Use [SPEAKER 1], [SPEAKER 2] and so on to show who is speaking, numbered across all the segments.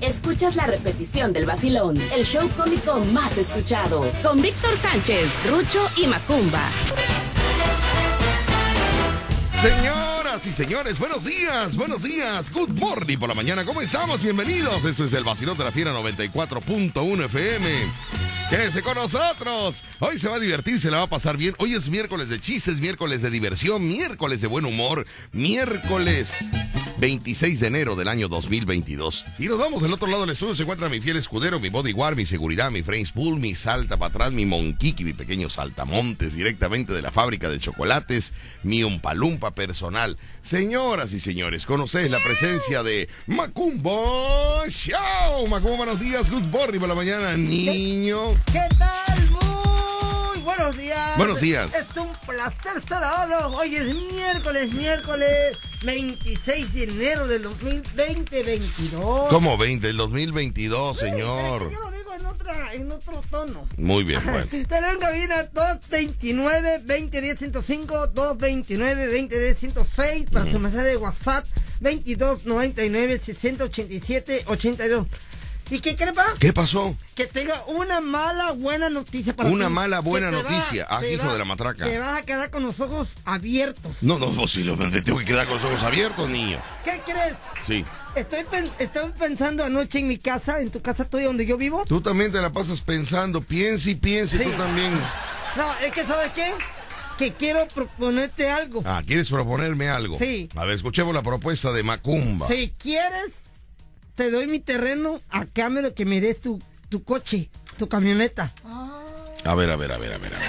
[SPEAKER 1] Escuchas la repetición del vacilón, el show cómico más escuchado, con Víctor Sánchez, Rucho y Macumba.
[SPEAKER 2] Señoras y señores, buenos días, buenos días, good morning por la mañana, ¿cómo estamos? Bienvenidos, esto es el vacilón de la fiera 94.1 FM. Quédese con nosotros. Hoy se va a divertir, se la va a pasar bien. Hoy es miércoles de chistes, miércoles de diversión, miércoles de buen humor, miércoles 26 de enero del año 2022. Y nos vamos del otro lado del estudio. Se encuentra mi fiel escudero, mi bodyguard, mi seguridad, mi French Bull, mi salta para atrás, mi monquiqui, mi pequeño saltamontes, directamente de la fábrica de chocolates, mi umpalumpa personal. Señoras y señores, conocéis la presencia de Macumbo Chao. Macumbo, buenos días. Good morning por la mañana, niño.
[SPEAKER 3] ¿Qué tal? Muy buenos días.
[SPEAKER 2] Buenos días.
[SPEAKER 3] Es un placer saludarlos. Hoy es miércoles, miércoles 26 de enero del 2020, 22.
[SPEAKER 2] ¿Cómo 20 del 2022, señor?
[SPEAKER 3] Yo lo digo en, otra, en otro tono.
[SPEAKER 2] Muy bien, bueno.
[SPEAKER 3] Tenemos en cabina 229 2010 105 229 2010 106 para su mensaje de WhatsApp 2299 687 82. ¿Y qué crepa?
[SPEAKER 2] ¿Qué pasó?
[SPEAKER 3] Que tenga una mala buena noticia para
[SPEAKER 2] Una
[SPEAKER 3] ti.
[SPEAKER 2] mala buena
[SPEAKER 3] Que te vas-
[SPEAKER 2] noticia. Ah,
[SPEAKER 3] te
[SPEAKER 2] hijo
[SPEAKER 3] vas-
[SPEAKER 2] de la matraca.
[SPEAKER 3] Te vas a quedar con los ojos abiertos.
[SPEAKER 2] No, no, pues sí, lo- me tengo que quedar con los ojos abiertos, niño.
[SPEAKER 3] ¿Qué crees?
[SPEAKER 2] Sí.
[SPEAKER 3] Estoy, pen- estoy pensando anoche en mi casa, en tu casa tuya donde yo vivo.
[SPEAKER 2] Tú también te la pasas pensando, piensa y piensa,
[SPEAKER 3] Sí.
[SPEAKER 2] tú también.
[SPEAKER 3] No, es que ¿sabes qué? Que quiero proponerte algo.
[SPEAKER 2] Ah, ¿quieres proponerme algo?
[SPEAKER 3] Sí.
[SPEAKER 2] A ver, escuchemos la propuesta de Macumba.
[SPEAKER 3] Si quieres, te doy mi terreno a cambio de que me des tu, tu coche, tu camioneta.
[SPEAKER 2] A ver, a ver, a ver, a ver, a ver.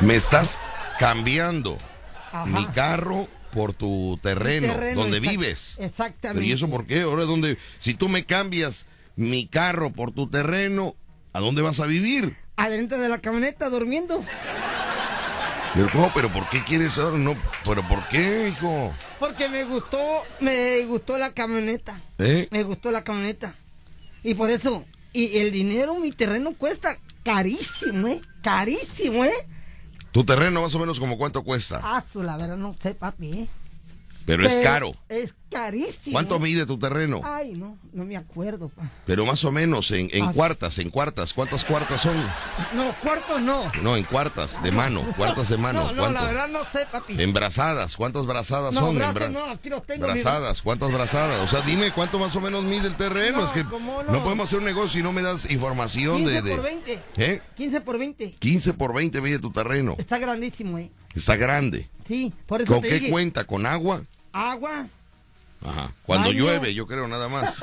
[SPEAKER 2] Me estás cambiando
[SPEAKER 3] Ajá.
[SPEAKER 2] mi carro por tu terreno,
[SPEAKER 3] terreno,
[SPEAKER 2] donde
[SPEAKER 3] exact-
[SPEAKER 2] vives.
[SPEAKER 3] exactamente.
[SPEAKER 2] Pero ¿y eso por qué? Ahora, ¿dónde? Si tú me cambias mi carro por tu terreno, ¿a dónde vas a vivir?
[SPEAKER 3] Adentro de la camioneta durmiendo.
[SPEAKER 2] Pero, ¿cómo? ¿Pero por qué quieres ahora? No, ¿Pero por qué, hijo?
[SPEAKER 3] Porque me gustó, me gustó la camioneta.
[SPEAKER 2] ¿Eh?
[SPEAKER 3] Me gustó la camioneta. Y por eso, y el dinero, mi terreno cuesta carísimo, ¿eh? Carísimo, ¿eh?
[SPEAKER 2] Tu terreno más o menos como cuánto cuesta.
[SPEAKER 3] Ah, su, la verdad no sé, papi, ¿eh?
[SPEAKER 2] Pero es caro.
[SPEAKER 3] Es carísimo.
[SPEAKER 2] ¿Cuánto mide tu terreno?
[SPEAKER 3] Ay, no, no me acuerdo, pa.
[SPEAKER 2] Pero más o menos en, en
[SPEAKER 3] Ah.
[SPEAKER 2] cuartas, en cuartas. ¿Cuántas cuartas son?
[SPEAKER 3] No, cuartos no.
[SPEAKER 2] No, en cuartas de mano. Cuartas de mano.
[SPEAKER 3] No, no,
[SPEAKER 2] ¿Cuánto?
[SPEAKER 3] la verdad no sé, papi.
[SPEAKER 2] En brazadas. ¿Cuántas brazadas
[SPEAKER 3] No,
[SPEAKER 2] son? En
[SPEAKER 3] brazos
[SPEAKER 2] bra-
[SPEAKER 3] no, aquí los tengo,
[SPEAKER 2] brazadas. ¿Cuántas brazadas? O sea, dime cuánto más o menos mide el terreno.
[SPEAKER 3] No,
[SPEAKER 2] es que
[SPEAKER 3] ¿cómo
[SPEAKER 2] no?
[SPEAKER 3] no?
[SPEAKER 2] podemos hacer un negocio si no me das información
[SPEAKER 3] 15
[SPEAKER 2] de, de-
[SPEAKER 3] por 20.
[SPEAKER 2] ¿Eh?
[SPEAKER 3] 15 por 20.
[SPEAKER 2] 15 por 20 mide tu terreno.
[SPEAKER 3] Está grandísimo, ¿eh?
[SPEAKER 2] Está grande.
[SPEAKER 3] Sí, por eso
[SPEAKER 2] ¿Con
[SPEAKER 3] te
[SPEAKER 2] qué
[SPEAKER 3] dije,
[SPEAKER 2] cuenta? ¿Con agua?
[SPEAKER 3] Agua.
[SPEAKER 2] Ajá. Cuando
[SPEAKER 3] Baño.
[SPEAKER 2] llueve, yo creo nada más.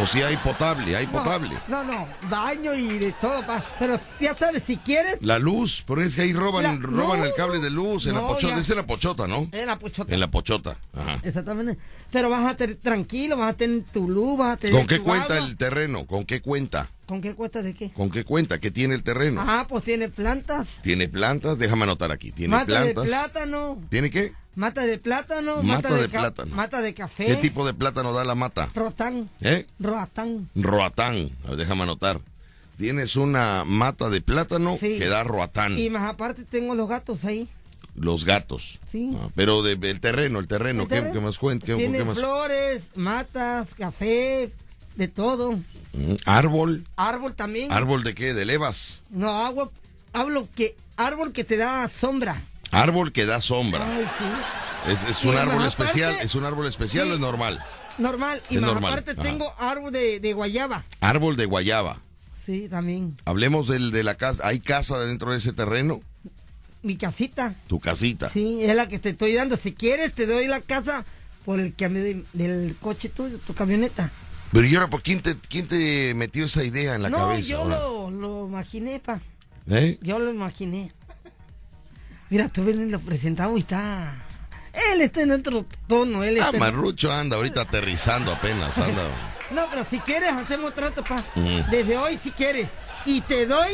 [SPEAKER 2] O si hay potable, hay
[SPEAKER 3] No,
[SPEAKER 2] potable.
[SPEAKER 3] No, no, baño y de todo, pa. Pero ya sabes, si quieres,
[SPEAKER 2] La luz, pero es que ahí roban,
[SPEAKER 3] La-
[SPEAKER 2] roban
[SPEAKER 3] no.
[SPEAKER 2] el cable de luz en la
[SPEAKER 3] No,
[SPEAKER 2] pochota.
[SPEAKER 3] ya.
[SPEAKER 2] Es en la pochota, ¿no?
[SPEAKER 3] en la pochota.
[SPEAKER 2] En la pochota. Ajá.
[SPEAKER 3] Exactamente. Pero vas a tener tranquilo, vas a tener tu luz, vas a tener
[SPEAKER 2] ¿Con qué
[SPEAKER 3] tu
[SPEAKER 2] cuenta
[SPEAKER 3] agua.
[SPEAKER 2] el terreno? ¿Con qué cuenta?
[SPEAKER 3] ¿Con qué cuesta de qué?
[SPEAKER 2] ¿Con qué cuenta? ¿Qué tiene el terreno?
[SPEAKER 3] Ajá, pues tiene plantas.
[SPEAKER 2] ¿Tiene plantas? Déjame anotar aquí. ¿Tiene
[SPEAKER 3] Mata
[SPEAKER 2] plantas?
[SPEAKER 3] de plátano.
[SPEAKER 2] ¿Tiene qué?
[SPEAKER 3] Mata de plátano.
[SPEAKER 2] Mata
[SPEAKER 3] Mata,
[SPEAKER 2] de
[SPEAKER 3] ca-
[SPEAKER 2] plátano.
[SPEAKER 3] Mata de café.
[SPEAKER 2] ¿Qué tipo de plátano da la mata?
[SPEAKER 3] Rotán.
[SPEAKER 2] ¿Eh?
[SPEAKER 3] Roatán.
[SPEAKER 2] Roatán. A ver, déjame anotar. Tienes una mata de plátano
[SPEAKER 3] Sí.
[SPEAKER 2] que da roatán.
[SPEAKER 3] Y más aparte tengo los gatos ahí.
[SPEAKER 2] Los gatos.
[SPEAKER 3] Sí.
[SPEAKER 2] Ah, pero de- el terreno, el terreno. ¿qué-
[SPEAKER 3] Entonces,
[SPEAKER 2] ¿Qué, más cuenta? ¿Qué-
[SPEAKER 3] Tiene
[SPEAKER 2] qué más?
[SPEAKER 3] flores, matas, café, de todo.
[SPEAKER 2] Mm, Árbol.
[SPEAKER 3] Árbol también.
[SPEAKER 2] ¿Árbol de qué? ¿De levas?
[SPEAKER 3] no, agua. Hablo que árbol que te da sombra.
[SPEAKER 2] Árbol que da sombra.
[SPEAKER 3] Ay, sí.
[SPEAKER 2] Es, es
[SPEAKER 3] y
[SPEAKER 2] un
[SPEAKER 3] más
[SPEAKER 2] árbol especial,
[SPEAKER 3] aparte-
[SPEAKER 2] es un árbol especial
[SPEAKER 3] Sí.
[SPEAKER 2] o es normal.
[SPEAKER 3] Normal. Y
[SPEAKER 2] Es
[SPEAKER 3] más
[SPEAKER 2] normal,
[SPEAKER 3] aparte
[SPEAKER 2] ajá.
[SPEAKER 3] tengo árbol de, de guayaba.
[SPEAKER 2] Árbol de guayaba.
[SPEAKER 3] Sí, también.
[SPEAKER 2] Hablemos del de la casa. ¿Hay casa dentro de ese terreno?
[SPEAKER 3] Mi casita.
[SPEAKER 2] Tu casita.
[SPEAKER 3] Sí, es la que te estoy dando. Si quieres, te doy la casa por el cambio de- del coche tuyo, tu camioneta.
[SPEAKER 2] Pero ¿y ahora por quién te, quién te metió esa idea en la
[SPEAKER 3] no,
[SPEAKER 2] cabeza?
[SPEAKER 3] yo
[SPEAKER 2] ahora?
[SPEAKER 3] lo, lo imaginé, pa.
[SPEAKER 2] ¿Eh?
[SPEAKER 3] Yo lo imaginé. Mira, tú ven y lo presentamos y está. Él está en otro tono, él está.
[SPEAKER 2] Ah,
[SPEAKER 3] en-
[SPEAKER 2] Marrucho anda ahorita aterrizando apenas, anda.
[SPEAKER 3] No, pero si quieres, hacemos trato, pa.
[SPEAKER 2] Mm.
[SPEAKER 3] Desde hoy, si quieres. Y te doy,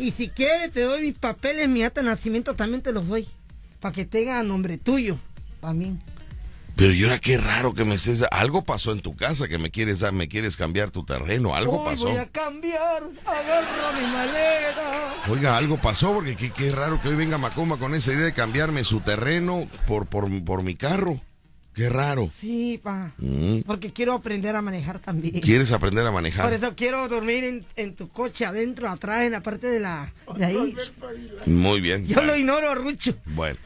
[SPEAKER 3] y si quieres, te doy mis papeles, mi acta de nacimiento, también te los doy. Para que tenga a nombre tuyo, para mí.
[SPEAKER 2] Pero y ahora qué raro que me estés... Algo pasó en tu casa que me quieres dar, me quieres cambiar tu terreno, algo
[SPEAKER 3] Hoy
[SPEAKER 2] pasó.
[SPEAKER 3] voy a cambiar, agarra mi maleta.
[SPEAKER 2] Oiga, algo pasó porque qué, qué raro que hoy venga Macoma con esa idea de cambiarme su terreno por, por, por mi carro. Qué raro.
[SPEAKER 3] Sí, pa.
[SPEAKER 2] Mm.
[SPEAKER 3] Porque quiero aprender a manejar también.
[SPEAKER 2] ¿Quieres aprender a manejar?
[SPEAKER 3] Por eso quiero dormir en, en tu coche, adentro, atrás, en la parte de la de ahí.
[SPEAKER 2] Muy bien.
[SPEAKER 3] Yo lo ignoro, Rucho.
[SPEAKER 2] Bueno,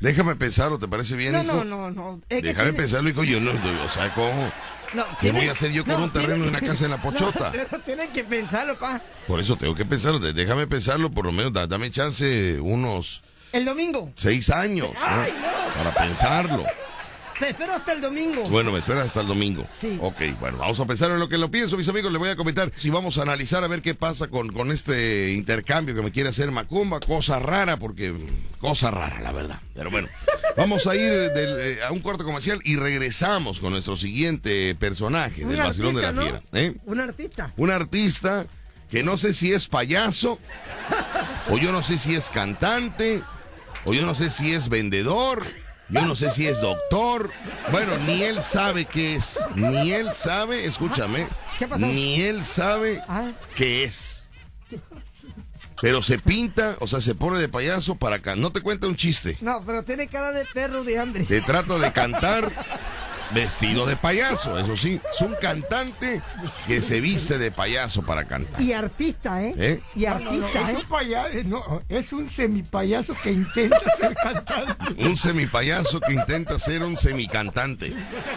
[SPEAKER 2] déjame pensarlo, ¿te parece bien?
[SPEAKER 3] No,
[SPEAKER 2] hijo?
[SPEAKER 3] no, no, no. Es que
[SPEAKER 2] Déjame
[SPEAKER 3] tiene-
[SPEAKER 2] pensarlo, hijo. Yo no, no, o sea, ¿cómo?
[SPEAKER 3] no,
[SPEAKER 2] ¿Qué
[SPEAKER 3] tiene-
[SPEAKER 2] voy a hacer yo con
[SPEAKER 3] no,
[SPEAKER 2] un terreno
[SPEAKER 3] tiene-
[SPEAKER 2] en una casa en la pochota?
[SPEAKER 3] No, pero tienen que pensarlo, pa.
[SPEAKER 2] Por eso tengo que pensarlo. de- Déjame pensarlo, por lo menos da- dame chance unos
[SPEAKER 3] El domingo.
[SPEAKER 2] seis años ¿no?
[SPEAKER 3] Ay, no.
[SPEAKER 2] para pensarlo.
[SPEAKER 3] Te espero hasta el domingo.
[SPEAKER 2] Bueno, me esperas hasta el domingo.
[SPEAKER 3] Sí.
[SPEAKER 2] Ok, bueno, vamos a pensar en lo que lo pienso, mis amigos. Les voy a comentar si vamos a analizar a ver qué pasa con, con este intercambio que me quiere hacer Macumba. Cosa rara, porque. mm, Cosa rara, la verdad. Pero bueno, vamos a ir eh, del, eh, a un corte comercial y regresamos con nuestro siguiente personaje del
[SPEAKER 3] Un
[SPEAKER 2] vacilón de la
[SPEAKER 3] artista, ¿no?
[SPEAKER 2] fiera. ¿eh?
[SPEAKER 3] Un artista.
[SPEAKER 2] un artista que no sé si es payaso, o yo no sé si es cantante, o yo no sé si es vendedor, yo no sé si es doctor. Bueno, ni él sabe qué es, ni él sabe, escúchame,
[SPEAKER 3] ¿Qué pasó?
[SPEAKER 2] ni él sabe
[SPEAKER 3] Ah.
[SPEAKER 2] qué es. Pero se pinta, o sea, se pone de payaso para acá. No te cuenta un chiste.
[SPEAKER 3] No, pero tiene cara de perro de hambre.
[SPEAKER 2] Te trata de cantar vestido de payaso, eso sí. Es un cantante que se viste de payaso para cantar.
[SPEAKER 3] Y artista, ¿eh?
[SPEAKER 2] ¿Eh?
[SPEAKER 3] Y
[SPEAKER 4] No, no, no,
[SPEAKER 3] artista,
[SPEAKER 4] es
[SPEAKER 3] ¿eh?
[SPEAKER 4] un payaso, no, es un semipayaso que intenta ser cantante.
[SPEAKER 2] Un semipayaso que intenta ser un semicantante.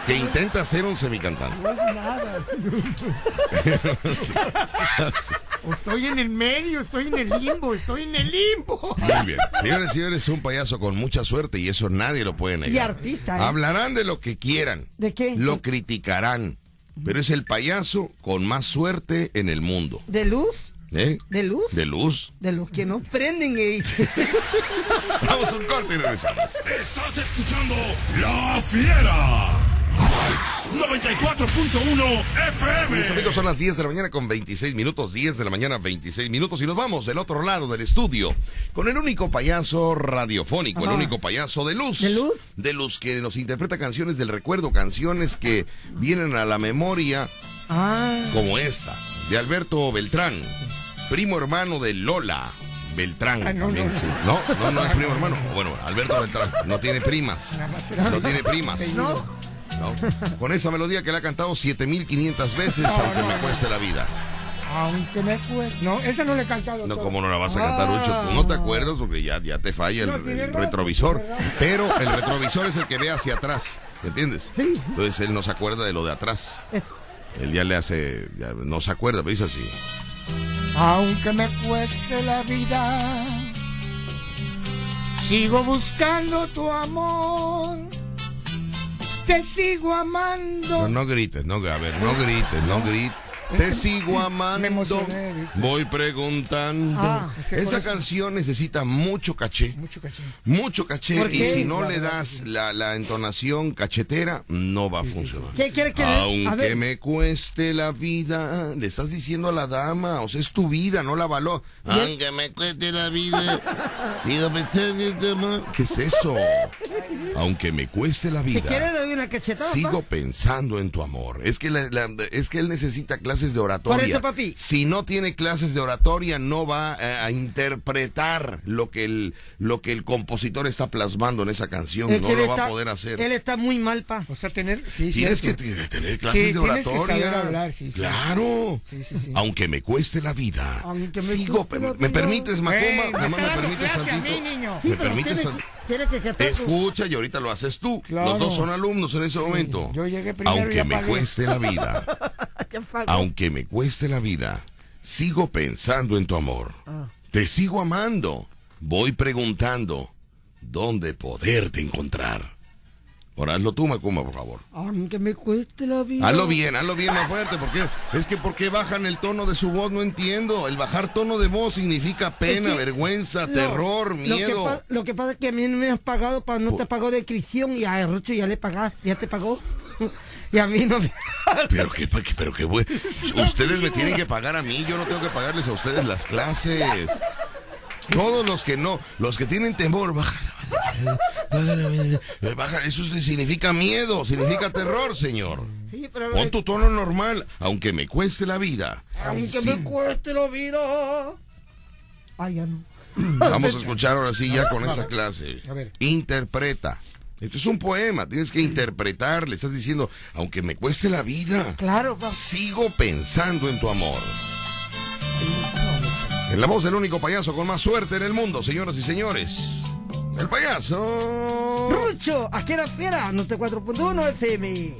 [SPEAKER 2] Que intenta ser un semicantante.
[SPEAKER 4] No es nada. O Estoy en el medio, estoy en el limbo, estoy en el limbo.
[SPEAKER 2] Muy bien. Señores y señores, es un payaso con mucha suerte y eso nadie lo puede negar.
[SPEAKER 3] Y artista, ¿eh?
[SPEAKER 2] Hablarán de lo que quieran.
[SPEAKER 3] ¿De qué?
[SPEAKER 2] Lo criticarán. Pero es el payaso con más suerte en el mundo.
[SPEAKER 3] De luz.
[SPEAKER 2] ¿Eh?
[SPEAKER 3] De luz.
[SPEAKER 2] De luz.
[SPEAKER 3] De los que no prenden, ¿eh?
[SPEAKER 2] Vamos a un corte y regresamos.
[SPEAKER 5] Estás escuchando La Fiera. 94.1
[SPEAKER 2] Mis
[SPEAKER 5] FM.
[SPEAKER 2] amigos, son las 10 de la mañana con 26 minutos, 10 de la mañana 26 minutos y nos vamos del otro lado del estudio con el único payaso radiofónico, el
[SPEAKER 3] Ajá.
[SPEAKER 2] único payaso de luz.
[SPEAKER 3] ¿De luz?
[SPEAKER 2] De luz que nos interpreta canciones del recuerdo, canciones que vienen a la memoria
[SPEAKER 3] Ah.
[SPEAKER 2] como esta, de Alberto Beltrán, primo hermano de Lola. Beltrán.
[SPEAKER 4] Ah, no,
[SPEAKER 2] también,
[SPEAKER 4] no.
[SPEAKER 2] sí. no, no, no es primo hermano. Bueno, Alberto Beltrán no tiene primas.
[SPEAKER 4] Nada más era-
[SPEAKER 2] No tiene primas.
[SPEAKER 3] No.
[SPEAKER 2] No. Con esa melodía que le ha cantado 7500 veces, aunque me cueste la vida.
[SPEAKER 4] Aunque me cueste. No, esa no le he cantado.
[SPEAKER 2] No,
[SPEAKER 4] todo.
[SPEAKER 2] como no la vas a cantar, Lucho? Tú no te acuerdas porque ya, ya te falla el,
[SPEAKER 4] No, tiene
[SPEAKER 2] el
[SPEAKER 4] rato,
[SPEAKER 2] retrovisor.
[SPEAKER 4] tiene
[SPEAKER 2] Pero el retrovisor es el que ve hacia atrás, ¿me ¿entiendes? Entonces él no se acuerda de lo de atrás. Él ya le hace. ya no se acuerda, pero dice así.
[SPEAKER 4] Aunque me cueste la vida, sigo buscando tu amor. Te sigo amando.
[SPEAKER 2] No, no grites, no, a ver, no grites, no grites. Te sigo
[SPEAKER 4] me
[SPEAKER 2] amando,
[SPEAKER 4] emocioné, Víctor.
[SPEAKER 2] voy preguntando.
[SPEAKER 3] Ah,
[SPEAKER 4] es que por
[SPEAKER 2] Esa
[SPEAKER 4] eso-
[SPEAKER 2] canción necesita mucho caché.
[SPEAKER 4] Mucho caché.
[SPEAKER 2] Mucho caché
[SPEAKER 3] ¿Por
[SPEAKER 2] y
[SPEAKER 3] qué?
[SPEAKER 2] si no
[SPEAKER 4] La
[SPEAKER 2] le
[SPEAKER 4] verdad,
[SPEAKER 2] das la, la entonación cachetera, no va a funcionar.
[SPEAKER 3] ¿Qué quiere que le- A
[SPEAKER 2] Aunque
[SPEAKER 3] ver.
[SPEAKER 2] me cueste la vida, le estás diciendo a la dama, o sea, es tu vida, no la valor. Aunque me cueste la vida, digo, me estás diciendo, amor. ¿qué es eso? Aunque me cueste la
[SPEAKER 3] Si quieres,
[SPEAKER 2] vida.
[SPEAKER 3] doy una cachetada.
[SPEAKER 2] Sigo
[SPEAKER 3] pa.
[SPEAKER 2] pensando en tu amor. Es que, la- la- es que él necesita clases de oratoria.
[SPEAKER 3] Por eso, papi.
[SPEAKER 2] Si no tiene clases de oratoria, no va eh, a, a interpretar lo que, el, lo que el compositor está plasmando en esa canción.
[SPEAKER 3] Es que
[SPEAKER 2] no
[SPEAKER 3] él
[SPEAKER 2] lo va
[SPEAKER 3] está-
[SPEAKER 2] a poder hacer.
[SPEAKER 3] Él está muy mal, pa.
[SPEAKER 4] O sea, tener. Sí,
[SPEAKER 2] Tienes que
[SPEAKER 4] cierto.
[SPEAKER 2] t- tener clases
[SPEAKER 4] Sí,
[SPEAKER 2] de
[SPEAKER 4] tienes que
[SPEAKER 2] oratoria.
[SPEAKER 4] saber hablar, sí, sí.
[SPEAKER 2] Claro.
[SPEAKER 4] Sí, sí, sí.
[SPEAKER 2] Aunque me cueste la vida.
[SPEAKER 3] Aunque me
[SPEAKER 2] sigo.
[SPEAKER 3] cueste
[SPEAKER 2] pe-
[SPEAKER 3] la
[SPEAKER 2] ¿Me
[SPEAKER 3] vida.
[SPEAKER 2] permites, Macumba?
[SPEAKER 4] Ey, me
[SPEAKER 2] Nada más
[SPEAKER 4] está
[SPEAKER 2] me
[SPEAKER 4] dando
[SPEAKER 2] permites
[SPEAKER 4] clase a
[SPEAKER 2] tantito.
[SPEAKER 4] mí, niño.
[SPEAKER 3] Sí,
[SPEAKER 2] ¿Me
[SPEAKER 3] pero
[SPEAKER 2] permites?
[SPEAKER 3] tiene
[SPEAKER 2] tan-
[SPEAKER 3] que- tiene que cantar tu-
[SPEAKER 2] Escucha y ahorita lo haces tú.
[SPEAKER 4] Claro.
[SPEAKER 2] Los dos son alumnos en ese momento.
[SPEAKER 4] yo llegué primero y
[SPEAKER 2] Aunque
[SPEAKER 4] ya
[SPEAKER 2] me
[SPEAKER 4] pagué.
[SPEAKER 2] cueste la vida.
[SPEAKER 3] Qué fago.
[SPEAKER 2] Aunque me cueste la vida, sigo pensando en tu amor.
[SPEAKER 3] Ah.
[SPEAKER 2] Te sigo amando. Voy preguntando dónde poderte encontrar. Ahora hazlo tú, Macumba, por favor.
[SPEAKER 3] Aunque me cueste la vida.
[SPEAKER 2] Hazlo bien, hazlo bien más fuerte, porque es que por qué bajan el tono de su voz, no entiendo. El bajar tono de voz significa pena,
[SPEAKER 3] Es que-
[SPEAKER 2] vergüenza,
[SPEAKER 3] No,
[SPEAKER 2] terror,
[SPEAKER 3] Lo que,
[SPEAKER 2] miedo.
[SPEAKER 3] pa- lo que pasa es que a mí no me has pagado, pa, no te pagó de inscripción y a Rucho ya le pagaste, ya te pagó. y a mí no me.
[SPEAKER 2] Pero qué, pa- qué- pero qué bueno. Ustedes me tienen que pagar a mí, yo no tengo que pagarles a ustedes las clases. Todos los que no, los que tienen temor, bajan. Ah, Bajan, eso significa miedo, significa terror, señor.
[SPEAKER 3] Sí, pero
[SPEAKER 2] Pon tu tono normal, aunque me cueste la vida.
[SPEAKER 3] aunque
[SPEAKER 2] Sí.
[SPEAKER 3] me cueste la vida. Ay, ya no.
[SPEAKER 2] Vamos a escuchar ahora sí ya con esa clase.
[SPEAKER 4] A ver.
[SPEAKER 2] Interpreta Este es un poema, tienes que interpretar, le estás diciendo, aunque me cueste la vida,
[SPEAKER 3] Claro, pa.
[SPEAKER 2] sigo pensando en tu amor. En la voz del único payaso con más suerte en el mundo, señoras y señores. El payaso.
[SPEAKER 3] Rucho, aquí en la fiera, 94.1 FM.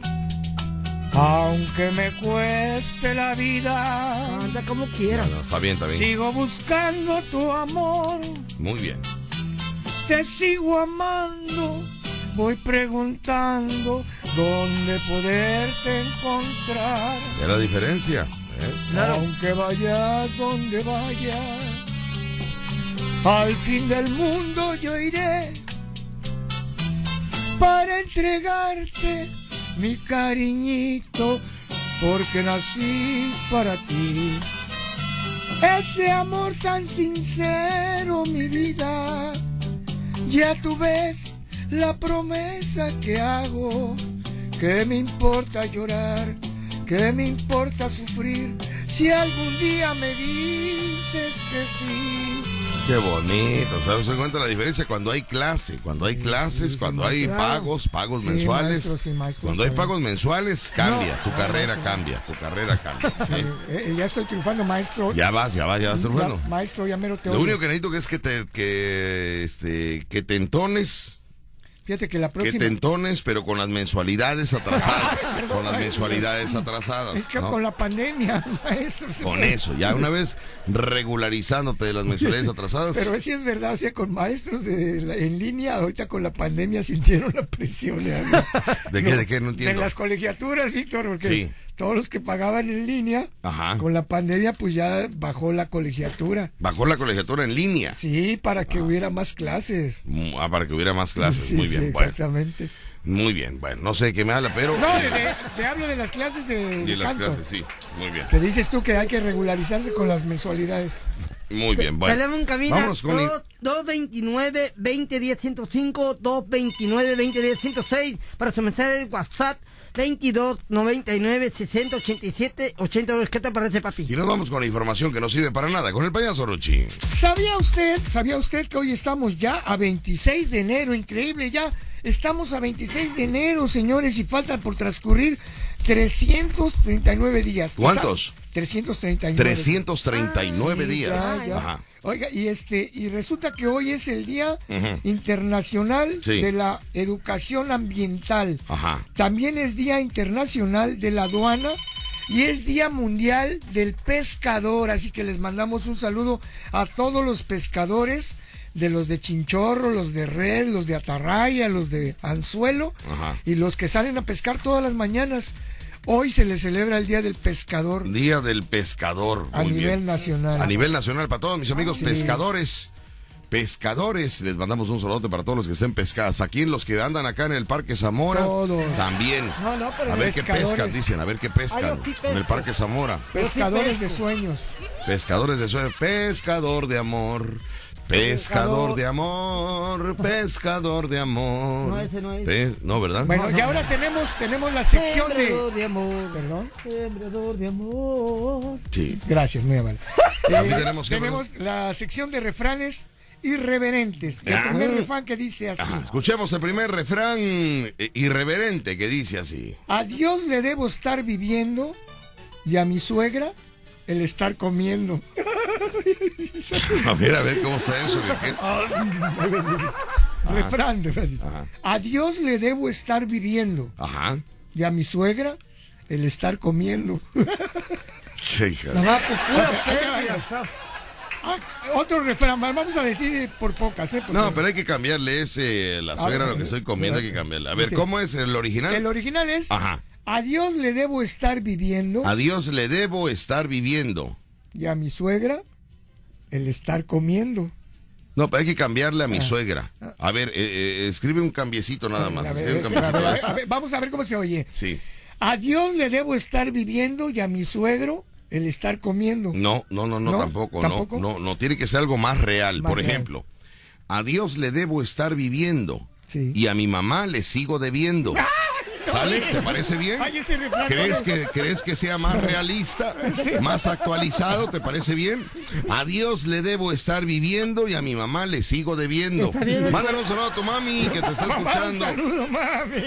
[SPEAKER 4] Aunque me cueste la vida,
[SPEAKER 3] Anda como quieras.
[SPEAKER 2] Ah, No, está bien, está bien.
[SPEAKER 4] sigo buscando tu amor,
[SPEAKER 2] Muy bien.
[SPEAKER 4] te sigo amando, voy preguntando dónde poderte encontrar.
[SPEAKER 2] ¿Es la diferencia? ¿Eh?
[SPEAKER 4] Aunque vayas donde vayas, al fin del mundo yo iré para entregarte mi cariñito, porque nací para ti. Ese amor tan sincero, mi vida, ya tú ves la promesa que hago. ¿Qué me importa llorar? ¿Qué me importa sufrir? Si algún día me dices que sí.
[SPEAKER 2] Qué bonito. ¿Sabes? Se cuenta la diferencia cuando hay clase, cuando hay clases, cuando hay
[SPEAKER 4] claro.
[SPEAKER 2] pagos, pagos
[SPEAKER 4] Sí,
[SPEAKER 2] mensuales.
[SPEAKER 4] maestro, sí, maestro,
[SPEAKER 2] cuando hay
[SPEAKER 4] sí.
[SPEAKER 2] pagos mensuales, cambia. tu carrera cambia, tu carrera cambia. ¿sí?
[SPEAKER 4] Eh, eh, ya estoy triunfando, maestro.
[SPEAKER 2] Ya vas, ya vas, ya vas,
[SPEAKER 4] Ya,
[SPEAKER 2] bueno.
[SPEAKER 4] maestro, ya mero te
[SPEAKER 2] Lo
[SPEAKER 4] oigo.
[SPEAKER 2] único que necesito que es que te, que, este, que te entones,
[SPEAKER 4] Fíjate que la
[SPEAKER 2] que
[SPEAKER 4] próxima...
[SPEAKER 2] te entones, pero con las mensualidades atrasadas. con las mensualidades atrasadas.
[SPEAKER 4] Es que
[SPEAKER 2] ¿no?
[SPEAKER 4] con la pandemia, maestro. se
[SPEAKER 2] Con
[SPEAKER 4] fue.
[SPEAKER 2] eso, ya una vez regularizándote de las mensualidades atrasadas.
[SPEAKER 4] Pero sí es verdad, o sea, con maestros de la- en línea, ahorita con la pandemia sintieron la presión. ¿eh?
[SPEAKER 2] ¿De qué? ¿De qué? No
[SPEAKER 4] En
[SPEAKER 2] entiendo.
[SPEAKER 4] las colegiaturas, Víctor, porque
[SPEAKER 2] Sí.
[SPEAKER 4] todos los que pagaban en línea,
[SPEAKER 2] Ajá.
[SPEAKER 4] con la pandemia, pues ya bajó la colegiatura.
[SPEAKER 2] Bajó la colegiatura en línea.
[SPEAKER 4] Sí, para que hubiera más clases.
[SPEAKER 2] Mm, Ah, para que hubiera más clases.
[SPEAKER 4] Sí,
[SPEAKER 2] muy
[SPEAKER 4] sí,
[SPEAKER 2] bien, bueno.
[SPEAKER 4] Exactamente.
[SPEAKER 2] Muy bien, bueno. No sé de qué me habla, pero.
[SPEAKER 4] No, de- de- te hablo de las clases de,
[SPEAKER 2] y
[SPEAKER 4] de
[SPEAKER 2] las
[SPEAKER 4] canto.
[SPEAKER 2] clases, sí. Muy bien.
[SPEAKER 4] Que dices tú que hay que regularizarse con las mensualidades.
[SPEAKER 2] Muy bien, bueno.
[SPEAKER 3] Teléfono en cabina
[SPEAKER 2] Vámonos con.
[SPEAKER 3] 229 2010 105 229 2010 106 para su mensaje de WhatsApp 22 99 60 87 82. ¿Qué te parece,
[SPEAKER 2] Y
[SPEAKER 3] papi?
[SPEAKER 2] nos vamos con información que no sirve para nada. Con el payaso Ruchi.
[SPEAKER 4] ¿Sabía usted, sabía usted que hoy estamos ya a 26 de enero? Increíble, ya estamos a 26 de enero, señores, y faltan por transcurrir 339 días.
[SPEAKER 2] ¿Cuántos?
[SPEAKER 4] Sa- 339.
[SPEAKER 2] 339
[SPEAKER 4] Sí,
[SPEAKER 2] días.
[SPEAKER 4] ya, ya.
[SPEAKER 2] Ajá.
[SPEAKER 4] Oiga, y este, y resulta que hoy es el Día
[SPEAKER 2] Ujú.
[SPEAKER 4] Internacional
[SPEAKER 2] Sí.
[SPEAKER 4] de la Educación Ambiental.
[SPEAKER 2] Ajá.
[SPEAKER 4] También es Día Internacional de la Aduana y es Día Mundial del Pescador. Así que les mandamos un saludo a todos los pescadores, de los de chinchorro, los de red, los de atarraya, los de anzuelo
[SPEAKER 2] Ajá.
[SPEAKER 4] y los que salen a pescar todas las mañanas. Hoy se les celebra el Día del Pescador
[SPEAKER 2] Día del pescador.
[SPEAKER 4] a
[SPEAKER 2] Muy
[SPEAKER 4] nivel
[SPEAKER 2] bien.
[SPEAKER 4] nacional.
[SPEAKER 2] A nivel nacional, para todos mis amigos
[SPEAKER 3] Ah,
[SPEAKER 4] Sí.
[SPEAKER 2] pescadores. Pescadores, les mandamos un saludo para todos los que estén pescadas. Aquí los que andan acá en el Parque Zamora,
[SPEAKER 4] Todos.
[SPEAKER 2] también.
[SPEAKER 3] No, no, pero
[SPEAKER 2] a ver qué
[SPEAKER 4] pescadores.
[SPEAKER 2] pescan, dicen, a ver qué
[SPEAKER 3] Ay,
[SPEAKER 2] pescan
[SPEAKER 3] yo sí pesco.
[SPEAKER 2] en el Parque Zamora.
[SPEAKER 4] Pescadores de
[SPEAKER 3] pesco.
[SPEAKER 4] sueños.
[SPEAKER 2] Pescadores de sueño, pescador de amor. Pescador de amor, pescador de amor.
[SPEAKER 3] No, ese no es.
[SPEAKER 2] Pe- no, ¿verdad?
[SPEAKER 4] Bueno, y ahora tenemos, tenemos la sección de...
[SPEAKER 3] Sembrador de amor.
[SPEAKER 4] Perdón.
[SPEAKER 3] Sembrador de amor.
[SPEAKER 2] Sí.
[SPEAKER 4] Gracias, muy amable.
[SPEAKER 2] También
[SPEAKER 4] Eh,
[SPEAKER 2] tenemos
[SPEAKER 4] tenemos
[SPEAKER 2] que-
[SPEAKER 4] la sección de refranes irreverentes. El
[SPEAKER 2] Ah.
[SPEAKER 4] primer refrán que dice así.
[SPEAKER 2] Ajá, Escuchemos el primer refrán eh, irreverente que dice así.
[SPEAKER 4] A Dios le debo estar viviendo y a mi suegra el estar comiendo.
[SPEAKER 2] A ver, a ver cómo está eso. que- que-
[SPEAKER 4] Refrán, refrán. dice.
[SPEAKER 2] Ajá.
[SPEAKER 4] A Dios le debo estar viviendo
[SPEAKER 2] Ajá.
[SPEAKER 4] y a mi suegra el estar comiendo.
[SPEAKER 2] Qué hija.
[SPEAKER 3] La va por pura pérdida.
[SPEAKER 4] Ah, otro refrán, vamos a decir por pocas, ¿eh? Porque
[SPEAKER 2] No, pero hay que cambiarle ese, la
[SPEAKER 4] Ah,
[SPEAKER 2] suegra,
[SPEAKER 4] bueno,
[SPEAKER 2] lo que estoy comiendo, hay que cambiarle. A ver,
[SPEAKER 4] sí.
[SPEAKER 2] ¿cómo es el original?
[SPEAKER 4] El original es...
[SPEAKER 2] Ajá.
[SPEAKER 4] A Dios le debo estar viviendo
[SPEAKER 2] A Dios le debo estar viviendo.
[SPEAKER 4] y a mi suegra el estar comiendo.
[SPEAKER 2] No, pero hay que cambiarle
[SPEAKER 4] Ah.
[SPEAKER 2] a mi suegra. A ver, eh, eh, escribe un cambiecito nada más.
[SPEAKER 4] A ver,
[SPEAKER 2] escribe
[SPEAKER 4] ese-
[SPEAKER 2] un cambiecito.
[SPEAKER 4] a ver, a ver, vamos a ver cómo se oye.
[SPEAKER 2] Sí.
[SPEAKER 4] A Dios le debo estar viviendo y a mi suegro el estar comiendo.
[SPEAKER 2] No, no, no, no,
[SPEAKER 4] ¿No?
[SPEAKER 2] tampoco,
[SPEAKER 4] ¿Tampoco?
[SPEAKER 2] No, no, no, tiene que ser algo más real.
[SPEAKER 4] Más
[SPEAKER 2] Por
[SPEAKER 4] real.
[SPEAKER 2] ejemplo, a Dios le debo estar viviendo
[SPEAKER 4] Sí. ¡Ah!
[SPEAKER 2] y a mi mamá le sigo debiendo. ¿Sale? ¿Te parece bien?
[SPEAKER 6] Ay, este refrán.
[SPEAKER 2] ¿Crees que, ¿Crees que sea más realista? ¿Más actualizado? ¿Te parece bien? A Dios le debo estar viviendo y a mi mamá le sigo debiendo. Mándale un saludo a tu mami que te está
[SPEAKER 6] Mamá, un
[SPEAKER 2] escuchando.
[SPEAKER 6] saludo, mami.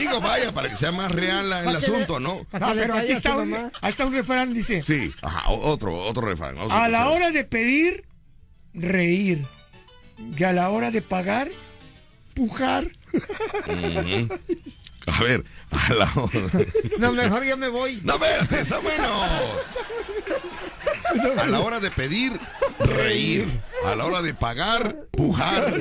[SPEAKER 2] Digo, vaya, para que sea más real el asunto, ¿no?
[SPEAKER 4] Ah, pero aquí está, un, ahí está un refrán, dice,
[SPEAKER 2] Sí, ajá, o- otro, otro refrán. vamos
[SPEAKER 4] a la
[SPEAKER 2] escuchar.
[SPEAKER 4] hora de pedir, reír. Y a la hora de pagar, pujar.
[SPEAKER 2] A ver, a la hora.
[SPEAKER 3] No, mejor ya me voy.
[SPEAKER 2] No, espérate, está bueno. A la hora de pedir, reír. A la hora de pagar, pujar.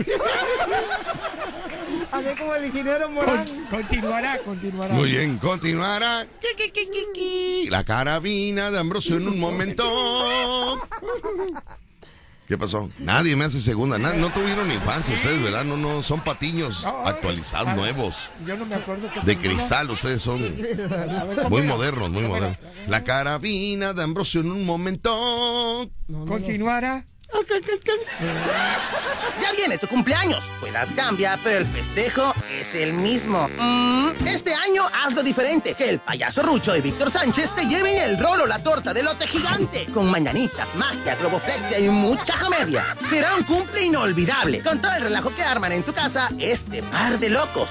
[SPEAKER 3] A ver como el ingeniero Morán.
[SPEAKER 4] Con- continuará, continuará.
[SPEAKER 2] Muy bien, continuará. Qui, qui, qui, qui, qui. La carabina de Ambrosio en un momento. ¿Qué pasó? Nadie me hace segunda. na- no tuvieron infancia ustedes, ¿verdad? No, no, son patiños actualizados, nuevos.
[SPEAKER 4] Yo no me acuerdo que
[SPEAKER 2] De cristal, ustedes son muy modernos, muy modernos. La carabina de Ambrosio en un momento.
[SPEAKER 4] continuará.
[SPEAKER 7] Ya viene tu cumpleaños. Tu edad cambia, pero el festejo es el mismo. Mm, Este año hazlo diferente. Que el payaso Rucho y Víctor Sánchez te lleven el rolo, la torta de lote gigante. Con mañanitas, magia, globoflexia y mucha comedia. Será un cumple inolvidable. Con todo el relajo que arman en tu casa este par de locos.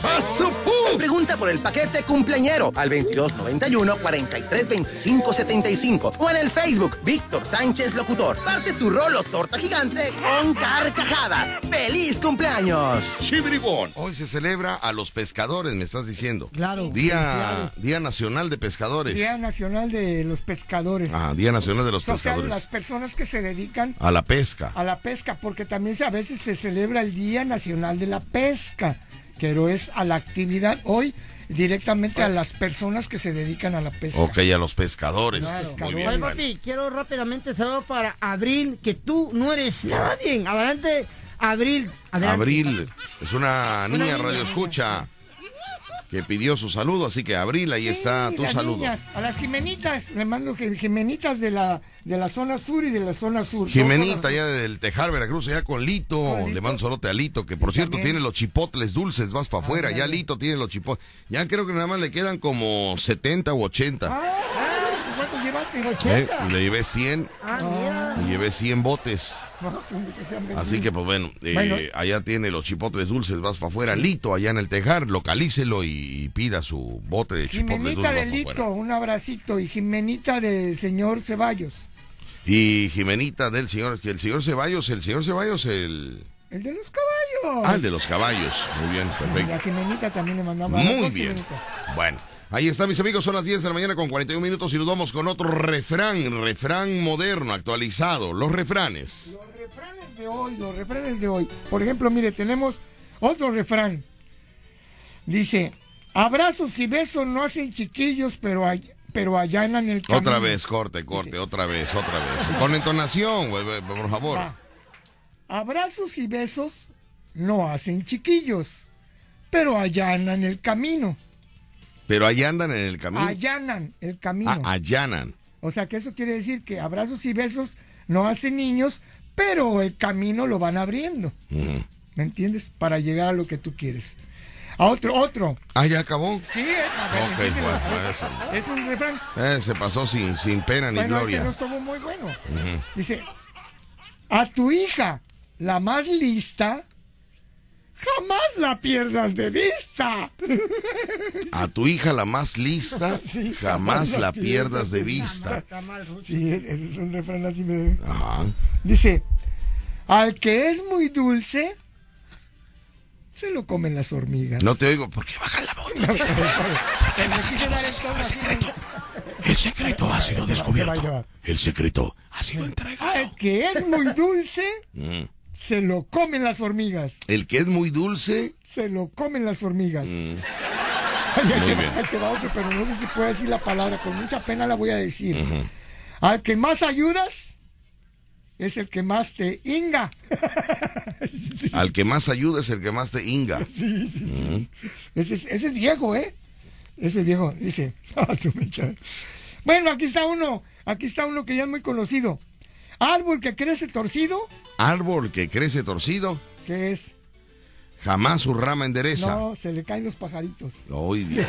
[SPEAKER 7] Pregunta por el paquete cumpleañero al 2291 43 25 75 o en el Facebook Víctor Sánchez Locutor. Parte tu rolo torta gigante con carcajadas. ¡Feliz cumpleaños!
[SPEAKER 5] Chibribón.
[SPEAKER 2] Hoy se celebra a los pescadores, me estás diciendo.
[SPEAKER 3] Claro,
[SPEAKER 2] Día,
[SPEAKER 3] felicidades.
[SPEAKER 2] día Nacional de Pescadores.
[SPEAKER 4] Día Nacional de los Pescadores.
[SPEAKER 2] Ah, Día Nacional de los
[SPEAKER 4] o sea, las
[SPEAKER 2] Pescadores.
[SPEAKER 4] personas que se dedican
[SPEAKER 2] A la pesca.
[SPEAKER 4] a la pesca, porque también se- a veces se celebra el Día Nacional de la Pesca, pero es a la actividad hoy directamente a las personas que se dedican a la pesca.
[SPEAKER 2] Ok, a los pescadores. Muy bien.
[SPEAKER 3] Oye,
[SPEAKER 2] bueno.
[SPEAKER 3] papi, quiero rápidamente saludar para Abril, que tú no eres nadie. Adelante, Abril. Adelante.
[SPEAKER 2] Abril es una niña,
[SPEAKER 3] niña.
[SPEAKER 2] radio escucha que pidió su saludo, así que Abril, ahí está
[SPEAKER 4] Sí,
[SPEAKER 2] tu
[SPEAKER 4] Ah, las
[SPEAKER 2] saludo.
[SPEAKER 4] niñas, a las Jimenitas, le mando que- Jimenitas de la, de la zona sur y de la zona sur.
[SPEAKER 2] Jimenita, allá del Tejar, Veracruz, allá con Lito.
[SPEAKER 4] Lito.
[SPEAKER 2] Le mando un saludote a Lito, que por cierto
[SPEAKER 4] También. Ah,
[SPEAKER 2] tiene los chipotles dulces, vas para afuera. Ya Lito tiene los chipotles. Ya creo que nada más le quedan como 70 u 80.
[SPEAKER 4] Ah, ah, ¿Cuánto llevaste?
[SPEAKER 2] ¿eh? Le llevé 100,
[SPEAKER 3] Ah, mira.
[SPEAKER 2] le llevé 100 botes. Así que, pues bueno, eh,
[SPEAKER 4] Bueno.
[SPEAKER 2] allá tiene los chipotles dulces, vas para afuera. Lito, allá en el Tejar, localícelo y pida su bote de chipotles dulces.
[SPEAKER 4] Jimenita de
[SPEAKER 2] vas pa' afuera.
[SPEAKER 4] Lito, un abracito. Y Jimenita del señor Ceballos.
[SPEAKER 2] Y Jimenita del señor, el señor Ceballos, el señor Ceballos, el...
[SPEAKER 4] El de los caballos.
[SPEAKER 2] Ah, el de los caballos. Muy bien,
[SPEAKER 4] Y a
[SPEAKER 2] perfecto.
[SPEAKER 4] Jimenita también le mandamos. a las
[SPEAKER 2] Muy
[SPEAKER 4] dos
[SPEAKER 2] bien.
[SPEAKER 4] Jimenitas.
[SPEAKER 2] Bueno, ahí está, mis amigos, son las 10 de la mañana con 41 minutos y nos vamos con otro refrán, refrán moderno, actualizado, los refranes.
[SPEAKER 4] Los refranes de hoy, los refranes de hoy. Por ejemplo, mire, tenemos otro refrán. Dice, abrazos y besos no hacen chiquillos, pero, hay, pero allanan el camino.
[SPEAKER 2] Otra vez, corte, corte, otra vez, otra vez. Con entonación, güey, güey, por favor.
[SPEAKER 4] Va. Ah. Abrazos y besos no hacen chiquillos, pero allanan el camino.
[SPEAKER 2] Pero ahí andan en el camino.
[SPEAKER 4] Allanan el camino.
[SPEAKER 2] Ah, allanan.
[SPEAKER 4] O sea que eso quiere decir que abrazos y besos no hacen niños, pero el camino lo van abriendo.
[SPEAKER 2] Ujú.
[SPEAKER 4] ¿Me entiendes? Para llegar a lo que tú quieres. A otro, otro.
[SPEAKER 2] Ah, ya acabó.
[SPEAKER 4] Sí, eh, a ver,
[SPEAKER 2] Ok,
[SPEAKER 4] entiéndelo.
[SPEAKER 2] bueno, eso.
[SPEAKER 4] es un refrán.
[SPEAKER 2] Eh, se pasó sin, sin pena ni
[SPEAKER 4] Bueno, ese
[SPEAKER 2] gloria.
[SPEAKER 4] no estuvo muy bueno. Dice, a tu hija, la más lista, jamás la pierdas de vista.
[SPEAKER 2] A tu hija la más lista, jamás la pierdas de vista.
[SPEAKER 3] Está mal, Ruth.
[SPEAKER 4] Sí, ese es un refrán así. me-
[SPEAKER 2] Ajá.
[SPEAKER 4] Dice, al que es muy dulce, se lo comen las hormigas.
[SPEAKER 2] No te oigo, porque baja la voz?
[SPEAKER 5] El secreto ha sido descubierto.
[SPEAKER 4] llevar.
[SPEAKER 5] El secreto ha sido entregado.
[SPEAKER 4] Al que es muy dulce,
[SPEAKER 2] Mm.
[SPEAKER 4] se lo comen las hormigas.
[SPEAKER 2] El que es muy dulce,
[SPEAKER 4] Se lo comen las hormigas.
[SPEAKER 2] Mm. Muy bien.
[SPEAKER 4] Ahí te va otro, pero no sé si puedo decir la palabra, con mucha pena la voy a
[SPEAKER 2] Mm.
[SPEAKER 4] decir. Al que más ayudas es el que más te inga.
[SPEAKER 2] al que más ayuda es el que más te inga. Mm.
[SPEAKER 4] Ese es, ese es viejo, ¿eh? Ese es viejo, dice. Ah, su mecha. bueno, aquí está uno, aquí está uno que ya es muy conocido. Árbol que crece torcido,
[SPEAKER 2] Árbol que crece torcido,
[SPEAKER 4] que es
[SPEAKER 2] Jamás su rama endereza.
[SPEAKER 4] No, se le caen los pajaritos.
[SPEAKER 2] Ay, Dios.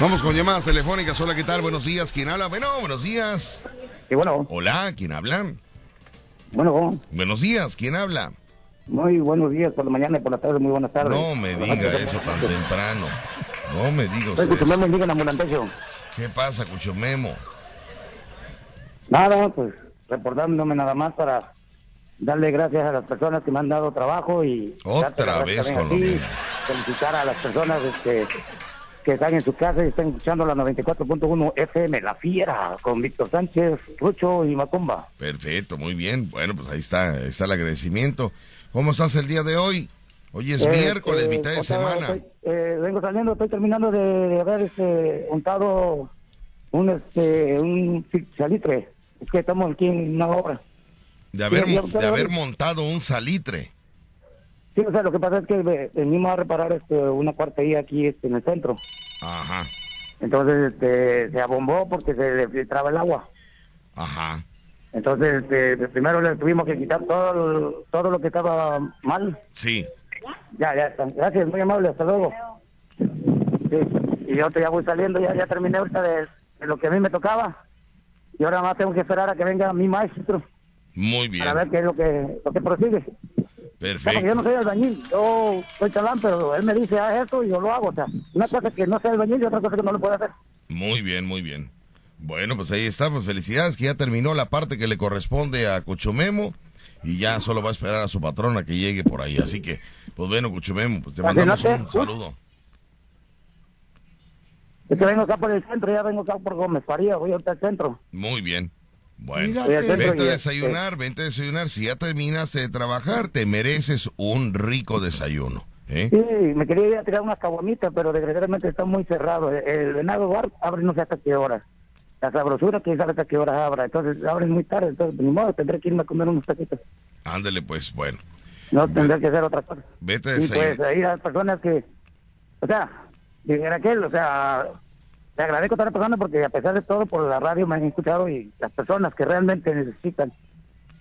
[SPEAKER 2] Vamos con llamadas telefónicas. Hola, ¿qué tal? Buenos días. ¿Quién habla? Bueno, buenos días.
[SPEAKER 6] Y bueno,
[SPEAKER 2] Hola, ¿quién habla?
[SPEAKER 6] bueno,
[SPEAKER 2] Buenos días, ¿quién habla?
[SPEAKER 6] muy buenos días por la mañana y por la tarde, muy buenas tardes.
[SPEAKER 2] No me
[SPEAKER 6] Ah,
[SPEAKER 2] diga eso tan temprano. No me diga
[SPEAKER 6] Soy
[SPEAKER 2] usted
[SPEAKER 6] Cuchumel
[SPEAKER 2] eso.
[SPEAKER 6] Mendiga, en Ambulantecio.
[SPEAKER 2] ¿Qué pasa, Cuchumemo?
[SPEAKER 6] Nada, pues reportándome nada más para darle gracias a las personas que me han dado trabajo y
[SPEAKER 2] Otra
[SPEAKER 6] darte las gracias
[SPEAKER 2] vez
[SPEAKER 6] también
[SPEAKER 2] con
[SPEAKER 6] a
[SPEAKER 2] lo
[SPEAKER 6] ti,
[SPEAKER 2] mismo.
[SPEAKER 6] felicitar a las personas este, que están en su casa y están escuchando la 94.1 FM, La Fiera, con Víctor Sánchez, Rucho y Macumba.
[SPEAKER 2] Perfecto, muy bien. Bueno, pues ahí está, ahí está el agradecimiento. ¿Cómo estás el día de hoy? Hoy es
[SPEAKER 6] Eh,
[SPEAKER 2] miércoles,
[SPEAKER 6] eh,
[SPEAKER 2] mitad de
[SPEAKER 6] o sea,
[SPEAKER 2] semana.
[SPEAKER 6] estoy- eh, vengo saliendo, estoy terminando de, de haber este, untado un, este, un ci- salitre. Es que estamos aquí en una obra.
[SPEAKER 2] De haber,
[SPEAKER 6] ya- ya-
[SPEAKER 2] de haber montado un salitre.
[SPEAKER 6] Sí, o sea, lo que pasa es que ve- venimos a reparar este, una cuartería aquí este, en el centro.
[SPEAKER 2] Ajá,
[SPEAKER 6] Entonces este, se abombó porque se le filtraba el agua.
[SPEAKER 2] ajá.
[SPEAKER 6] Entonces este, primero le tuvimos que quitar todo, el- todo lo que estaba mal.
[SPEAKER 2] Sí.
[SPEAKER 6] Ya, ya, está. gracias, muy amable, hasta luego. Sí, y yo te- ya voy saliendo, ya, ya terminé ahorita de, de lo que a mí me tocaba. Y ahora más tengo que esperar a que venga mi maestro
[SPEAKER 2] Muy bien.
[SPEAKER 6] para ver qué es lo que, lo que prosigue. No, porque yo
[SPEAKER 2] Perfecto.
[SPEAKER 6] no soy albañil, yo soy chalán, pero él me dice, haz esto y yo lo hago. O sea, una cosa es que no sea albañil y otra cosa que no lo puede hacer.
[SPEAKER 2] Muy bien, muy bien. Bueno, pues ahí está, pues felicidades que ya terminó la parte que le corresponde a Cuchumemo y ya solo va a esperar a su patrona que llegue por ahí. Así que, pues bueno, Cuchumemo, pues te
[SPEAKER 6] Para que
[SPEAKER 2] mandamos
[SPEAKER 6] no te-
[SPEAKER 2] un saludo.
[SPEAKER 6] Es que vengo acá por el centro, ya vengo acá por Gómez Faría, voy ahorita al centro.
[SPEAKER 2] Muy bien. Bueno,
[SPEAKER 6] Voy al
[SPEAKER 4] Vente
[SPEAKER 6] centro
[SPEAKER 2] vente
[SPEAKER 6] y,
[SPEAKER 2] a
[SPEAKER 6] este,
[SPEAKER 2] desayunar, vente a desayunar. Si ya terminaste de trabajar, te mereces un rico desayuno. ¿eh?
[SPEAKER 6] Sí, me quería ir a tirar unas caguamitas, pero desgraciadamente está muy cerrado. E-, El venado bar abre no sé hasta qué hora. La sabrosura que sabe hasta qué horas abra. Entonces abren muy tarde, entonces ni modo, tendré que irme a comer unos taquitos.
[SPEAKER 2] Ándale, pues, bueno.
[SPEAKER 6] No tendré que hacer otra cosa.
[SPEAKER 2] Vete a
[SPEAKER 6] Y pues
[SPEAKER 2] desayunar.
[SPEAKER 6] ahí las personas que, o sea, dijera aquel, o sea, le agradezco a todas las personas porque a pesar de todo por la radio me han escuchado y las personas que realmente necesitan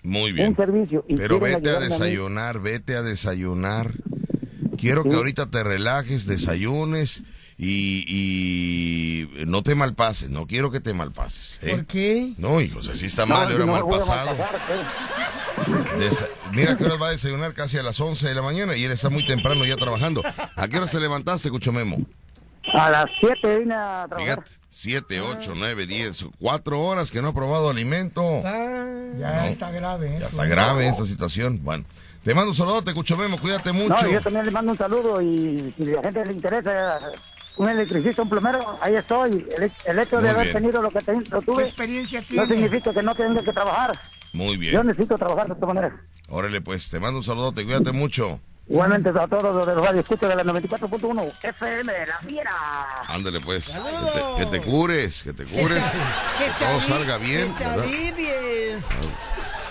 [SPEAKER 2] Muy bien.
[SPEAKER 6] un servicio y
[SPEAKER 2] Pero
[SPEAKER 6] quieren
[SPEAKER 2] vete a
[SPEAKER 6] ayudarme a mí.
[SPEAKER 2] desayunar, vete a desayunar. Quiero que
[SPEAKER 6] Sí.
[SPEAKER 2] ahorita te relajes, desayunes y, y no te malpases. No quiero que te malpases. ¿eh?
[SPEAKER 4] ¿Por qué?
[SPEAKER 2] No, hijos, así está
[SPEAKER 6] No,
[SPEAKER 2] mal, era
[SPEAKER 6] no
[SPEAKER 2] mal
[SPEAKER 6] voy a
[SPEAKER 2] pasado.
[SPEAKER 6] malpasar, pero-
[SPEAKER 2] Desa- Mira que horas va a desayunar casi a las 11 de la mañana y él está muy temprano ya trabajando. ¿A qué hora se levantaste, Cuchomemo?
[SPEAKER 6] A las 7 vine a trabajar.
[SPEAKER 2] Fíjate, 7, 8, 9, 10, 4 horas que no ha probado alimento.
[SPEAKER 4] Ah, ya
[SPEAKER 2] No.
[SPEAKER 4] está grave eso. ¿eh?
[SPEAKER 2] Ya está grave esa situación. Bueno, te mando un saludote, Cuchomemo, cuídate mucho.
[SPEAKER 6] No, yo también le mando un saludo y si a la gente le interesa un electricista, un plomero, ahí estoy. El, el hecho
[SPEAKER 2] Muy
[SPEAKER 6] de haber
[SPEAKER 2] bien.
[SPEAKER 6] tenido lo que ten- lo
[SPEAKER 4] ¿Qué
[SPEAKER 6] tuve
[SPEAKER 4] experiencia tiene?
[SPEAKER 6] no significa que no tenga que trabajar.
[SPEAKER 2] Muy
[SPEAKER 6] Yo
[SPEAKER 2] bien.
[SPEAKER 6] necesito trabajar de esta manera.
[SPEAKER 2] Órale, pues, te mando un saludote, cuídate mucho.
[SPEAKER 6] Igualmente a todos los de los radioescuchas de la 94.1 FM de la fiera.
[SPEAKER 2] Ándale, pues. Que
[SPEAKER 3] ¡Saludos!
[SPEAKER 2] te, que te cures, que te
[SPEAKER 3] Que
[SPEAKER 2] cures.
[SPEAKER 3] te- que te
[SPEAKER 2] todo
[SPEAKER 3] avi-
[SPEAKER 2] salga bien.
[SPEAKER 3] Que te
[SPEAKER 2] ¿verdad?
[SPEAKER 3] alivies.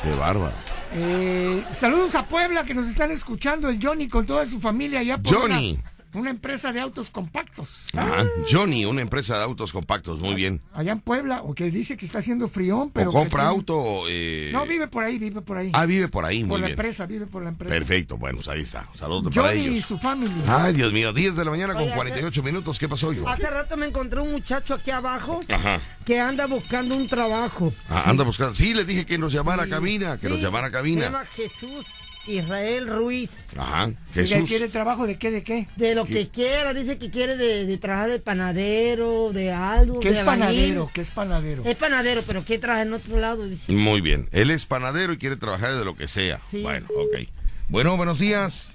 [SPEAKER 2] Qué bárbaro.
[SPEAKER 4] Eh, saludos a Puebla que nos están escuchando, el Johnny con toda su familia allá
[SPEAKER 3] Pues,
[SPEAKER 4] por
[SPEAKER 2] Johnny.
[SPEAKER 4] Una, una empresa de autos compactos.
[SPEAKER 2] Ajá. Johnny, una empresa de autos compactos, muy bien.
[SPEAKER 4] Allá en Puebla, o que dice que está haciendo frión, pero...
[SPEAKER 2] O
[SPEAKER 4] que
[SPEAKER 2] compra
[SPEAKER 4] tiene-
[SPEAKER 2] auto. eh,
[SPEAKER 4] No, vive por ahí, vive por ahí.
[SPEAKER 2] Ah, vive por ahí,
[SPEAKER 4] por
[SPEAKER 2] muy
[SPEAKER 4] la
[SPEAKER 2] bien.
[SPEAKER 4] empresa, vive por la empresa.
[SPEAKER 2] Perfecto, bueno, pues ahí está. Saludos para
[SPEAKER 4] Johnny y
[SPEAKER 2] ellos.
[SPEAKER 4] su familia.
[SPEAKER 2] Ay, Dios mío, 10 de la mañana con
[SPEAKER 3] Oye,
[SPEAKER 2] 48 minutos. ¿Qué pasó, hijo?
[SPEAKER 3] Hace rato me encontré un muchacho aquí abajo
[SPEAKER 2] Ajá.
[SPEAKER 3] que anda buscando un trabajo.
[SPEAKER 2] Ah, anda buscando. Sí, les dije que nos llamara a cabina, que nos
[SPEAKER 3] Sí,
[SPEAKER 2] llamara a
[SPEAKER 3] Se
[SPEAKER 2] cabina.
[SPEAKER 3] llama Jesús Israel Ruiz.
[SPEAKER 2] Ajá.
[SPEAKER 4] ¿Y él
[SPEAKER 2] Jesús.
[SPEAKER 4] quiere trabajo de qué, de qué?
[SPEAKER 3] De lo que quiera, dice que quiere de, de trabajar de panadero, de algo.
[SPEAKER 4] ¿Qué
[SPEAKER 3] de
[SPEAKER 4] es
[SPEAKER 3] albañil.
[SPEAKER 4] panadero? ¿Qué es panadero?
[SPEAKER 3] Es panadero, pero quiere trabajar en otro lado. Dice.
[SPEAKER 2] Muy bien. Él es panadero y quiere trabajar de lo que sea.
[SPEAKER 3] Sí.
[SPEAKER 2] Bueno, ok. Bueno, buenos días.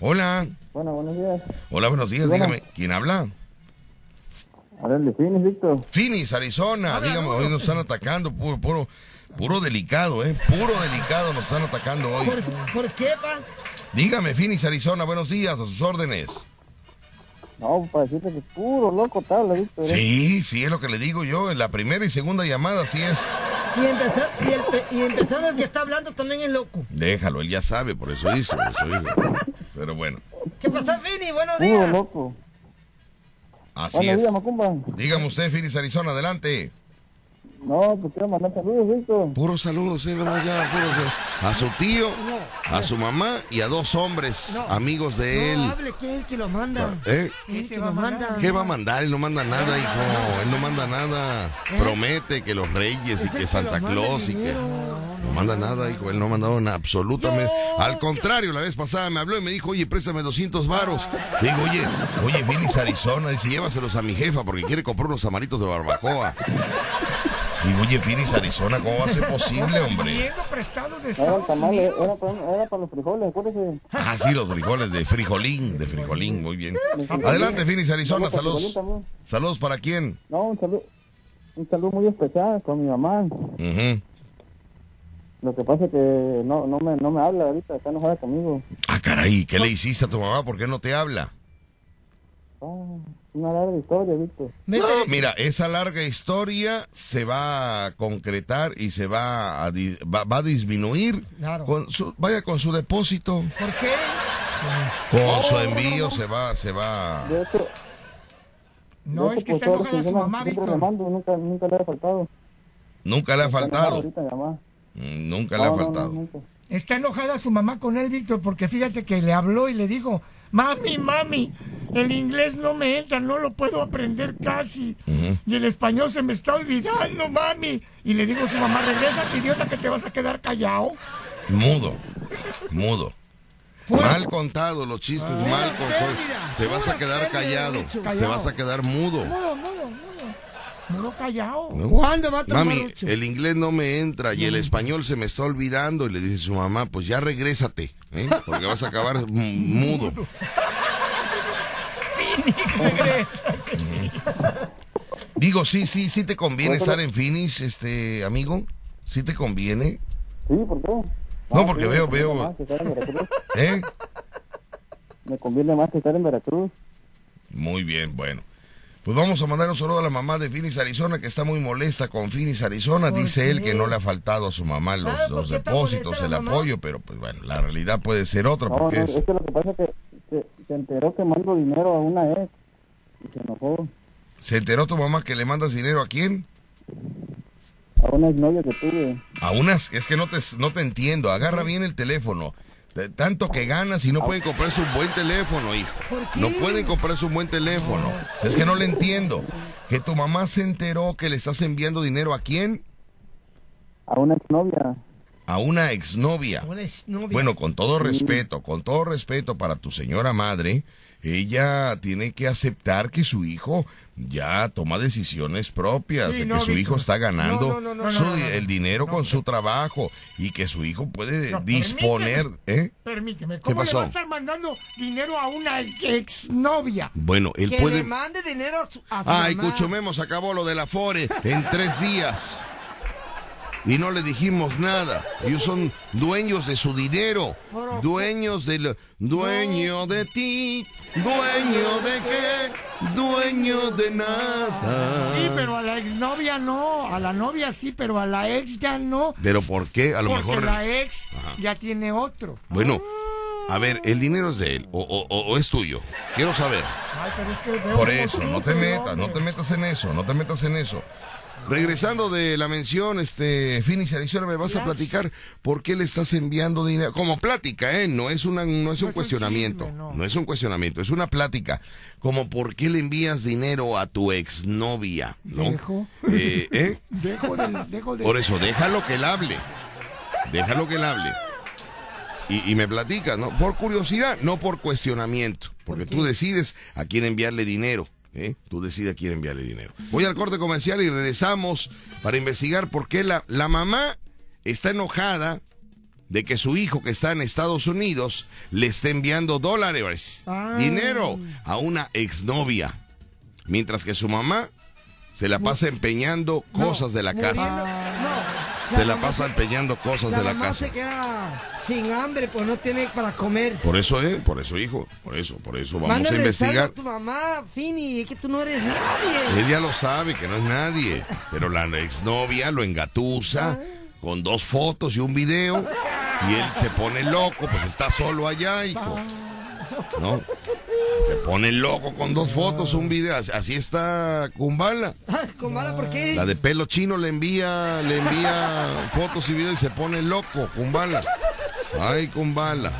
[SPEAKER 2] Hola.
[SPEAKER 6] Bueno, buenos días.
[SPEAKER 2] Hola, buenos días.
[SPEAKER 6] Hola.
[SPEAKER 2] Dígame, ¿quién habla?
[SPEAKER 6] A ver, defines, Víctor.
[SPEAKER 2] Phoenix, Arizona. Dígame, hoy nos están atacando. Puro, puro, puro delicado, ¿eh? Puro delicado nos están atacando hoy.
[SPEAKER 3] ¿Por, por qué, pa?
[SPEAKER 2] Dígame, Phoenix, Arizona. Buenos días, a sus órdenes.
[SPEAKER 6] No, para decirte que es puro loco tabla, Víctor. ¿eh?
[SPEAKER 2] Sí, sí, es lo que le digo yo. En la primera y segunda llamada, sí es.
[SPEAKER 3] Y empezar, y, el, pe- y empezar el que está hablando también es loco.
[SPEAKER 2] Déjalo, él ya sabe, por eso dice. por eso digo. Pero bueno,
[SPEAKER 3] ¿Qué pasa, Vini? Buenos días.
[SPEAKER 6] loco.
[SPEAKER 2] así es.
[SPEAKER 6] Macumba.
[SPEAKER 2] Dígame usted, Phoenix, Arizona, adelante.
[SPEAKER 6] No, pues quiero mandar saludos, Víctor.
[SPEAKER 2] Puros saludos, eh, nomás ya, puros, eh. A su tío, a su mamá y a dos hombres,
[SPEAKER 3] No.
[SPEAKER 2] amigos de
[SPEAKER 3] No
[SPEAKER 2] Pues él.
[SPEAKER 3] hable, ¿quién es el que los manda?
[SPEAKER 2] ¿Eh?
[SPEAKER 3] ¿Quién es el que los manda?
[SPEAKER 2] ¿Qué va a mandar? Él no manda nada, hijo. Él no manda nada. ¿Eh? Promete que los reyes y que Santa Claus y que... No manda nada, hijo. Él no ha mandado nada, absolutamente. Al contrario, la vez pasada me habló y me dijo, oye, préstame 200 varos. Le Digo, oye, oye, vienes a Arizona. Dice, llévaselos a mi jefa porque quiere comprar unos amaritos de barbacoa. Digo, oye, Phoenix, Arizona, ¿cómo va a ser posible, hombre?
[SPEAKER 4] Dinero prestado
[SPEAKER 6] Era el
[SPEAKER 4] de Estados
[SPEAKER 6] tamal,
[SPEAKER 4] Unidos.
[SPEAKER 6] era para, era para los frijoles, acuérdese.
[SPEAKER 2] Ah, sí, los frijoles de frijolín, de frijolín, muy bien. Adelante, Phoenix, Arizona, saludos. Saludos para quién.
[SPEAKER 6] No, un saludo, un saludo muy especial con mi mamá.
[SPEAKER 2] Ujú.
[SPEAKER 6] Lo que pasa es que no, no, me, no me habla ahorita, está enojada conmigo.
[SPEAKER 2] Ah, caray, ¿qué le hiciste a tu mamá? ¿Por qué no te habla?
[SPEAKER 6] Ah, una larga historia, Víctor.
[SPEAKER 2] No, mira, esa larga historia se va a concretar y se va a, di- va, va a disminuir.
[SPEAKER 4] Claro.
[SPEAKER 2] Con su- vaya con su depósito,
[SPEAKER 3] ¿Por qué?
[SPEAKER 2] con su envío, se va, se va.
[SPEAKER 6] De hecho, pues,
[SPEAKER 4] No, es que está enojada su mamá,
[SPEAKER 6] siempre me
[SPEAKER 4] Víctor.
[SPEAKER 6] mando, nunca, nunca le ha faltado.
[SPEAKER 2] Nunca le ha faltado.
[SPEAKER 6] Ahorita mi mamá.
[SPEAKER 2] Mm, Nunca le ha
[SPEAKER 6] No, no, no,
[SPEAKER 2] faltado.
[SPEAKER 6] nunca.
[SPEAKER 4] Está enojada su mamá con él, Víctor, porque fíjate que le habló y le dijo, mami, mami, el inglés no me entra, no lo puedo aprender casi. Y el español se me está olvidando, mami. Y le dijo su mamá, regresa, idiota, que te vas a quedar callado.
[SPEAKER 2] Mudo, mudo. Mal contado, los chistes
[SPEAKER 6] Ah.
[SPEAKER 2] mal contados. Te vas a quedar callado, te vas a quedar mudo.
[SPEAKER 4] Mudo, mudo, mudo. Mudo callado.
[SPEAKER 3] ¿Cuándo va a tomar
[SPEAKER 2] Mami,
[SPEAKER 3] Rucho?
[SPEAKER 2] el inglés no me entra y el español se me está olvidando. Y le dice su mamá, pues ya regrésate, ¿eh? porque vas a acabar m- mudo.
[SPEAKER 4] Regresa.
[SPEAKER 2] Digo, sí, sí, sí te conviene estar en Phoenix, este, amigo. Sí te conviene,
[SPEAKER 6] Sí, ¿por qué?
[SPEAKER 2] No,
[SPEAKER 6] Ah,
[SPEAKER 2] porque
[SPEAKER 6] sí,
[SPEAKER 2] veo-
[SPEAKER 6] me conviene
[SPEAKER 2] veo-
[SPEAKER 6] más que estar en Veracruz.
[SPEAKER 2] ¿eh?
[SPEAKER 6] Me conviene más que estar en Veracruz.
[SPEAKER 2] Muy bien, bueno. Pues vamos a mandar un saludo a la mamá de Phoenix, Arizona, que está muy molesta con Phoenix, Arizona. Dice él que no le ha faltado a su mamá los,
[SPEAKER 3] Ah, ¿por
[SPEAKER 2] los
[SPEAKER 3] qué está
[SPEAKER 2] depósitos,
[SPEAKER 3] molesta
[SPEAKER 2] el
[SPEAKER 3] la mamá?
[SPEAKER 2] apoyo, pero pues bueno, la realidad puede ser otra.
[SPEAKER 6] No, no,
[SPEAKER 2] Porque es-
[SPEAKER 6] es que lo que pasa es que se, se enteró que mando dinero a una ex y se enojó.
[SPEAKER 2] ¿Se enteró tu mamá que le mandas dinero a quién?
[SPEAKER 6] A una exnovia que tuve.
[SPEAKER 2] A unas, es que no te, no te entiendo. Agarra bien el teléfono. De- tanto que ganas
[SPEAKER 6] Ah,
[SPEAKER 2] y no pueden comprarse un buen teléfono, hijo. No pueden comprarse un buen teléfono. Es que no le entiendo. Que tu mamá se enteró que le estás enviando dinero a quién?
[SPEAKER 6] A una exnovia.
[SPEAKER 2] A una exnovia.
[SPEAKER 3] Una exnovia.
[SPEAKER 2] Bueno, con todo respeto, con todo respeto para tu señora madre, ella tiene que aceptar que su hijo ya toma decisiones propias,
[SPEAKER 4] Sí,
[SPEAKER 2] de que
[SPEAKER 4] no,
[SPEAKER 2] su
[SPEAKER 4] Víctor.
[SPEAKER 2] hijo está ganando
[SPEAKER 3] No, no, no, no,
[SPEAKER 2] su-
[SPEAKER 4] no, no, no.
[SPEAKER 2] el dinero con su trabajo y que su hijo puede
[SPEAKER 4] No,
[SPEAKER 2] disponer, ¿eh?
[SPEAKER 4] Permíteme, ¿cómo le
[SPEAKER 2] pasó?
[SPEAKER 4] va a estar mandando dinero a una exnovia?
[SPEAKER 2] Bueno, él
[SPEAKER 3] que
[SPEAKER 2] puede...
[SPEAKER 3] le mande dinero a su, a su
[SPEAKER 2] Ay,
[SPEAKER 3] mamá.
[SPEAKER 2] Cuchumemos acabó lo de la Fore en tres días. Y no le dijimos nada. Ellos son dueños de su dinero. Dueños del... Dueño de ti. Dueño de qué. Dueño de nada.
[SPEAKER 4] Sí, pero a la exnovia no, a la novia sí, pero a la ex ya no,
[SPEAKER 2] Pero ¿por qué? A lo
[SPEAKER 4] porque
[SPEAKER 2] mejor...
[SPEAKER 4] la ex
[SPEAKER 2] Ajá.
[SPEAKER 4] ya tiene otro.
[SPEAKER 2] Bueno, a ver, el dinero es de él. O, o- o- o es tuyo. Quiero saber.
[SPEAKER 4] Ay, pero es que veo
[SPEAKER 2] Por
[SPEAKER 4] cómo
[SPEAKER 2] eso, no
[SPEAKER 4] sufre
[SPEAKER 2] te
[SPEAKER 4] el
[SPEAKER 2] metas, no te
[SPEAKER 4] hombre.
[SPEAKER 2] metas en eso, no te metas en eso. Regresando de la mención, este, Phoenix Arizona, me vas a platicar por qué le estás enviando dinero. Como plática, ¿eh? No es, una, no es un
[SPEAKER 4] un
[SPEAKER 2] cuestionamiento.
[SPEAKER 4] chisme,
[SPEAKER 2] no.
[SPEAKER 4] no.
[SPEAKER 2] es un cuestionamiento, es una plática. Como por qué le envías dinero a tu exnovia, ¿no?
[SPEAKER 4] Viejo.
[SPEAKER 2] Eh, ¿eh?
[SPEAKER 4] Dejo de... Dejo de...
[SPEAKER 2] Por eso, déjalo que él hable. Déjalo que él hable. Y, y me platica, ¿no? Por curiosidad, no por cuestionamiento. Porque tú decides a quién enviarle dinero. ¿eh? Tú decides a quién enviarle dinero. Voy al corte comercial y regresamos para investigar por qué la, la mamá está enojada de que su hijo que está en Estados Unidos le esté enviando dólares, dinero, a una exnovia. Mientras que su mamá se la pasa empeñando cosas de la casa.
[SPEAKER 3] Muriendo- no,
[SPEAKER 2] Se la
[SPEAKER 3] mamá
[SPEAKER 2] pasa empeñando cosas
[SPEAKER 3] la
[SPEAKER 2] de la
[SPEAKER 3] mamá
[SPEAKER 2] casa.
[SPEAKER 3] se queda sin hambre, pues no tiene para comer.
[SPEAKER 2] Por eso, eh, por eso, hijo, por eso, por eso. Vamos
[SPEAKER 3] Mándale
[SPEAKER 2] a
[SPEAKER 3] el saldo
[SPEAKER 2] investigar.
[SPEAKER 3] a tu mamá, Fini, es que tú no eres nadie.
[SPEAKER 2] Él ya lo sabe, que no es nadie. Pero la exnovia lo engatusa con dos fotos y un video. Y él se pone loco, pues está solo allá, hijo. ¿No? Se pone loco con dos fotos, un video. Así- Así está Kumbala.
[SPEAKER 3] Ay, Comala, ¿por qué?
[SPEAKER 2] La de pelo chino le envía, le envía fotos y videos y se pone loco, Kumbala. Ay, Kumbala.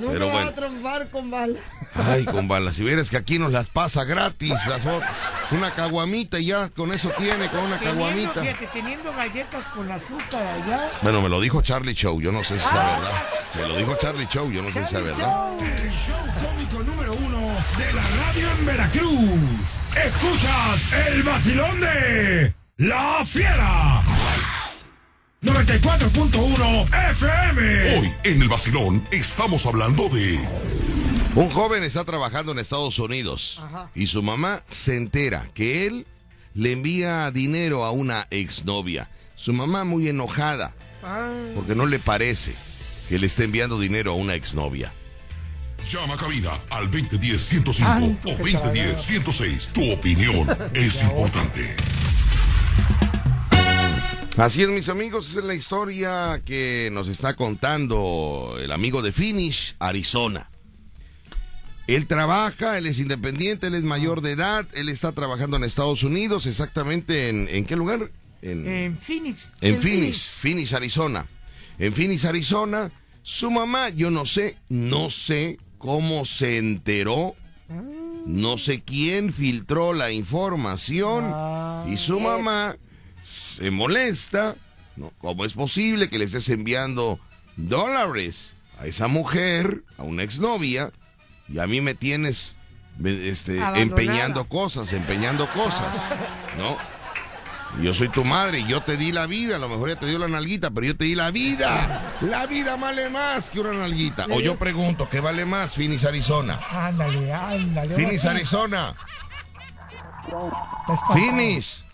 [SPEAKER 3] No
[SPEAKER 2] pero
[SPEAKER 3] me va
[SPEAKER 2] bueno.
[SPEAKER 3] a trombar, Comala.
[SPEAKER 2] Ay, Kumbala. Si vieres que aquí nos las pasa gratis las fotos. Una caguamita y ya, con eso tiene, con una
[SPEAKER 4] Teniendo,
[SPEAKER 2] caguamita.
[SPEAKER 4] fíjate, teniendo galletas con azúcar allá.
[SPEAKER 2] Bueno, me lo dijo Charlie Show, yo no sé si es verdad. Me lo dijo Charlie Show, yo no sé si es verdad.
[SPEAKER 5] El show cómico número uno de la radio en Veracruz. Escuchas el vacilón de La Fiera. 94.1 FM.
[SPEAKER 8] Hoy en el vacilón estamos hablando de
[SPEAKER 2] Un joven está trabajando en Estados Unidos y su mamá se entera que él le envía dinero a una exnovia. Su mamá muy enojada
[SPEAKER 3] Ah,
[SPEAKER 2] porque no le parece que le esté enviando dinero a una exnovia.
[SPEAKER 8] llama a cabina al 2010-105 o 2010-106. Tu opinión es importante.
[SPEAKER 2] Así es, mis amigos, esa es la historia que nos está contando el amigo de Finish, Arizona. Él trabaja, él es independiente, él es mayor de edad, él está trabajando en Estados Unidos, exactamente en, ¿en qué lugar?
[SPEAKER 4] En Phoenix.
[SPEAKER 2] En Phoenix, Phoenix, Arizona. En Phoenix, Arizona, su mamá, yo no sé, no sé cómo se enteró. No sé quién filtró la información. Y su mamá se molesta. ¿no? ¿Cómo es posible que le estés enviando dólares a esa mujer, a una exnovia, y a mí me tienes me- este,
[SPEAKER 3] Abandonada. Ah.
[SPEAKER 2] empeñando cosas, empeñando cosas, ¿no? Yo soy tu madre, yo te di la vida, a lo mejor ya te dio la nalguita, pero yo te di la vida. La vida vale más que una nalguita. O yo pregunto, ¿qué vale más, Phoenix, Arizona?
[SPEAKER 4] Ándale, ándale.
[SPEAKER 2] Phoenix,
[SPEAKER 4] Ahora sí,
[SPEAKER 2] Arizona.
[SPEAKER 4] estás papá.
[SPEAKER 2] Phoenix.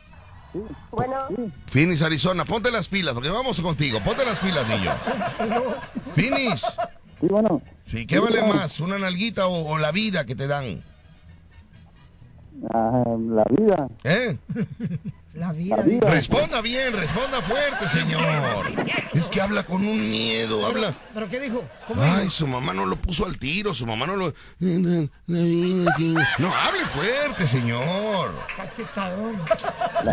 [SPEAKER 2] Phoenix, Arizona. Ponte las pilas, porque vamos contigo. Ponte las pilas, niño. Phoenix.
[SPEAKER 6] Sí, bueno,
[SPEAKER 2] Sí, ¿qué vale más, una nalguita o, o la vida que te dan?
[SPEAKER 6] ah, la vida.
[SPEAKER 2] ¿Eh?
[SPEAKER 3] La vida.
[SPEAKER 2] Responda bien, responda fuerte, señor. Es que habla con un miedo, habla...
[SPEAKER 3] ¿Pero qué dijo? ¿Cómo
[SPEAKER 2] Ay, su mamá no lo puso al tiro, su mamá no lo... No, hable fuerte, señor.
[SPEAKER 4] Cachetadón.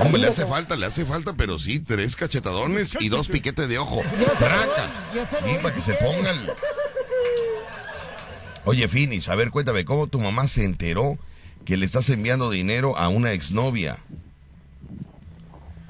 [SPEAKER 2] Hombre, le hace falta, le hace falta, pero sí, tres cachetadones y dos piquetes de ojo.
[SPEAKER 3] yo
[SPEAKER 2] Traca.
[SPEAKER 3] se lo
[SPEAKER 2] Sí, pues,
[SPEAKER 3] doy
[SPEAKER 2] para
[SPEAKER 3] si
[SPEAKER 2] que se
[SPEAKER 3] quiere.
[SPEAKER 2] ponga el... Oye, Finis, a ver, cuéntame, ¿cómo tu mamá se enteró que le estás enviando dinero a una exnovia?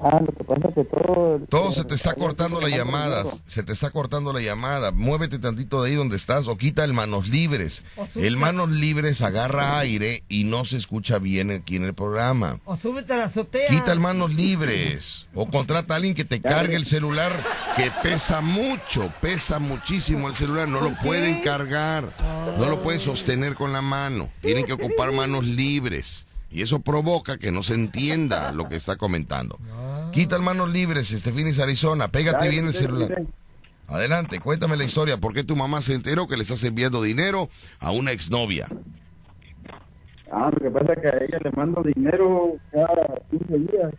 [SPEAKER 6] Ah, lo que pasa es que todo...
[SPEAKER 2] Todo se te está cortando la llamada,
[SPEAKER 6] llamadas.
[SPEAKER 2] se te está cortando la llamada. Muévete tantito de ahí donde estás o quita el manos libres. El manos libres agarra aire y no se escucha bien aquí en el programa.
[SPEAKER 3] O súbete a la azotea.
[SPEAKER 2] Quita el manos libres o contrata a alguien que te cargue el celular que pesa mucho, pesa muchísimo el celular, no lo pueden cargar, no lo pueden sostener con la mano, tienen que ocupar manos libres y eso provoca que no se entienda lo que está comentando. Quita el manos libres, este Finis Arizona, pégate bien el celular. Adelante, cuéntame la historia, ¿por qué tu mamá se enteró que le estás enviando dinero a una exnovia?
[SPEAKER 6] Ah, lo que pasa es que a ella le mando dinero cada 15 días.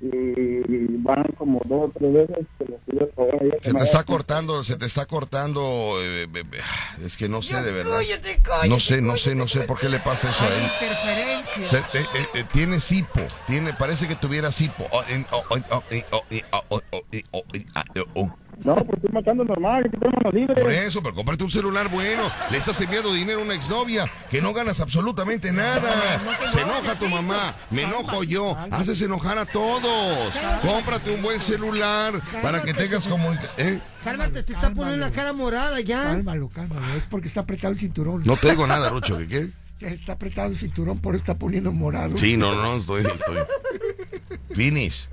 [SPEAKER 6] Y van como dos o tres veces que le pido el favor a ella. que
[SPEAKER 2] Se
[SPEAKER 6] me
[SPEAKER 2] te
[SPEAKER 6] haga-
[SPEAKER 2] está cortando, se te está cortando, eh, eh, eh, es que no sé de verdad.
[SPEAKER 3] Cóllate, cóllate,
[SPEAKER 2] No sé, no sé, no sé por qué le pasa eso ¿eh? a
[SPEAKER 4] Hay
[SPEAKER 2] él.
[SPEAKER 4] interferencia.
[SPEAKER 2] Se- eh, eh, eh, tiene hipo, tiene, parece que tuviera hipo. Oh, en- oh, oh, oh, eh, oh, eh, oh, oh, oh, eh, oh, eh, ah, eh, oh.
[SPEAKER 6] No, pues estoy marcando normal, que tenemos los libres.
[SPEAKER 2] Por eso, pero cómprate un celular bueno. Le estás enviando dinero a una exnovia que no ganas absolutamente nada. Se enoja tu mamá, me enojo yo. Haces enojar a todos. Cómprate un buen celular para que tengas ¿eh? comunicación.
[SPEAKER 3] Cálmate, te está
[SPEAKER 4] Cálmalo.
[SPEAKER 3] poniendo la cara morada ya.
[SPEAKER 4] Cálmalo, cálmalo. Es porque está apretado el cinturón.
[SPEAKER 2] No te oigo nada, Rucho. ¿Qué qué?
[SPEAKER 4] Está apretado el cinturón, por eso está poniendo morado.
[SPEAKER 2] Sí, no, no, estoy. estoy. Finish.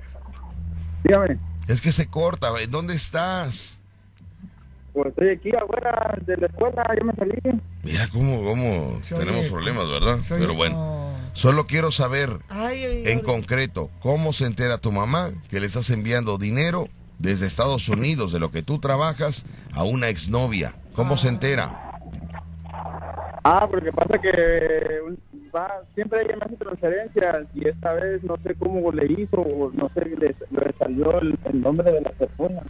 [SPEAKER 6] Dígame,
[SPEAKER 2] Es que se corta. güey. ¿Dónde estás?
[SPEAKER 6] pues estoy aquí afuera de la escuela, yo me salí.
[SPEAKER 2] Mira cómo, cómo
[SPEAKER 4] Se oye-
[SPEAKER 2] tenemos problemas, ¿verdad?
[SPEAKER 4] se oye
[SPEAKER 2] Pero bueno, solo quiero saber
[SPEAKER 3] Ay, ay,
[SPEAKER 2] en
[SPEAKER 3] ay.
[SPEAKER 2] concreto cómo se entera tu mamá que le estás enviando dinero desde Estados Unidos, de lo que tú trabajas, a una exnovia. ¿Cómo se entera?
[SPEAKER 6] Ah, porque pasa que un- va, siempre ella me hace transferencias y esta vez no sé cómo le hizo o no sé, le, le salió el, el nombre de la persona.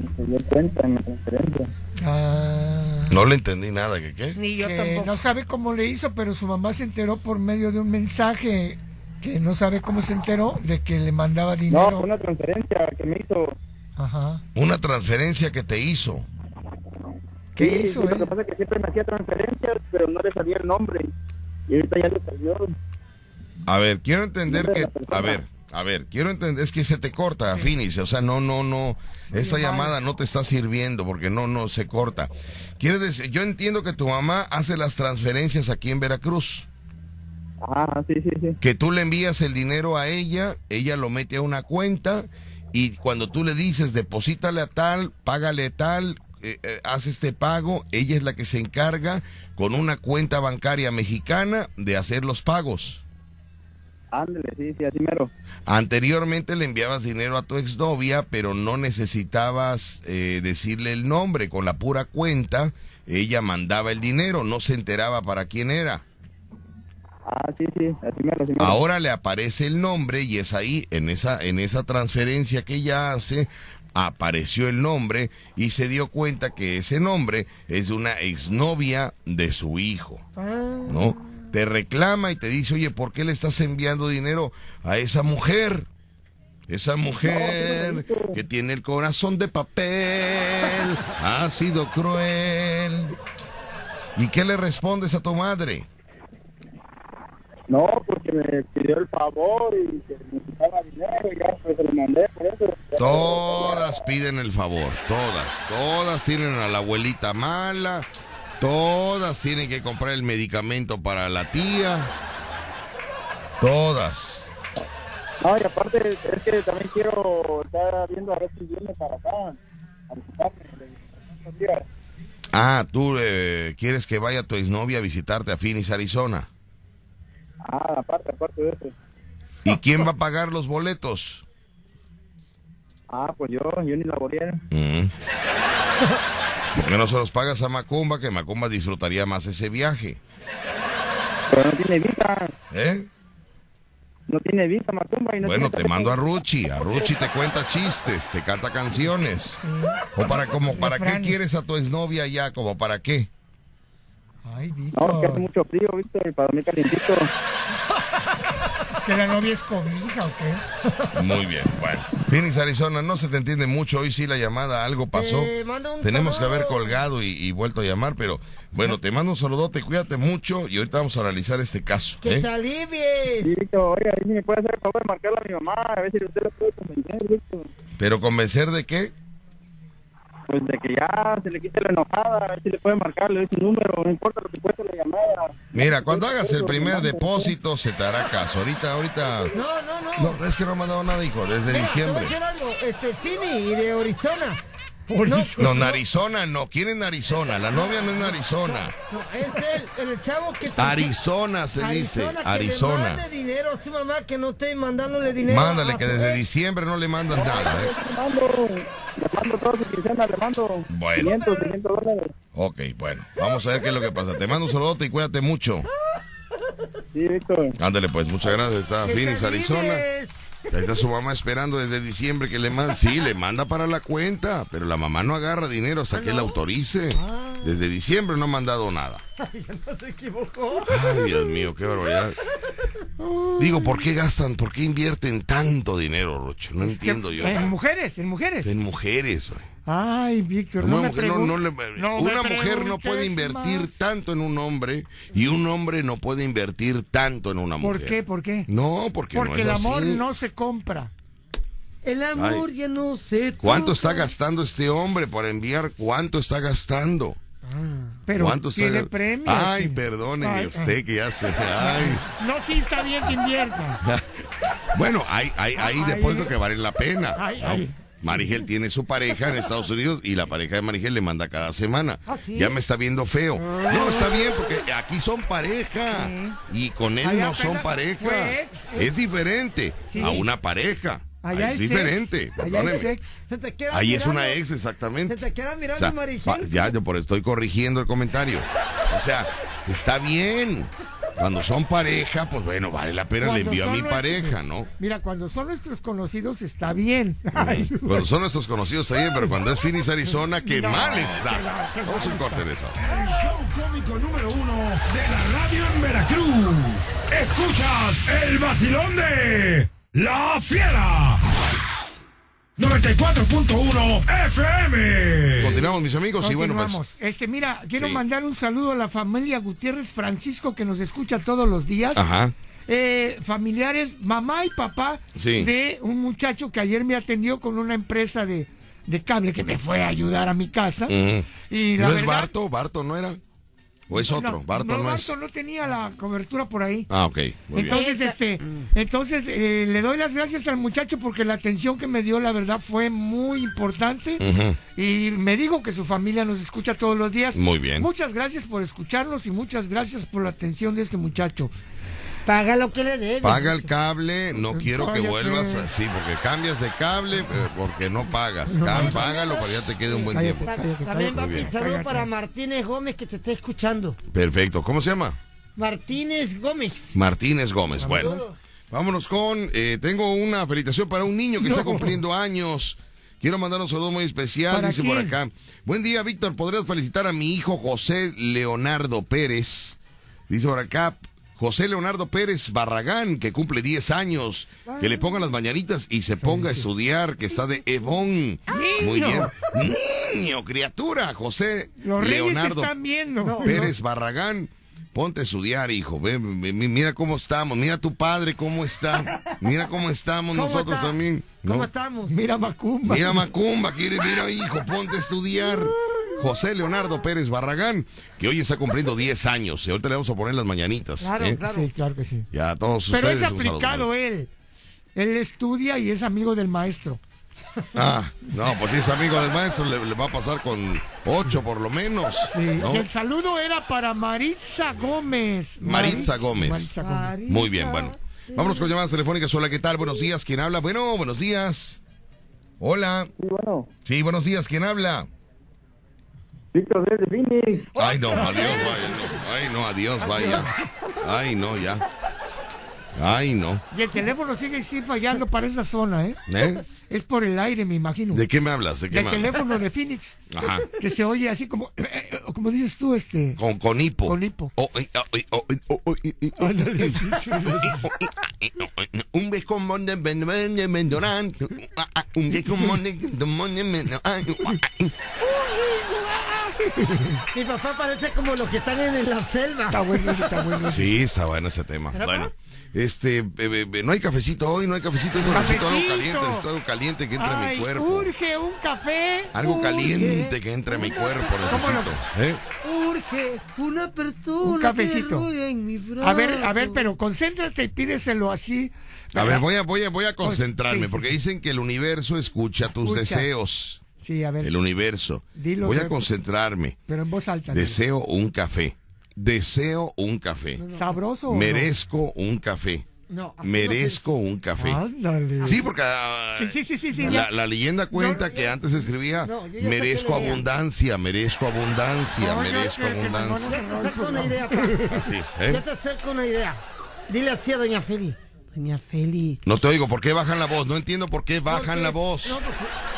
[SPEAKER 6] Y se dio cuenta en la transferencia.
[SPEAKER 4] Ah,
[SPEAKER 2] No le entendí nada, ¿qué qué?
[SPEAKER 3] Ni yo
[SPEAKER 4] que
[SPEAKER 3] tampoco.
[SPEAKER 4] no sabe cómo le hizo, pero su mamá se enteró por medio de un mensaje que no sabe cómo se enteró de que le mandaba
[SPEAKER 6] No,
[SPEAKER 4] dinero.
[SPEAKER 6] fue una transferencia que me hizo.
[SPEAKER 4] Ajá.
[SPEAKER 2] Una transferencia que te hizo.
[SPEAKER 4] ¿Qué
[SPEAKER 6] Sí,
[SPEAKER 4] hizo eh?
[SPEAKER 6] sí, Lo
[SPEAKER 4] él?
[SPEAKER 6] que pasa es que siempre me hacía transferencias, pero no le salía el nombre. Y ahorita ya le salió.
[SPEAKER 2] A ver, quiero entender
[SPEAKER 6] Nombre de
[SPEAKER 2] que.
[SPEAKER 6] la persona.
[SPEAKER 2] A ver, a ver, quiero entender. Es que se te corta, Finis. O sea, no, no, no. Esta llamada no te está sirviendo porque no, no se corta. Quiere decir, yo entiendo que tu mamá hace las transferencias aquí en Veracruz.
[SPEAKER 6] Ah, sí, sí, sí.
[SPEAKER 2] Que tú le envías el dinero a ella, ella lo mete a una cuenta y cuando tú le dices, deposítale a tal, págale tal. eh, eh, hace este pago, ella es la que se encarga con una cuenta bancaria mexicana de hacer los pagos.
[SPEAKER 6] Ándale, sí, sí, así mero.
[SPEAKER 2] Anteriormente le enviabas dinero a tu exnovia, pero no necesitabas eh, decirle el nombre. Con la pura cuenta, ella mandaba el dinero, no se enteraba para quién era.
[SPEAKER 6] Ah, sí, sí, así mero, así mero.
[SPEAKER 2] Ahora le aparece el nombre y es ahí, en esa, en esa transferencia que ella hace, apareció el nombre y se dio cuenta que ese nombre es de una exnovia de su hijo. ¿No? Te reclama y te dice, oye, ¿por qué le estás enviando dinero a esa mujer? Esa mujer que tiene el corazón de papel ha sido cruel. ¿Y qué le respondes a tu madre?
[SPEAKER 6] No, porque me pidió el favor y que necesitaba dinero y ya pues se lo mandé por eso.
[SPEAKER 2] Todas piden el favor, todas, todas tienen a la abuelita mala, todas tienen que comprar el medicamento para la tía, todas.
[SPEAKER 6] No, y aparte es que también quiero estar viendo a ver si viene para acá, a visitarme. le- unos días.
[SPEAKER 2] Ah, tú eh, quieres que vaya tu exnovia a visitarte a Phoenix, Arizona.
[SPEAKER 6] Ah, aparte, aparte de eso.
[SPEAKER 2] ¿Y quién va a pagar los boletos?
[SPEAKER 6] Ah, pues yo, yo ni laboré.
[SPEAKER 2] Mm. ¿Por qué no se los pagas a Macumba? Que Macumba disfrutaría más ese viaje.
[SPEAKER 6] Pero no tiene visa,
[SPEAKER 2] ¿Eh?
[SPEAKER 6] no tiene visa Macumba. Y no
[SPEAKER 2] Bueno,
[SPEAKER 6] tiene
[SPEAKER 2] te mando a Ruchi. A Ruchi te cuenta chistes, te canta canciones. O para como, ¿para qué
[SPEAKER 4] Refranes.
[SPEAKER 2] quieres a tu exnovia ya? Como para qué?
[SPEAKER 4] Ay,
[SPEAKER 6] No, es que hace
[SPEAKER 4] Víctor.
[SPEAKER 6] mucho frío, Víctor, y para dormir calientito.
[SPEAKER 4] ¿Es que la novia es comida o qué?
[SPEAKER 2] Muy bien, bueno. Phoenix, Arizona, no se te entiende mucho. Hoy sí la llamada, algo pasó.
[SPEAKER 3] Eh, manda un
[SPEAKER 2] Tenemos que
[SPEAKER 3] saludo.
[SPEAKER 2] haber colgado y, y vuelto a llamar, pero bueno, te mando un saludote, cuídate mucho y ahorita vamos a analizar este caso.
[SPEAKER 3] Que
[SPEAKER 2] ¿eh?
[SPEAKER 3] te alivies.
[SPEAKER 6] Sí, Víctor, oiga, ahí sí me puede hacer el favor de marcarle a mi mamá, a ver si usted lo puede convencer, Víctor.
[SPEAKER 2] Pero convencer de qué?
[SPEAKER 6] Pues de que ya se le quite la enojada, a ver si le puede marcar, le doy su número, no importa lo que cueste la llamada.
[SPEAKER 2] Mira, cuando hagas el primer depósito se te hará caso. Ahorita, ahorita...
[SPEAKER 3] No, no, no.
[SPEAKER 2] No, es que no ha mandado nada, hijo, desde
[SPEAKER 3] Mira, te voy a
[SPEAKER 2] diciembre.
[SPEAKER 3] decir algo. Este, Fini y de Arizona.
[SPEAKER 2] No, en Arizona no. ¿Quién es Arizona? La novia no es en Arizona.
[SPEAKER 3] No, es el, el chavo que te-
[SPEAKER 2] Arizona se dice.
[SPEAKER 3] Arizona, que Le
[SPEAKER 2] Arizona.
[SPEAKER 3] mande dinero a su mamá que no esté mandándole dinero. ¿eh?
[SPEAKER 2] Mándale,
[SPEAKER 3] a
[SPEAKER 2] que
[SPEAKER 3] su
[SPEAKER 2] desde
[SPEAKER 3] ex.
[SPEAKER 2] diciembre no le mandan nada. ¿eh?
[SPEAKER 6] Le mando, le mando todo su quincena, le mando
[SPEAKER 2] Bueno.
[SPEAKER 6] 500, 500 dólares.
[SPEAKER 2] Ok, bueno. Vamos a ver qué es lo que pasa. Te mando un saludote y cuídate mucho.
[SPEAKER 6] Sí, Víctor.
[SPEAKER 2] Ándale, pues, muchas gracias. Está
[SPEAKER 3] Que te
[SPEAKER 2] Phoenix, Arizona.
[SPEAKER 3] alivies.
[SPEAKER 2] Ahí está su mamá esperando desde diciembre que le manda. Sí, le manda para la cuenta, pero la mamá no agarra dinero hasta que él autorice. Desde diciembre no ha mandado nada.
[SPEAKER 3] Se equivocó.
[SPEAKER 2] Ay, Dios mío, qué barbaridad. Digo, ¿por qué gastan, por qué invierten tanto dinero, Rocho? No entiendo yo.
[SPEAKER 4] En mujeres, en mujeres.
[SPEAKER 2] En mujeres, güey.
[SPEAKER 4] Ay, Víctor, no,
[SPEAKER 2] Una
[SPEAKER 4] me
[SPEAKER 2] mujer no-
[SPEAKER 4] pregun-
[SPEAKER 2] no le-
[SPEAKER 4] no me
[SPEAKER 2] una mujer no puede
[SPEAKER 4] preguntes
[SPEAKER 2] invertir
[SPEAKER 4] más.
[SPEAKER 2] tanto en un hombre y un hombre no puede invertir tanto en una mujer.
[SPEAKER 4] ¿Por qué? ¿Por qué?
[SPEAKER 2] No, porque, no
[SPEAKER 4] Porque
[SPEAKER 2] es
[SPEAKER 4] el amor
[SPEAKER 2] así.
[SPEAKER 4] no se compra.
[SPEAKER 3] El amor ya no se.
[SPEAKER 2] ¿Cuánto
[SPEAKER 3] toca.
[SPEAKER 2] está gastando este hombre para enviar? ¿Cuánto está gastando?
[SPEAKER 4] Ah, Pero
[SPEAKER 2] ¿Cuánto está
[SPEAKER 4] tiene
[SPEAKER 2] gas-
[SPEAKER 4] premio.
[SPEAKER 2] Ay,
[SPEAKER 4] sí.
[SPEAKER 2] perdóneme
[SPEAKER 4] Ay, ah.
[SPEAKER 2] usted que ya se... Ay.
[SPEAKER 4] No, sí está bien que invierta.
[SPEAKER 2] Bueno, hay, hay, hay
[SPEAKER 4] Ay.
[SPEAKER 2] depósitos que valen la pena.
[SPEAKER 4] Ay,
[SPEAKER 2] ¿no?
[SPEAKER 4] ay.
[SPEAKER 2] Marigel tiene su pareja en Estados Unidos y la pareja de Marigel le manda cada semana.
[SPEAKER 3] ¿Ah, sí?
[SPEAKER 2] Ya me está viendo feo.
[SPEAKER 4] Ah.
[SPEAKER 2] No, está bien porque aquí son pareja y con él
[SPEAKER 4] Allá
[SPEAKER 2] no son
[SPEAKER 4] apenas
[SPEAKER 2] pareja.
[SPEAKER 4] fue ex, ex.
[SPEAKER 2] Es diferente
[SPEAKER 4] Sí.
[SPEAKER 2] a una pareja.
[SPEAKER 4] Allá
[SPEAKER 2] es,
[SPEAKER 4] es ex.
[SPEAKER 2] diferente.
[SPEAKER 4] Allá es
[SPEAKER 2] perdóneme.
[SPEAKER 4] ex.
[SPEAKER 3] Se te queda
[SPEAKER 2] Ahí es
[SPEAKER 3] mirando.
[SPEAKER 2] una ex, exactamente.
[SPEAKER 3] Se te queda mirando
[SPEAKER 2] O sea,
[SPEAKER 3] Marigel.
[SPEAKER 2] pa- ya, yo por estoy corrigiendo el comentario. O sea, Está bien. Cuando son pareja, pues bueno, vale la pena, le
[SPEAKER 4] Cuando
[SPEAKER 2] envío a
[SPEAKER 4] son
[SPEAKER 2] mi
[SPEAKER 4] nuestros-
[SPEAKER 2] pareja, ¿no?
[SPEAKER 4] Mira, cuando son nuestros conocidos está bien. Ay,
[SPEAKER 2] Ujú. Cuando son nuestros conocidos está bien, pero cuando es Phoenix, Arizona, qué
[SPEAKER 4] No,
[SPEAKER 2] mal
[SPEAKER 4] qué mal,
[SPEAKER 2] está.
[SPEAKER 4] qué
[SPEAKER 2] Vamos a un corte de eso.
[SPEAKER 5] El show cómico número uno de la radio en Veracruz. Escuchas el vacilón de La Fiera. 94.1 FM.
[SPEAKER 2] Continuamos, mis amigos, y bueno, pues.
[SPEAKER 4] Continuamos. Este, mira, quiero
[SPEAKER 2] Sí.
[SPEAKER 4] mandar un saludo a la familia Gutiérrez Francisco que nos escucha todos los días.
[SPEAKER 2] Ajá.
[SPEAKER 4] Eh, familiares, mamá y papá
[SPEAKER 2] Sí.
[SPEAKER 4] de un muchacho que ayer me atendió con una empresa de, de cable que me fue a ayudar a mi casa.
[SPEAKER 2] Ujú.
[SPEAKER 4] Y la
[SPEAKER 2] Mm. ¿No es
[SPEAKER 4] verdad-
[SPEAKER 2] Barto? ¿Barto no era? ¿O es otro?
[SPEAKER 4] No,
[SPEAKER 2] Barto no es.
[SPEAKER 4] Barton no tenía la cobertura por ahí.
[SPEAKER 2] Ah, ok. Muy bien.
[SPEAKER 4] Entonces, este, entonces eh, le doy las gracias al muchacho porque la atención que me dio, la verdad, fue muy importante.
[SPEAKER 2] Ujú.
[SPEAKER 4] Y me dijo que su familia nos escucha todos los días.
[SPEAKER 2] Muy bien.
[SPEAKER 4] Muchas gracias por escucharnos y muchas gracias por la atención de este muchacho.
[SPEAKER 3] Paga lo que le debes.
[SPEAKER 2] Paga el cable, no quiero que
[SPEAKER 4] Cállate.
[SPEAKER 2] vuelvas. a- Sí, porque cambias de cable, eh, porque no pagas. Cam- Págalo para ya te quede un buen
[SPEAKER 4] Cállate.
[SPEAKER 2] tiempo.
[SPEAKER 3] Ta-
[SPEAKER 4] Cállate,
[SPEAKER 3] También
[SPEAKER 4] cállate.
[SPEAKER 3] va mi
[SPEAKER 2] Bien.
[SPEAKER 3] saludo
[SPEAKER 4] Cállate.
[SPEAKER 3] para Martínez Gómez que te está escuchando.
[SPEAKER 2] Perfecto. ¿Cómo se llama?
[SPEAKER 3] Martínez Gómez.
[SPEAKER 2] Martínez Gómez. Bueno, vámonos con. eh, tengo una felicitación para un niño que está
[SPEAKER 4] No.
[SPEAKER 2] cumpliendo años. Quiero mandar un saludo muy especial,
[SPEAKER 4] ¿Para
[SPEAKER 2] dice por
[SPEAKER 4] quién?
[SPEAKER 2] acá. Buen día, Víctor. ¿Podrías felicitar a mi hijo José Leonardo Pérez? Dice por acá, José Leonardo Pérez Barragán, que cumple 10 años. Que le ponga las mañanitas y se ponga a estudiar, que está de Evón. Muy bien. Niño, criatura, José
[SPEAKER 4] Los reyes
[SPEAKER 2] Leonardo
[SPEAKER 4] están viendo.
[SPEAKER 2] Pérez Barragán, ponte a estudiar, hijo. Ve, ve, mi- mira cómo estamos, mira tu padre cómo está, mira cómo estamos
[SPEAKER 3] ¿Cómo
[SPEAKER 2] nosotros
[SPEAKER 3] está?
[SPEAKER 2] también. ¿no?
[SPEAKER 3] ¿Cómo estamos?
[SPEAKER 4] Mira Macumba.
[SPEAKER 2] Mira Macumba, quiere, mira hijo, ponte a estudiar. José Leonardo Pérez Barragán, que hoy está cumpliendo 10 años. Y ahorita le vamos a poner las mañanitas.
[SPEAKER 3] Claro,
[SPEAKER 2] ¿eh?
[SPEAKER 3] claro.
[SPEAKER 4] Sí, claro que sí.
[SPEAKER 2] Ya a todos
[SPEAKER 4] Pero
[SPEAKER 2] ustedes.
[SPEAKER 4] es
[SPEAKER 2] un saludo.
[SPEAKER 4] aplicado él. Él estudia y es amigo del maestro.
[SPEAKER 2] Ah, no, pues si es amigo del maestro, le, le va a pasar con 8 por lo menos.
[SPEAKER 4] Sí.
[SPEAKER 2] ¿no?
[SPEAKER 4] Y el saludo era para Maritza Gómez.
[SPEAKER 2] Maritza Gómez.
[SPEAKER 4] Maritza Gómez.
[SPEAKER 2] Muy bien, bueno. Vámonos con llamadas telefónicas. Hola, ¿qué tal? Buenos días. ¿Quién habla? Bueno, buenos días. Hola.
[SPEAKER 6] Sí, bueno.
[SPEAKER 2] Sí, buenos días. ¿Quién habla?
[SPEAKER 6] Víctor desde Phoenix.
[SPEAKER 2] Ay, no, adiós, vaya. no. Ay, no, adiós, vaya. Ay, no, ya. Ay, no.
[SPEAKER 4] Y el teléfono sigue sí fallando para esa zona, ¿eh?
[SPEAKER 2] ¿Eh?
[SPEAKER 4] Es por el aire, me imagino.
[SPEAKER 2] ¿De qué me hablas? ¿De qué
[SPEAKER 4] Del
[SPEAKER 2] me hablas?
[SPEAKER 4] teléfono de Phoenix.
[SPEAKER 2] Ajá.
[SPEAKER 4] Que se oye así como, o como dices tú, este.
[SPEAKER 2] Con, con hipo.
[SPEAKER 4] Con hipo.
[SPEAKER 2] Oh, ay, oh, ay, oh, ay, oh, ay, ay, oh, ay,
[SPEAKER 4] Ándale, sí, sí.
[SPEAKER 2] eh, ay, oh, ay, no. Un beso con mon de ben- ben- de mendorán. Ah, ah, Un beso con mon de- de mon de mendorán. Ah, ah, ah.
[SPEAKER 3] Mi papá parece como los que están en la selva.
[SPEAKER 4] Está bueno, ese, está bueno. ese.
[SPEAKER 2] Sí, está bueno ese tema.
[SPEAKER 3] ¿Verdad?
[SPEAKER 2] Bueno, este, be- be- be- no hay cafecito hoy, no hay cafecito. Hoy necesito algo
[SPEAKER 4] ¡Cafecito!
[SPEAKER 2] caliente, necesito algo caliente que entre a mi
[SPEAKER 4] Ay, eh.
[SPEAKER 2] cuerpo.
[SPEAKER 4] urge un café.
[SPEAKER 2] Algo
[SPEAKER 4] urge.
[SPEAKER 2] caliente que entre a mi cuerpo, necesito. ¿eh?
[SPEAKER 3] Urge una persona.
[SPEAKER 4] Un cafecito.
[SPEAKER 3] que ruegue en mi
[SPEAKER 4] A ver, a ver,
[SPEAKER 3] brazo.
[SPEAKER 4] pero concéntrate y pídeselo así.
[SPEAKER 2] A
[SPEAKER 4] ¿verdad?
[SPEAKER 2] ver, voy a, voy a, voy a
[SPEAKER 4] sí,
[SPEAKER 2] concentrarme,
[SPEAKER 4] sí,
[SPEAKER 2] porque
[SPEAKER 4] sí.
[SPEAKER 2] dicen que el universo escucha tus
[SPEAKER 4] Escucha.
[SPEAKER 2] deseos.
[SPEAKER 4] Sí, a ver.
[SPEAKER 2] El universo.
[SPEAKER 4] Dilo,
[SPEAKER 2] voy a
[SPEAKER 4] Pepe.
[SPEAKER 2] concentrarme.
[SPEAKER 4] Pero en voz alta.
[SPEAKER 2] Deseo un café. Deseo un café.
[SPEAKER 4] ¿no? ¿Sabroso? o no?
[SPEAKER 2] Merezco un café.
[SPEAKER 4] No.
[SPEAKER 2] Merezco un café.
[SPEAKER 4] Ándale.
[SPEAKER 2] Sí, porque ah,
[SPEAKER 4] Sí, sí, sí, sí, sí,
[SPEAKER 2] la,
[SPEAKER 4] ya.
[SPEAKER 2] la leyenda cuenta
[SPEAKER 3] No,
[SPEAKER 2] que
[SPEAKER 3] yo-
[SPEAKER 2] antes escribía
[SPEAKER 3] No, yo ya sé qué
[SPEAKER 2] merezco
[SPEAKER 3] leía".
[SPEAKER 2] abundancia, merezco abundancia,
[SPEAKER 4] Oye,
[SPEAKER 2] merezco
[SPEAKER 4] que- que
[SPEAKER 2] abundancia.
[SPEAKER 4] Manolo-
[SPEAKER 3] Yo te saco una idea, pa.
[SPEAKER 2] Así,
[SPEAKER 3] Yo
[SPEAKER 2] ¿eh?
[SPEAKER 3] te saco una idea. Dile así a Doña Feli. Doña Feli.
[SPEAKER 2] No te oigo, ¿por qué bajan la voz? No entiendo por qué bajan
[SPEAKER 3] Porque-
[SPEAKER 2] la voz.
[SPEAKER 3] no, porque-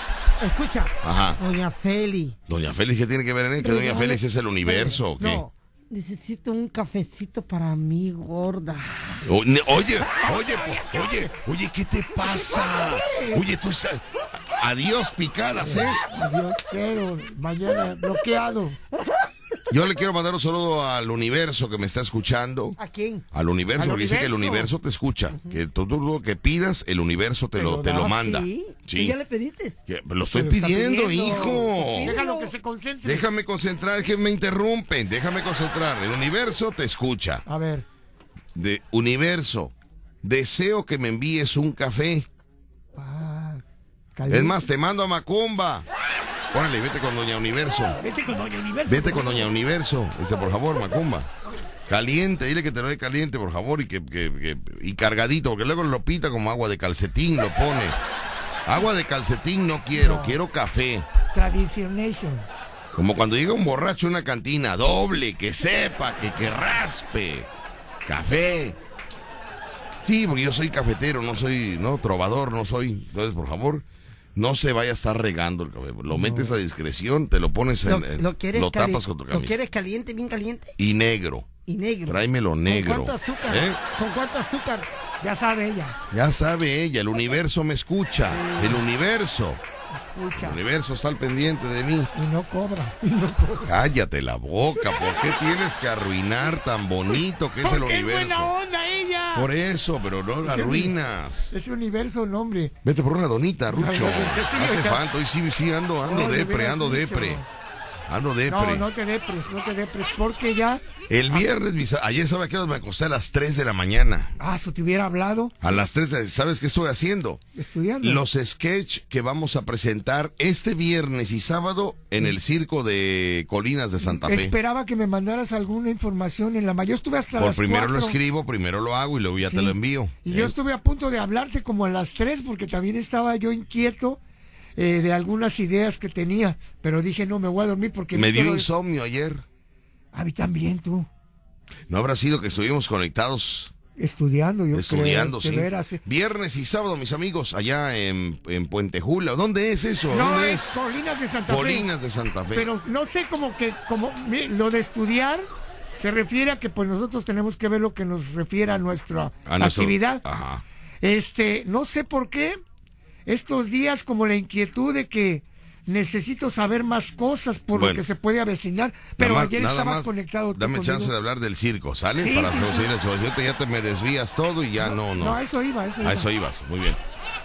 [SPEAKER 3] Escucha.
[SPEAKER 2] Ajá.
[SPEAKER 3] Doña Feli.
[SPEAKER 2] Doña Félix, ¿qué tiene que ver en él? Que Doña Félix es el universo, ¿o qué?
[SPEAKER 3] No. Necesito un cafecito para mí, gorda.
[SPEAKER 2] O- ne- Oye, oye, po- oye, oye, ¿qué te pasa? Oye, tú estás... Adiós, picadas, ¿eh?
[SPEAKER 4] Adiós, cero. Mañana, bloqueado.
[SPEAKER 2] Yo le quiero mandar un saludo al universo que me está escuchando.
[SPEAKER 3] ¿A quién?
[SPEAKER 2] Al universo,
[SPEAKER 4] Al
[SPEAKER 2] porque dice que el
[SPEAKER 4] universo.
[SPEAKER 2] universo te escucha. Que todo lo que pidas, el universo te,
[SPEAKER 4] Te
[SPEAKER 2] lo,
[SPEAKER 4] lo
[SPEAKER 2] te
[SPEAKER 4] da.
[SPEAKER 2] lo manda.
[SPEAKER 3] Sí. ¿Tú
[SPEAKER 2] Sí.
[SPEAKER 3] ya le pediste?
[SPEAKER 2] Que- lo estoy
[SPEAKER 4] Pero está
[SPEAKER 2] pidiendo,
[SPEAKER 4] pidiendo.
[SPEAKER 2] hijo.
[SPEAKER 4] Déjalo que se concentre.
[SPEAKER 2] Déjame concentrar, es que me interrumpen. Déjame concentrar. El universo te escucha.
[SPEAKER 4] A ver.
[SPEAKER 2] De universo, deseo que me envíes un café.
[SPEAKER 4] Ah, caliente.
[SPEAKER 2] Es más, te mando a Macumba. Órale, vete con Doña Universo.
[SPEAKER 4] Vete con Doña Universo.
[SPEAKER 2] Vete con Doña Universo. Dice, por favor, Macumba. Caliente, dile que te lo dé caliente, por favor, y que, que- que- y cargadito, porque luego lo pita como agua de calcetín, lo pone. Agua de calcetín no quiero, quiero café.
[SPEAKER 4] Tradicionation.
[SPEAKER 2] Como cuando llega un borracho a una cantina, doble, que sepa, que, que raspe. Café. Sí, porque yo soy cafetero, no soy, no, trovador, no soy. Entonces, por favor, no se vaya a estar regando el café. Lo metes a discreción, te lo pones en.
[SPEAKER 3] ¿Lo,
[SPEAKER 2] en-
[SPEAKER 3] lo quieres
[SPEAKER 2] lo
[SPEAKER 3] cali-
[SPEAKER 2] tapas con tu
[SPEAKER 3] ¿Lo
[SPEAKER 2] camisa.
[SPEAKER 3] quieres caliente, bien caliente?
[SPEAKER 2] Y negro.
[SPEAKER 3] Y negro.
[SPEAKER 2] Tráemelo negro.
[SPEAKER 3] ¿Con cuánto azúcar?
[SPEAKER 2] ¿Eh?
[SPEAKER 3] ¿Con cuánto azúcar?
[SPEAKER 4] Ya sabe ella.
[SPEAKER 2] Ya sabe ella, el universo me escucha. El universo. El
[SPEAKER 4] Escucha.
[SPEAKER 2] universo está al pendiente de mí.
[SPEAKER 4] Y no cobra.
[SPEAKER 2] Cállate la boca, ¿por qué tienes que arruinar tan bonito que es el
[SPEAKER 4] Porque es buena
[SPEAKER 2] universo?
[SPEAKER 4] onda ella.
[SPEAKER 2] Por eso, pero no la arruinas.
[SPEAKER 4] Es universo, no, hombre.
[SPEAKER 2] Vete por una donita, Rucho.
[SPEAKER 4] No, no, que sí,
[SPEAKER 2] Hace
[SPEAKER 4] acá.
[SPEAKER 2] falta, hoy sí, sí, ando, ando
[SPEAKER 4] No, le
[SPEAKER 2] depre,
[SPEAKER 4] hubieras
[SPEAKER 2] ando
[SPEAKER 4] dicho.
[SPEAKER 2] depre. Ando
[SPEAKER 4] No,
[SPEAKER 2] depre.
[SPEAKER 4] no te depres, no te depres, porque ya,
[SPEAKER 2] El viernes, mis- ayer, ¿sabes a qué hora me acosté? A las 3 de la mañana.
[SPEAKER 4] ah, si te hubiera hablado,
[SPEAKER 2] A las 3, de- ¿sabes qué estoy haciendo?
[SPEAKER 4] estudiando.
[SPEAKER 2] Los sketch que vamos a presentar este viernes y sábado en el circo de Colinas de Santa Fe.
[SPEAKER 4] Esperaba que me mandaras alguna información en la mañana. Yo estuve hasta
[SPEAKER 2] Por
[SPEAKER 4] las
[SPEAKER 2] primero lo
[SPEAKER 4] cuatro.
[SPEAKER 2] escribo, primero lo hago y luego ya te
[SPEAKER 4] Sí.
[SPEAKER 2] lo envío.
[SPEAKER 4] Y
[SPEAKER 2] ¿eh?
[SPEAKER 4] yo estuve a punto de hablarte como a las tres, porque también estaba yo inquieto eh, de algunas ideas que tenía, pero dije, no, me voy a dormir porque...
[SPEAKER 2] Me
[SPEAKER 4] vi
[SPEAKER 2] dio
[SPEAKER 4] todo-
[SPEAKER 2] insomnio ayer.
[SPEAKER 4] A mí también, tú,
[SPEAKER 2] ¿No habrá sido que estuvimos conectados
[SPEAKER 4] estudiando, yo creo,
[SPEAKER 2] estudiando?
[SPEAKER 4] de
[SPEAKER 2] sí.
[SPEAKER 4] veras, eh.
[SPEAKER 2] Viernes y sábado, mis amigos, allá en, en Puente Jula. ¿Dónde es eso?
[SPEAKER 4] No,
[SPEAKER 2] ¿Dónde
[SPEAKER 4] es Colinas de Santa Fe.
[SPEAKER 2] Colinas de Santa Fe.
[SPEAKER 4] Pero no sé como que, como mire, lo de estudiar se refiere a que pues nosotros tenemos que ver lo que nos refiere a nuestra
[SPEAKER 2] A nuestro-
[SPEAKER 4] actividad.
[SPEAKER 2] Ajá.
[SPEAKER 4] Este, no sé por qué estos días como la inquietud de que necesito saber más cosas por lo
[SPEAKER 2] Bueno.
[SPEAKER 4] que se puede avecinar, pero
[SPEAKER 2] Nada más-
[SPEAKER 4] ayer
[SPEAKER 2] nada
[SPEAKER 4] estabas
[SPEAKER 2] más,
[SPEAKER 4] conectado. tú
[SPEAKER 2] Dame
[SPEAKER 4] conmigo.
[SPEAKER 2] chance de hablar del circo, ¿sale?
[SPEAKER 4] Sí,
[SPEAKER 2] Para
[SPEAKER 4] sí,
[SPEAKER 2] conseguir
[SPEAKER 4] sí.
[SPEAKER 2] la solución, ya te me desvías todo y ya no, no.
[SPEAKER 4] No, a eso iba, a eso
[SPEAKER 2] A
[SPEAKER 4] iba.
[SPEAKER 2] eso ibas, muy bien.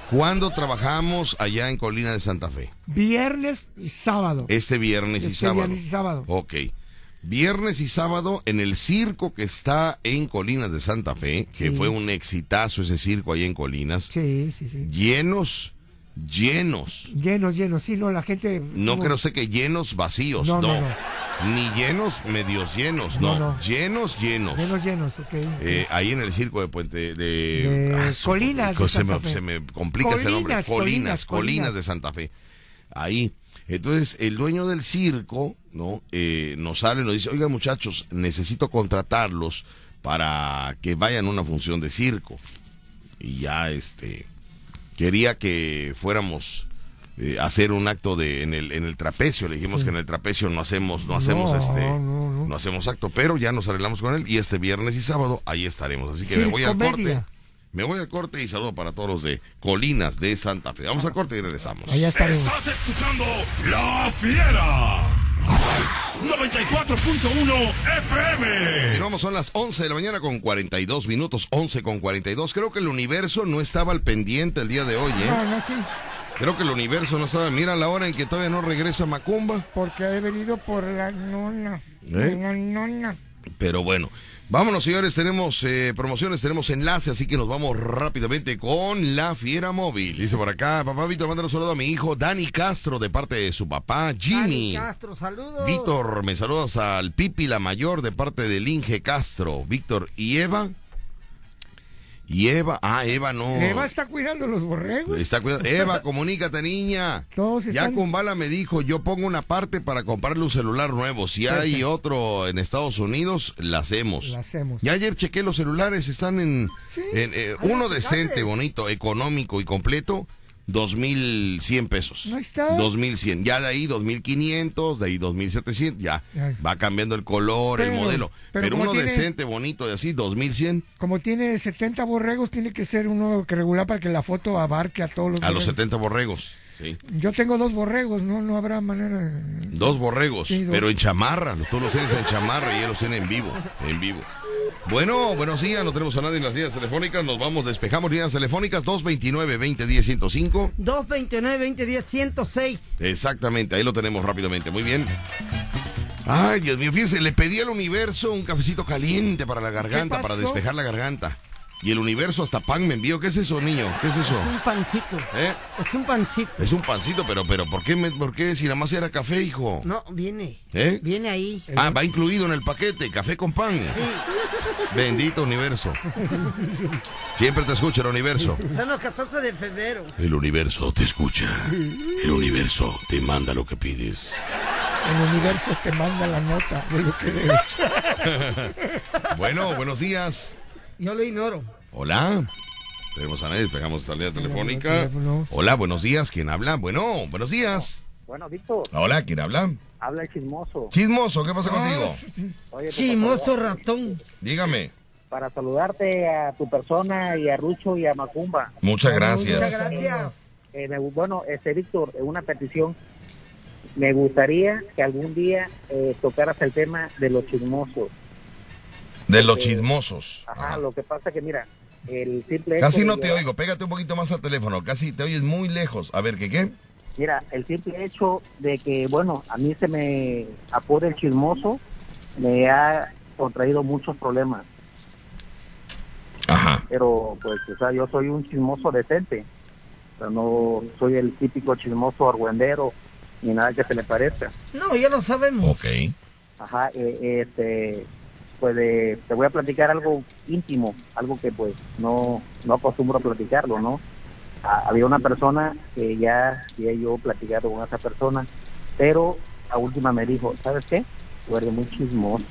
[SPEAKER 2] ¿Cuándo trabajamos allá en Colina de Santa Fe?
[SPEAKER 4] Viernes y sábado.
[SPEAKER 2] Este viernes y
[SPEAKER 4] Este
[SPEAKER 2] sábado.
[SPEAKER 4] viernes y sábado.
[SPEAKER 2] Ok. Viernes y sábado en el circo que está en Colinas de Santa Fe, que
[SPEAKER 4] Sí.
[SPEAKER 2] fue un exitazo ese circo ahí en Colinas.
[SPEAKER 4] Sí, sí, sí.
[SPEAKER 2] Llenos, llenos.
[SPEAKER 4] Llenos, llenos, sí, no, la gente...
[SPEAKER 2] No
[SPEAKER 4] como-
[SPEAKER 2] creo sé que llenos vacíos, no.
[SPEAKER 4] No, no, no.
[SPEAKER 2] Ni llenos medios llenos, no.
[SPEAKER 4] No, no.
[SPEAKER 2] Llenos, llenos.
[SPEAKER 4] Llenos, llenos, ok.
[SPEAKER 2] Eh, ahí en el circo de Puente de, Ah,
[SPEAKER 4] De
[SPEAKER 2] su-
[SPEAKER 4] Colinas de
[SPEAKER 2] se, me,
[SPEAKER 4] Santa Fe.
[SPEAKER 2] se me complica ese
[SPEAKER 4] Colinas,
[SPEAKER 2] nombre. Colinas,
[SPEAKER 4] Colinas,
[SPEAKER 2] Colinas,
[SPEAKER 4] Colinas.
[SPEAKER 2] de Santa Fe. Ahí. Entonces, el dueño del circo, ¿no? Eh, nos sale y nos dice, oiga muchachos, necesito contratarlos para que vayan a una función de circo. Y ya, este, quería que fuéramos eh, a hacer un acto de en el, en el trapecio. Le dijimos que en el trapecio no hacemos, no hacemos
[SPEAKER 4] No,
[SPEAKER 2] este,
[SPEAKER 4] no, no.
[SPEAKER 2] no hacemos acto, pero ya nos arreglamos con él y este viernes y sábado ahí estaremos. Así que me
[SPEAKER 4] Circo
[SPEAKER 2] voy al corte.
[SPEAKER 4] Media.
[SPEAKER 2] Me voy al corte y saludo para todos los de Colinas de Santa Fe. Vamos al corte y regresamos.
[SPEAKER 4] Allá estaremos.
[SPEAKER 5] Estás escuchando La Fiera 94.1 FM.
[SPEAKER 2] Continuamos, son las 11 de la mañana con 42 minutos, 11 con 42. Creo que el universo no estaba al pendiente el día de hoy, ¿eh?
[SPEAKER 4] No, no, sí,
[SPEAKER 2] Creo que el universo no estaba. Mira la hora en que todavía no regresa Macumba.
[SPEAKER 4] porque he venido por la nona.
[SPEAKER 2] ¿Eh?
[SPEAKER 4] La nona.
[SPEAKER 2] Pero bueno, vámonos señores, tenemos eh, promociones, tenemos enlace, así que nos vamos rápidamente con la fiera móvil. Dice por acá, papá Víctor, manda un saludo a mi hijo Dani Castro de parte de su papá
[SPEAKER 3] Dani
[SPEAKER 2] Jimmy.
[SPEAKER 3] Castro, saludos.
[SPEAKER 2] Víctor, me saludas al Pipi la mayor de parte del Inge Castro. Víctor y Eva. Y Eva, ah, Eva no.
[SPEAKER 4] Eva está cuidando los borregos.
[SPEAKER 2] Está cuidando. Eva, comunícate, niña.
[SPEAKER 4] Todos
[SPEAKER 2] ya
[SPEAKER 4] están-
[SPEAKER 2] con bala me dijo, yo pongo una parte para comprarle un celular nuevo. Si hay otro en Estados Unidos, la hacemos.
[SPEAKER 4] La hacemos.
[SPEAKER 2] Ya ayer chequé los celulares, están en, en, eh,
[SPEAKER 3] Ahí
[SPEAKER 2] uno
[SPEAKER 3] los
[SPEAKER 2] decente,
[SPEAKER 3] celulares.
[SPEAKER 2] bonito, económico y completo. 2.100 pesos.
[SPEAKER 4] Ahí está.
[SPEAKER 2] 2.100. Ya de ahí 2.500, de ahí 2.700. Ya
[SPEAKER 4] Ay.
[SPEAKER 2] va cambiando el color, el
[SPEAKER 4] Pero-
[SPEAKER 2] modelo. Pero,
[SPEAKER 4] pero como
[SPEAKER 2] uno
[SPEAKER 4] tiene-
[SPEAKER 2] decente, bonito, y así 2.100.
[SPEAKER 4] Como tiene 70 borregos, tiene que ser uno que regular para que la foto abarque a todos los
[SPEAKER 2] A
[SPEAKER 4] borregos.
[SPEAKER 2] los 70 borregos. Sí.
[SPEAKER 4] Yo tengo dos borregos, no no habrá manera. de-
[SPEAKER 2] Dos borregos,
[SPEAKER 4] Sí, dos.
[SPEAKER 2] pero en chamarra. Tú los tienes en chamarra y ellos los tienen en vivo. En vivo. Bueno, buenos días. No tenemos a nadie en las líneas telefónicas. Nos vamos, despejamos líneas telefónicas. 229-2010-105.
[SPEAKER 3] 229 20 10 106
[SPEAKER 2] Exactamente, ahí lo tenemos rápidamente. Muy bien. Ay, Dios mío, fíjense, le pedí al universo un cafecito caliente para la garganta, para
[SPEAKER 4] pasó?
[SPEAKER 2] despejar la garganta. Y el universo hasta pan me envió. ¿Qué es eso, niño? ¿Qué es eso?
[SPEAKER 3] Es un pancito.
[SPEAKER 2] ¿Eh?
[SPEAKER 3] Es un pancito.
[SPEAKER 2] Es un pancito, pero, pero, ¿por qué, me- por qué si nada más era café, hijo?
[SPEAKER 3] No, viene.
[SPEAKER 2] ¿Eh?
[SPEAKER 3] Viene ahí.
[SPEAKER 2] Ah, va incluido en el paquete, café con pan. Bendito universo. Siempre te escucha el universo.
[SPEAKER 3] Son los 14 de febrero.
[SPEAKER 2] El universo te escucha. El universo te manda lo que pides.
[SPEAKER 4] El universo te manda la nota de lo que debes.
[SPEAKER 2] Bueno, buenos días.
[SPEAKER 3] Yo lo ignoro.
[SPEAKER 2] Hola. Tenemos a nadie, pegamos esta línea telefónica.
[SPEAKER 4] teléfono.
[SPEAKER 2] Hola, buenos días. ¿Quién habla? Bueno, buenos días.
[SPEAKER 6] Bueno, Víctor,
[SPEAKER 2] Hola, ¿quién habla?
[SPEAKER 6] habla el chismoso.
[SPEAKER 2] Chismoso, ¿qué pasa contigo?
[SPEAKER 6] Oye, pues,
[SPEAKER 3] Chimoso ratón.
[SPEAKER 2] Dígame.
[SPEAKER 6] para saludarte a tu persona y a Rucho y a Macumba.
[SPEAKER 2] Muchas
[SPEAKER 3] Muchas
[SPEAKER 2] gracias.
[SPEAKER 3] gracias.
[SPEAKER 6] Eh, me gu- bueno, este Víctor, eh, una petición. Me gustaría que algún día eh, tocaras el tema de los chismosos.
[SPEAKER 2] De los chismosos.
[SPEAKER 6] Ajá,
[SPEAKER 2] Ajá.
[SPEAKER 6] lo que pasa que mira, el simple hecho
[SPEAKER 2] Casi
[SPEAKER 6] de
[SPEAKER 2] no te
[SPEAKER 6] llevar-
[SPEAKER 2] oigo. Pégate un poquito más al teléfono. Casi te oyes muy lejos. A ver, ¿qué qué?
[SPEAKER 6] Mira, el simple hecho de que, bueno, a mí se me apura el chismoso, me ha contraído muchos problemas.
[SPEAKER 2] Ajá.
[SPEAKER 6] Pero, pues, o sea, yo soy un chismoso decente. O sea, no soy el típico chismoso argüendero ni nada que se le parezca.
[SPEAKER 3] No, ya lo sabemos.
[SPEAKER 2] Ok.
[SPEAKER 6] Ajá, eh, este, pues eh, te voy a platicar algo íntimo, algo que pues no, no acostumbro a platicarlo, ¿no? Ha- había una persona que ya había yo platicado con esa persona, pero la última me dijo, ¿sabes qué? Tú eres muy chismoso.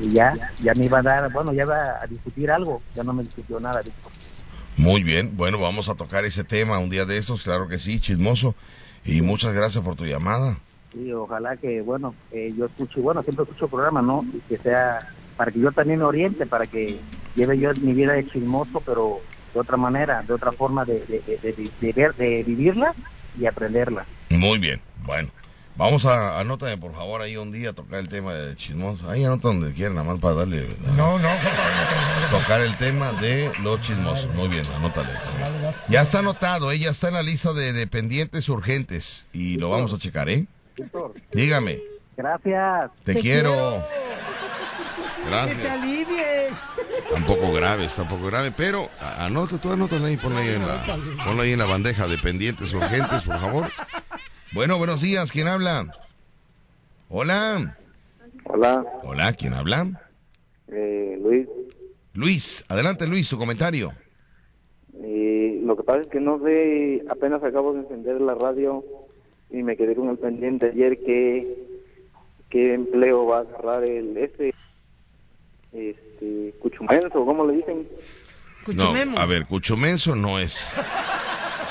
[SPEAKER 6] Y ya, ya me iba a dar, bueno, ya iba a discutir algo, ya no me discutió nada, Víctor.
[SPEAKER 2] Muy bien. Bueno, vamos a tocar ese tema un día de estos. Claro que sí, chismoso. Y muchas gracias por tu llamada.
[SPEAKER 6] Y ojalá que, bueno, eh, yo escucho, bueno, siempre escucho el programa, ¿no? Y que sea, para que yo también me oriente, para que lleve yo mi vida de chismoso, pero de otra manera, de otra forma de, de, de- de- de ver- de vivirla y aprenderla.
[SPEAKER 2] Muy bien, bueno. Vamos a, anótame por favor ahí un día a tocar el tema de chismosos. Ahí anota donde quieran, nada más para darle.
[SPEAKER 4] No, no.
[SPEAKER 2] Tocar el tema de los chismosos. Muy bien, anótale. Ya está anotado, ella está en la lista de, de pendientes urgentes y lo vamos a checar, ¿eh?
[SPEAKER 6] Víctor,
[SPEAKER 2] Dígame,
[SPEAKER 6] gracias.
[SPEAKER 2] te, quiero.
[SPEAKER 3] Que te
[SPEAKER 2] Gracias.
[SPEAKER 3] alivies.
[SPEAKER 2] Tampoco graves, tampoco grave, pero a- anota, tú anótala ahí, ponla ahí, en la, ponla ahí en la bandeja de pendientes urgentes, por favor. Bueno, buenos días, ¿quién habla? Hola.
[SPEAKER 6] Hola, Eh,
[SPEAKER 2] Hola, ¿quién habla?
[SPEAKER 6] Luis.
[SPEAKER 2] Luis, adelante Luis, tu comentario.
[SPEAKER 6] Eh, lo que pasa es que no sé, apenas acabo de encender la radio y me quedé con el pendiente ayer que qué empleo va a agarrar el este, este, Cuchumenso, ¿cómo le dicen?
[SPEAKER 3] Cuchumemo.
[SPEAKER 2] No, a ver, Cuchumenso no es.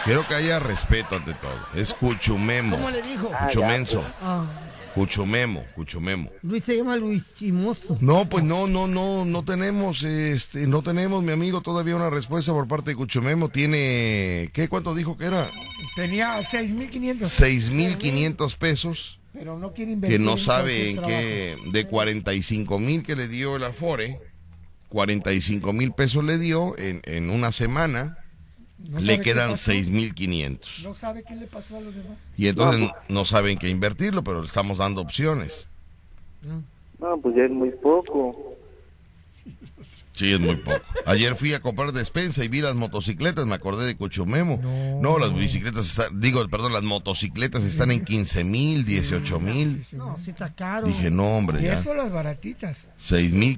[SPEAKER 2] Quiero que haya respeto ante todo. Es Cuchumemo.
[SPEAKER 3] ¿Cómo le dijo?
[SPEAKER 2] Cuchumenso.
[SPEAKER 3] Ah,
[SPEAKER 2] Cuchumemo, Cuchumemo.
[SPEAKER 3] Luis se llama Luis Chimoso.
[SPEAKER 2] No, pues no, no, no, no tenemos, este, no tenemos, mi amigo, todavía una respuesta por parte de Cuchumemo. Tiene, ¿qué? ¿Cuánto dijo que era?
[SPEAKER 4] Tenía 6.500,
[SPEAKER 2] 6.500 pesos.
[SPEAKER 4] pero no quiere invertir.
[SPEAKER 2] que no
[SPEAKER 4] en
[SPEAKER 2] sabe en
[SPEAKER 4] cualquier
[SPEAKER 2] qué, de 45 mil que le dio el Afore, 45 mil pesos le dio en, en una semana,
[SPEAKER 4] trabajo. No sabe
[SPEAKER 2] le
[SPEAKER 4] qué
[SPEAKER 2] quedan
[SPEAKER 4] pasó,
[SPEAKER 2] 6 mil 500.
[SPEAKER 4] No sabe qué le pasó a los demás.
[SPEAKER 2] Y entonces no saben qué invertirlo, pero le estamos dando opciones.
[SPEAKER 6] No, pues ya es muy poco.
[SPEAKER 2] Sí, es muy poco. Ayer fui a comprar despensa y vi las motocicletas, me acordé de Cuchumemo. No, las bicicletas, están- digo, perdón, las motocicletas están en 15 mil, 18 mil.
[SPEAKER 3] No, si está caro.
[SPEAKER 2] Dije, no, hombre,
[SPEAKER 4] Y
[SPEAKER 2] ya.
[SPEAKER 4] eso las baratitas.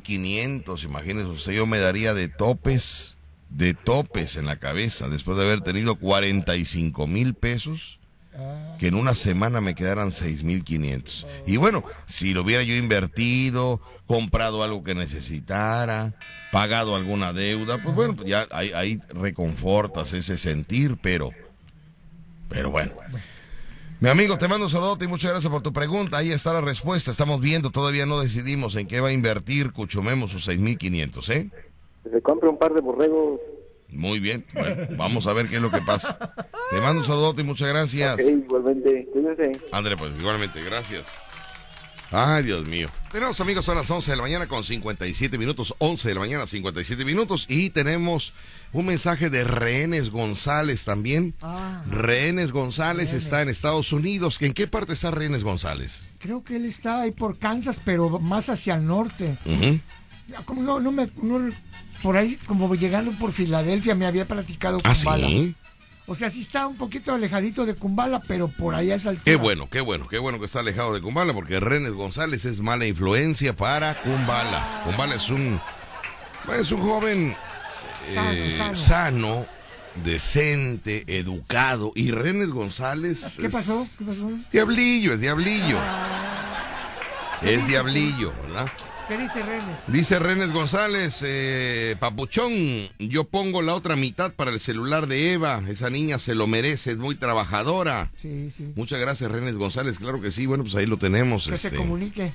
[SPEAKER 2] 6.500, imagínese usted, yo me daría de topes, de topes en la cabeza, después de haber tenido 45 mil pesos, que en una semana me quedaran 6.500. Y bueno, si lo hubiera yo invertido, comprado algo que necesitara, pagado alguna deuda, pues bueno, pues ya ahí, ahí reconfortas ese sentir, pero, pero bueno. Mi amigo, te mando un saludote y muchas gracias por tu pregunta. Ahí está la respuesta. Estamos viendo, todavía no decidimos en qué va a invertir Cuchumemo sus 6.500, ¿eh?
[SPEAKER 6] Se compra un par de borregos.
[SPEAKER 2] Muy bien. Bueno, vamos a ver qué es lo que pasa. Te mando un saludote y muchas gracias.
[SPEAKER 6] igualmente, cuídense.
[SPEAKER 2] André, pues igualmente, gracias. Ay, Dios mío. Tenemos amigos a las 11 de la mañana con 57 minutos, 11 de la mañana 57 minutos y tenemos un mensaje de Rehenes González también.
[SPEAKER 3] Ah.
[SPEAKER 2] Rehenes González está en Estados Unidos. ¿En qué parte está Rehenes González?
[SPEAKER 4] Creo que él está ahí por Kansas, pero más hacia el norte.
[SPEAKER 2] Ujú.
[SPEAKER 4] Como no, no me. no- por ahí, como llegando por Filadelfia, me había platicado con
[SPEAKER 2] Ah, sí.
[SPEAKER 4] Bala. O sea, sí está un poquito alejadito de Kumbala, pero por allá es altura.
[SPEAKER 2] Qué bueno, qué bueno, qué bueno que está alejado de Kumbala, porque Renes González es mala influencia para Kumbala. Kumbala es un, es un joven
[SPEAKER 4] Sano,
[SPEAKER 2] eh,
[SPEAKER 4] sano.
[SPEAKER 2] sano, decente, educado. Y Renes González.
[SPEAKER 4] Ah, ¿Qué
[SPEAKER 2] es
[SPEAKER 4] pasó? Ah. ¿Qué pasó?
[SPEAKER 2] Diablillo, es diablillo. Es diablillo, ¿verdad?
[SPEAKER 4] ¿Qué dice Renes?
[SPEAKER 2] Dice Renes González, eh, Papuchón, yo pongo la otra mitad para el celular de Eva. Esa niña se lo merece, es muy trabajadora.
[SPEAKER 4] Sí, sí.
[SPEAKER 2] Muchas gracias, Renes González. Claro que sí. Bueno, pues ahí lo tenemos.
[SPEAKER 4] Que se
[SPEAKER 2] este,
[SPEAKER 4] comunique.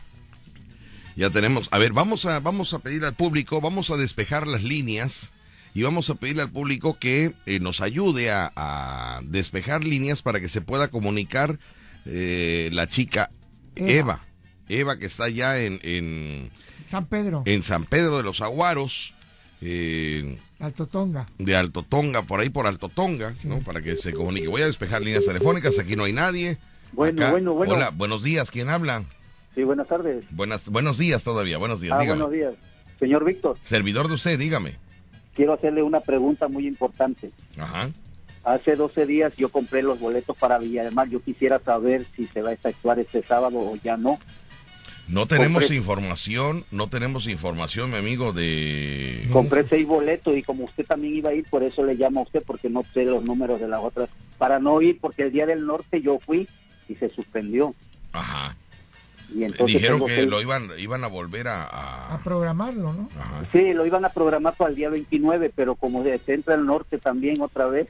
[SPEAKER 2] ya tenemos. A ver, vamos a, vamos a pedir al público, vamos a despejar las líneas y vamos a pedirle al público que eh, nos ayude a, a despejar líneas para que se pueda comunicar eh, la chica Eva. Eva que está ya en, en,
[SPEAKER 4] San Pedro,
[SPEAKER 2] en San Pedro de los Aguaros. eh,
[SPEAKER 4] Alto Tonga.
[SPEAKER 2] de Alto Tonga, por ahí por Alto Tonga, ¿no? Para que se comunique. Voy a despejar líneas telefónicas, aquí no hay nadie.
[SPEAKER 6] Bueno, bueno, bueno.
[SPEAKER 2] Hola, buenos días, ¿quién habla?
[SPEAKER 6] Sí, buenas tardes.
[SPEAKER 2] Buenas, buenos días todavía, buenos días,
[SPEAKER 6] Ah,
[SPEAKER 2] dígame.
[SPEAKER 6] buenos días. Señor Víctor,
[SPEAKER 2] Servidor de usted, dígame.
[SPEAKER 6] quiero hacerle una pregunta muy importante.
[SPEAKER 2] Ajá.
[SPEAKER 6] Hace 12 días yo compré los boletos para Villamar. Yo quisiera saber si se va a efectuar este sábado o ya no.
[SPEAKER 2] No tenemos
[SPEAKER 6] Compré-
[SPEAKER 2] información, no tenemos información, mi amigo, de...
[SPEAKER 6] Compré seis boletos y como usted también iba a ir, por eso le llamo a usted, porque no sé los números de las otras. Para no ir, porque el día del norte yo fui y se suspendió.
[SPEAKER 2] Ajá.
[SPEAKER 6] Y entonces
[SPEAKER 2] Dijeron
[SPEAKER 6] tengo
[SPEAKER 2] que
[SPEAKER 6] seis-
[SPEAKER 2] lo iban, iban a volver a... a-
[SPEAKER 4] A programarlo, ¿no?
[SPEAKER 2] Ajá.
[SPEAKER 6] Sí, lo iban a programar para el día 29, pero como se entra el norte también otra vez,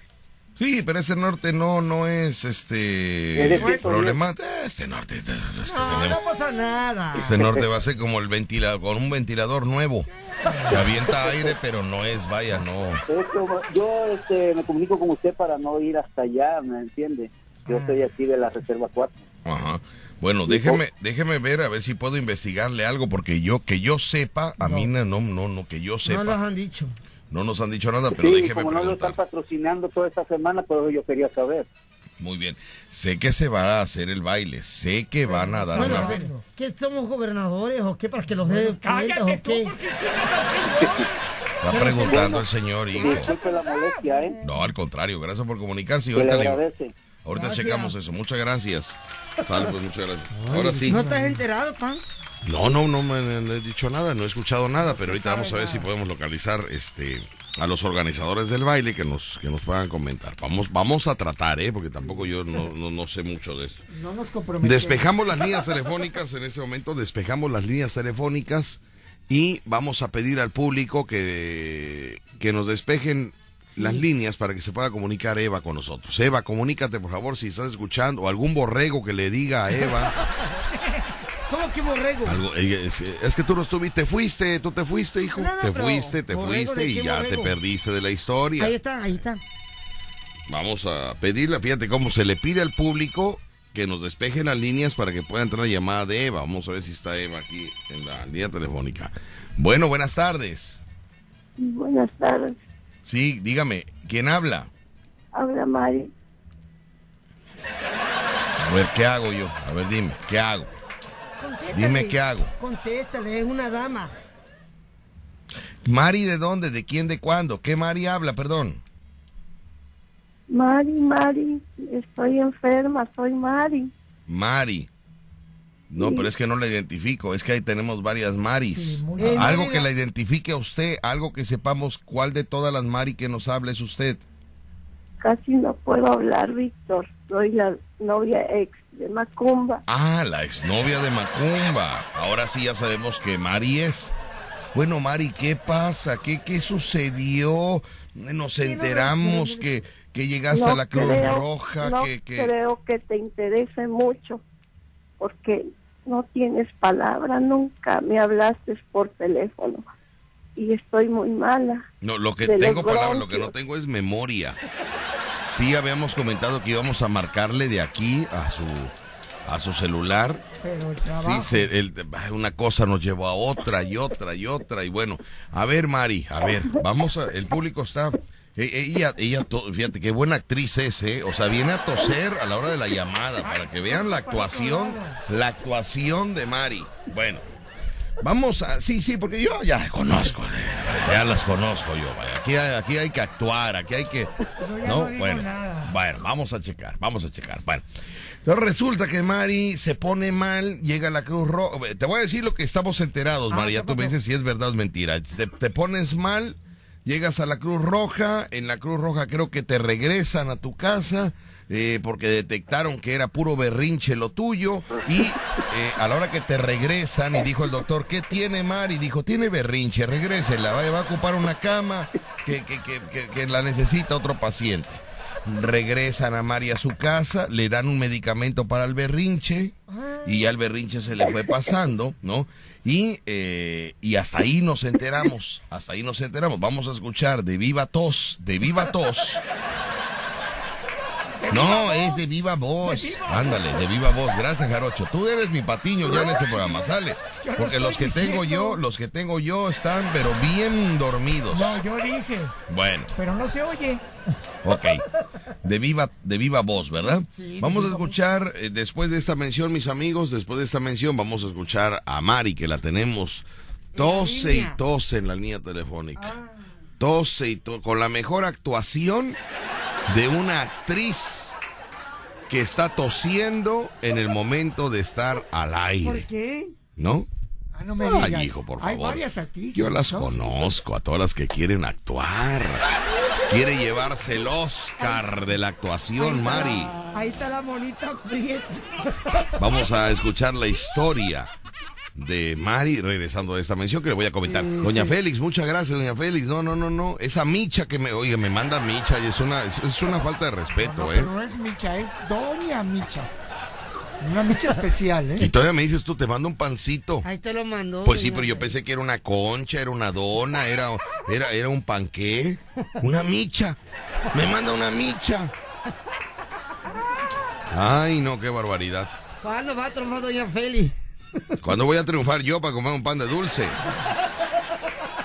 [SPEAKER 2] Sí, pero ese norte no, no es este...
[SPEAKER 6] Es de-
[SPEAKER 2] problema. Eh, Este norte... este
[SPEAKER 3] No,
[SPEAKER 2] tenemos-
[SPEAKER 3] Ah, no pasa nada.
[SPEAKER 2] Ese norte va a ser como el ventilador, con un ventilador nuevo. Que avienta aire, pero no es, vaya, no.
[SPEAKER 6] Es como- yo este, me comunico con usted para no ir hasta allá, ¿me entiende?
[SPEAKER 2] Mm.
[SPEAKER 6] Yo soy aquí de la Reserva 4.
[SPEAKER 2] Ajá. Bueno, déjeme, déjeme ver a ver si puedo investigarle algo, porque yo, que yo sepa, a mí no, no, no, no, que yo
[SPEAKER 3] No nos
[SPEAKER 2] sepa.
[SPEAKER 3] han dicho.
[SPEAKER 2] No nos han dicho nada, pero
[SPEAKER 6] Sí,
[SPEAKER 2] déjeme
[SPEAKER 6] como no lo están
[SPEAKER 2] preguntar.
[SPEAKER 6] patrocinando toda esta semana, pero yo quería saber.
[SPEAKER 2] Muy bien. Sé que se va a hacer el baile, sé que van a dar
[SPEAKER 3] Bueno,
[SPEAKER 2] una...
[SPEAKER 3] a ver, ¿qué somos gobernadores o qué para que los dé calientes o qué?
[SPEAKER 2] Está preguntando el señor, hijo.
[SPEAKER 6] Disculpe la molestia, ¿eh?
[SPEAKER 2] No, al contrario, gracias por comunicarse. y
[SPEAKER 6] Se le
[SPEAKER 2] Ahorita, le-
[SPEAKER 6] agradece.
[SPEAKER 2] ahorita
[SPEAKER 4] Gracias.
[SPEAKER 2] checamos eso. Muchas gracias. Salve, pues, muchas gracias. Ahora sí.
[SPEAKER 3] ¿No estás enterado, pan?
[SPEAKER 2] No, no, no me no he dicho nada, no he escuchado nada, pero ahorita vamos a ver si podemos localizar este a los organizadores del baile que nos que nos puedan comentar. Vamos vamos a tratar, eh, porque tampoco yo no, no, no sé mucho de esto.
[SPEAKER 4] No nos comprometemos.
[SPEAKER 2] Despejamos las líneas telefónicas en ese momento, despejamos las líneas telefónicas y vamos a pedir al público que que nos despejen las líneas para que se pueda comunicar Eva con nosotros. Eva, comunícate por favor si estás escuchando o algún borrego que le diga a Eva
[SPEAKER 3] ¿Cómo que borrego?
[SPEAKER 2] algo, eh, es, es que tú no estuviste, te fuiste, tú te fuiste, hijo.
[SPEAKER 3] No, no,
[SPEAKER 2] te
[SPEAKER 3] pero,
[SPEAKER 2] fuiste, te
[SPEAKER 3] borrego,
[SPEAKER 2] fuiste
[SPEAKER 3] ¿de
[SPEAKER 2] y
[SPEAKER 3] qué
[SPEAKER 2] ya
[SPEAKER 3] borrego?
[SPEAKER 2] te perdiste de la historia.
[SPEAKER 3] Ahí está, ahí está.
[SPEAKER 2] Vamos a pedirle, fíjate cómo se le pide al público que nos despejen las líneas para que pueda entrar la llamada de Eva. Vamos a ver si está Eva aquí en la línea telefónica. Bueno, buenas tardes.
[SPEAKER 9] Buenas tardes,
[SPEAKER 2] Sí, dígame, ¿quién habla?
[SPEAKER 9] habla Mari.
[SPEAKER 2] A ver, ¿qué hago yo? A ver, dime, ¿qué hago?
[SPEAKER 3] Contéstale.
[SPEAKER 2] Dime qué hago.
[SPEAKER 3] Contéstale, es una dama.
[SPEAKER 2] ¿Mari de dónde? ¿De quién? ¿De cuándo? ¿Qué Mari habla? Perdón.
[SPEAKER 9] Mari, Mari, estoy enferma, soy Mari.
[SPEAKER 2] Mari. No, pero es que no la identifico. Es que ahí tenemos varias Maris.
[SPEAKER 4] Sí, muy
[SPEAKER 2] Ah,
[SPEAKER 3] bien.
[SPEAKER 2] algo que la identifique a usted, algo que sepamos cuál de todas las Mari que nos habla es usted.
[SPEAKER 9] Casi no puedo hablar, Víctor. Soy la novia ex de Macumba.
[SPEAKER 2] Ah, la exnovia de Macumba. Ahora sí ya sabemos que Mari es. Bueno, Mari, ¿qué pasa? ¿Qué, qué sucedió? Nos enteramos que, que llegaste a la Cruz
[SPEAKER 9] creo-
[SPEAKER 2] Roja,
[SPEAKER 9] no
[SPEAKER 2] que... que-
[SPEAKER 9] creo que te interese mucho, porque no tienes palabra nunca. Me hablaste por teléfono y estoy muy mala.
[SPEAKER 2] No, lo que
[SPEAKER 9] de los
[SPEAKER 2] tengo palabra, lo que no
[SPEAKER 9] bronquios.
[SPEAKER 2] tengo es memoria. Sí habíamos comentado que íbamos a marcarle de aquí a su a su celular.
[SPEAKER 4] Pero el
[SPEAKER 2] Sí,
[SPEAKER 4] trabajo.
[SPEAKER 2] se- el- ay, una cosa nos llevó a otra y otra y otra y bueno, a ver Mari, a ver, vamos a el público está eh, ella ella to- fíjate qué buena actriz es, eh, o sea, viene a toser a la hora de la llamada para que vean la actuación, la actuación de Mari. Bueno, Vamos a, sí, sí, porque yo ya conozco, eh, ya las conozco yo, vaya. Aquí hay, aquí hay que actuar, aquí hay que,
[SPEAKER 4] Yo ya
[SPEAKER 2] no,
[SPEAKER 4] no digo
[SPEAKER 2] bueno,
[SPEAKER 4] nada.
[SPEAKER 2] bueno, vamos a checar, vamos a checar, bueno. Entonces resulta que Mari se pone mal, llega a la Cruz eh, Roja, te voy a decir lo que estamos enterados, Mari, ya tú me dices si es verdad o es mentira. Te, te pones mal, llegas a la Cruz Roja, en la Cruz Roja creo que te regresan a tu casa eh, porque detectaron que era puro berrinche lo tuyo y eh, a la hora que te regresan y dijo el doctor, ¿qué tiene Mari? Dijo, tiene berrinche, regrésela, va, va a ocupar una cama que, que- que- que- que la necesita otro paciente. Regresan a Mari a su casa, le dan un medicamento para el berrinche y ya el berrinche se le fue pasando, ¿no? Y, eh, y hasta ahí nos enteramos, hasta ahí nos enteramos. Vamos a escuchar de viva tos, de viva tos. No, es de viva voz. Ándale, de viva voz. Gracias, Jarocho. Tú eres mi patiño ya en ese programa, sale.
[SPEAKER 4] Yo no
[SPEAKER 2] Porque los
[SPEAKER 4] estoy
[SPEAKER 2] que tengo
[SPEAKER 4] diciendo.
[SPEAKER 2] yo, los que tengo yo están pero bien dormidos.
[SPEAKER 4] No, yo dije,
[SPEAKER 2] Bueno,
[SPEAKER 4] pero no se oye.
[SPEAKER 2] ok. De viva, de viva voz, ¿verdad? Vamos a escuchar, eh, después de esta mención, mis amigos, después de esta mención, vamos a escuchar a Mari, que la tenemos tose y tose en la línea telefónica. Tose y tose, con la mejor actuación de una actriz que está tosiendo en el momento de estar al
[SPEAKER 4] ¿Por
[SPEAKER 2] aire,
[SPEAKER 4] qué?
[SPEAKER 2] ¿no?
[SPEAKER 4] Ah, no me digas.
[SPEAKER 2] Ay, hijo, por favor.
[SPEAKER 4] Hay varias actrices.
[SPEAKER 2] Yo las
[SPEAKER 4] ¿no?
[SPEAKER 2] conozco, a todas las que quieren actuar. Quiere llevarse el Oscar de la actuación, Mari.
[SPEAKER 3] Ahí está la monita prieta.
[SPEAKER 2] Vamos a escuchar la historia de Mari regresando de esta mención que le voy a comentar.
[SPEAKER 3] Mm,
[SPEAKER 4] Mm,
[SPEAKER 2] Doña Félix, muchas gracias, doña Félix. No, no, no, no. Esa micha que me, oiga, me manda micha y es una, es, es una falta de respeto,
[SPEAKER 4] No,
[SPEAKER 2] ¿eh?
[SPEAKER 4] pero no es Micha, es Doña Micha. Una Micha especial,
[SPEAKER 2] Y
[SPEAKER 4] ¿eh?
[SPEAKER 2] todavía me dices tú, te mando un pancito.
[SPEAKER 3] Ahí te lo mandó.
[SPEAKER 2] Pues sí,
[SPEAKER 3] doña
[SPEAKER 2] pero yo
[SPEAKER 3] Félix.
[SPEAKER 2] pensé que era una concha, era una dona, era, era, era un panqué, una micha. Me manda una micha. Ay, no, qué barbaridad.
[SPEAKER 3] ¿Cuándo va a tomar doña Feli?
[SPEAKER 2] ¿Cuándo voy a triunfar yo para comer un pan de dulce?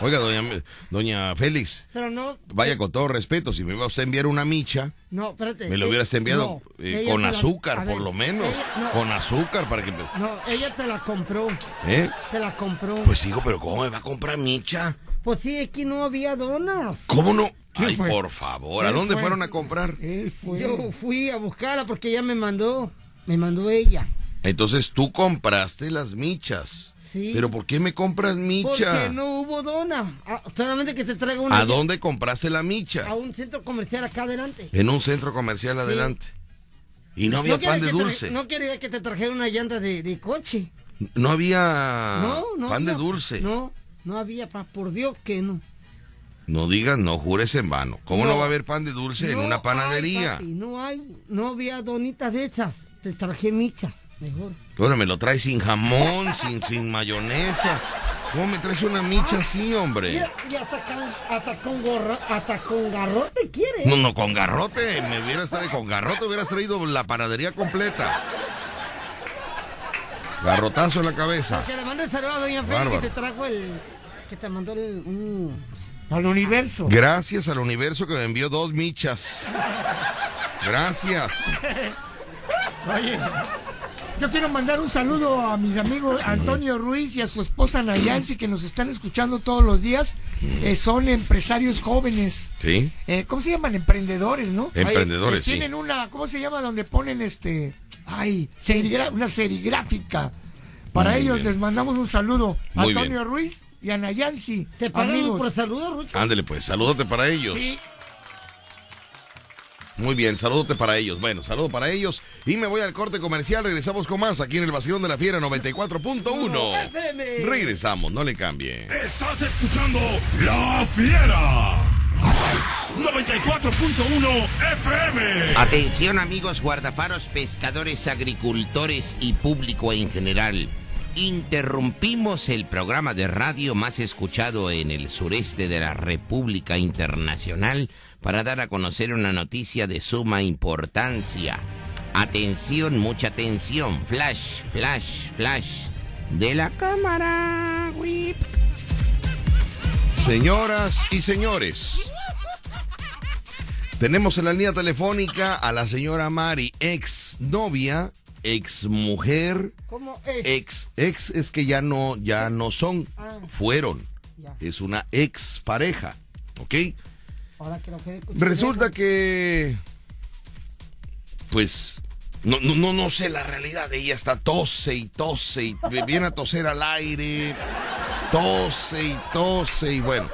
[SPEAKER 2] Oiga, doña, doña Félix,
[SPEAKER 3] Pero no,
[SPEAKER 2] vaya con todo respeto, si me iba usted a enviar una micha,
[SPEAKER 3] no, espérate.
[SPEAKER 2] me lo
[SPEAKER 3] Eh,
[SPEAKER 2] hubieras enviado
[SPEAKER 3] no,
[SPEAKER 2] eh,
[SPEAKER 3] ella
[SPEAKER 2] con
[SPEAKER 3] te la- a
[SPEAKER 2] azúcar,
[SPEAKER 3] ver,
[SPEAKER 2] por lo menos.
[SPEAKER 3] ella- no,
[SPEAKER 2] Con azúcar para que... me-
[SPEAKER 3] No, ella te la compró.
[SPEAKER 2] ¿Eh?
[SPEAKER 3] Te la compró. Pues,
[SPEAKER 2] Pues hijo, pero ¿cómo me va a comprar micha?
[SPEAKER 3] sí, es que no había donas.
[SPEAKER 2] ¿Cómo no?
[SPEAKER 4] ¿Quién
[SPEAKER 2] Ay,
[SPEAKER 4] fue?
[SPEAKER 2] por favor, ¿a
[SPEAKER 4] ¿Quién
[SPEAKER 2] dónde
[SPEAKER 4] fue?
[SPEAKER 2] fueron a comprar?
[SPEAKER 4] Él fue.
[SPEAKER 3] Yo fui a buscarla porque ella me mandó. Me mandó ella.
[SPEAKER 2] Entonces tú compraste las michas.
[SPEAKER 3] Sí.
[SPEAKER 2] Pero ¿por qué me compras micha?
[SPEAKER 3] Porque no hubo dona. Ah, solamente que te traiga una.
[SPEAKER 2] ¿A dónde compraste la micha?
[SPEAKER 3] A un centro comercial acá adelante.
[SPEAKER 2] En un centro comercial adelante. Y no había
[SPEAKER 3] No quería
[SPEAKER 2] pan de
[SPEAKER 3] que tra-
[SPEAKER 2] dulce. No,
[SPEAKER 3] No quería que te trajera una llanta de, de coche.
[SPEAKER 2] había
[SPEAKER 3] no, no.
[SPEAKER 2] pan de
[SPEAKER 3] no.
[SPEAKER 2] dulce. No.
[SPEAKER 3] No, no había pan. Por Dios que no.
[SPEAKER 2] digas, no jures en vano. ¿Cómo no,
[SPEAKER 3] No.
[SPEAKER 2] va a haber pan de dulce en
[SPEAKER 3] No
[SPEAKER 2] una panadería?
[SPEAKER 3] hay, papi, no hay, no había donitas de esas. Te traje michas, mejor.
[SPEAKER 2] Ahora me lo traes sin jamón, sin, sin mayonesa. ¿Cómo me traes una micha así, hombre?
[SPEAKER 3] Mira, y hasta con, hasta con, gorro, hasta con garrote quiere.
[SPEAKER 2] No, no, con garrote. Me hubieras traído, con garrote hubieras traído la panadería completa. Garrotazo en la cabeza.
[SPEAKER 3] Que le mande saludos a Doña Félix
[SPEAKER 2] Ah. Bárbaro.
[SPEAKER 3] que te trajo el... Que te mandó el... un-
[SPEAKER 4] Al universo.
[SPEAKER 2] Gracias al universo que me envió dos michas. Gracias.
[SPEAKER 4] Oye, yo quiero mandar un saludo a mis amigos Antonio Ruiz y a su esposa Nayansi que nos están escuchando todos los días.
[SPEAKER 2] Mm.
[SPEAKER 4] Eh, son empresarios jóvenes.
[SPEAKER 2] Sí.
[SPEAKER 4] Eh, ¿Cómo se llaman? Emprendedores, ¿no?
[SPEAKER 2] Emprendedores,
[SPEAKER 4] Pues
[SPEAKER 2] sí.
[SPEAKER 4] Tienen una, ¿cómo se llama? Donde ponen este. Ay, serigra- una serigráfica. Para
[SPEAKER 2] Muy
[SPEAKER 4] ellos
[SPEAKER 2] bien.
[SPEAKER 4] les mandamos un saludo. a
[SPEAKER 2] Muy
[SPEAKER 4] Antonio
[SPEAKER 2] bien.
[SPEAKER 4] Ruiz y a Nayansi.
[SPEAKER 3] ¿Te pagan por
[SPEAKER 4] amigos.
[SPEAKER 3] saludos, Rucho?
[SPEAKER 2] Ándale pues, salúdate para ellos.
[SPEAKER 4] Sí.
[SPEAKER 2] Muy bien, salúdate para ellos. Bueno, saludo para ellos. Y me voy al corte comercial. Regresamos con más aquí en el Vacilón de la Fiera 94.1. Regresamos, no le cambie.
[SPEAKER 5] Estás escuchando La Fiera 94.1 FM.
[SPEAKER 10] Atención amigos guardafaros, pescadores, agricultores y público en general. Interrumpimos el programa de radio más escuchado en el sureste de la República Internacional para dar a conocer una noticia de suma importancia. Atención, mucha atención. Flash, flash, flash. De la cámara. Whip.
[SPEAKER 2] Señoras y señores, tenemos en la línea telefónica a la señora Mari, ex novia, ex mujer,
[SPEAKER 3] ¿Cómo es? Ah.
[SPEAKER 2] ex, ex es que ya no, ya no son, fueron.
[SPEAKER 3] Ya.
[SPEAKER 2] Es una ex pareja, ¿ok?
[SPEAKER 3] Ahora que lo quede escuchando.
[SPEAKER 2] Resulta que. Pues. No, no, no, no sé la realidad. Ella está tose y tose y viene a toser al aire. Tose y tose y bueno.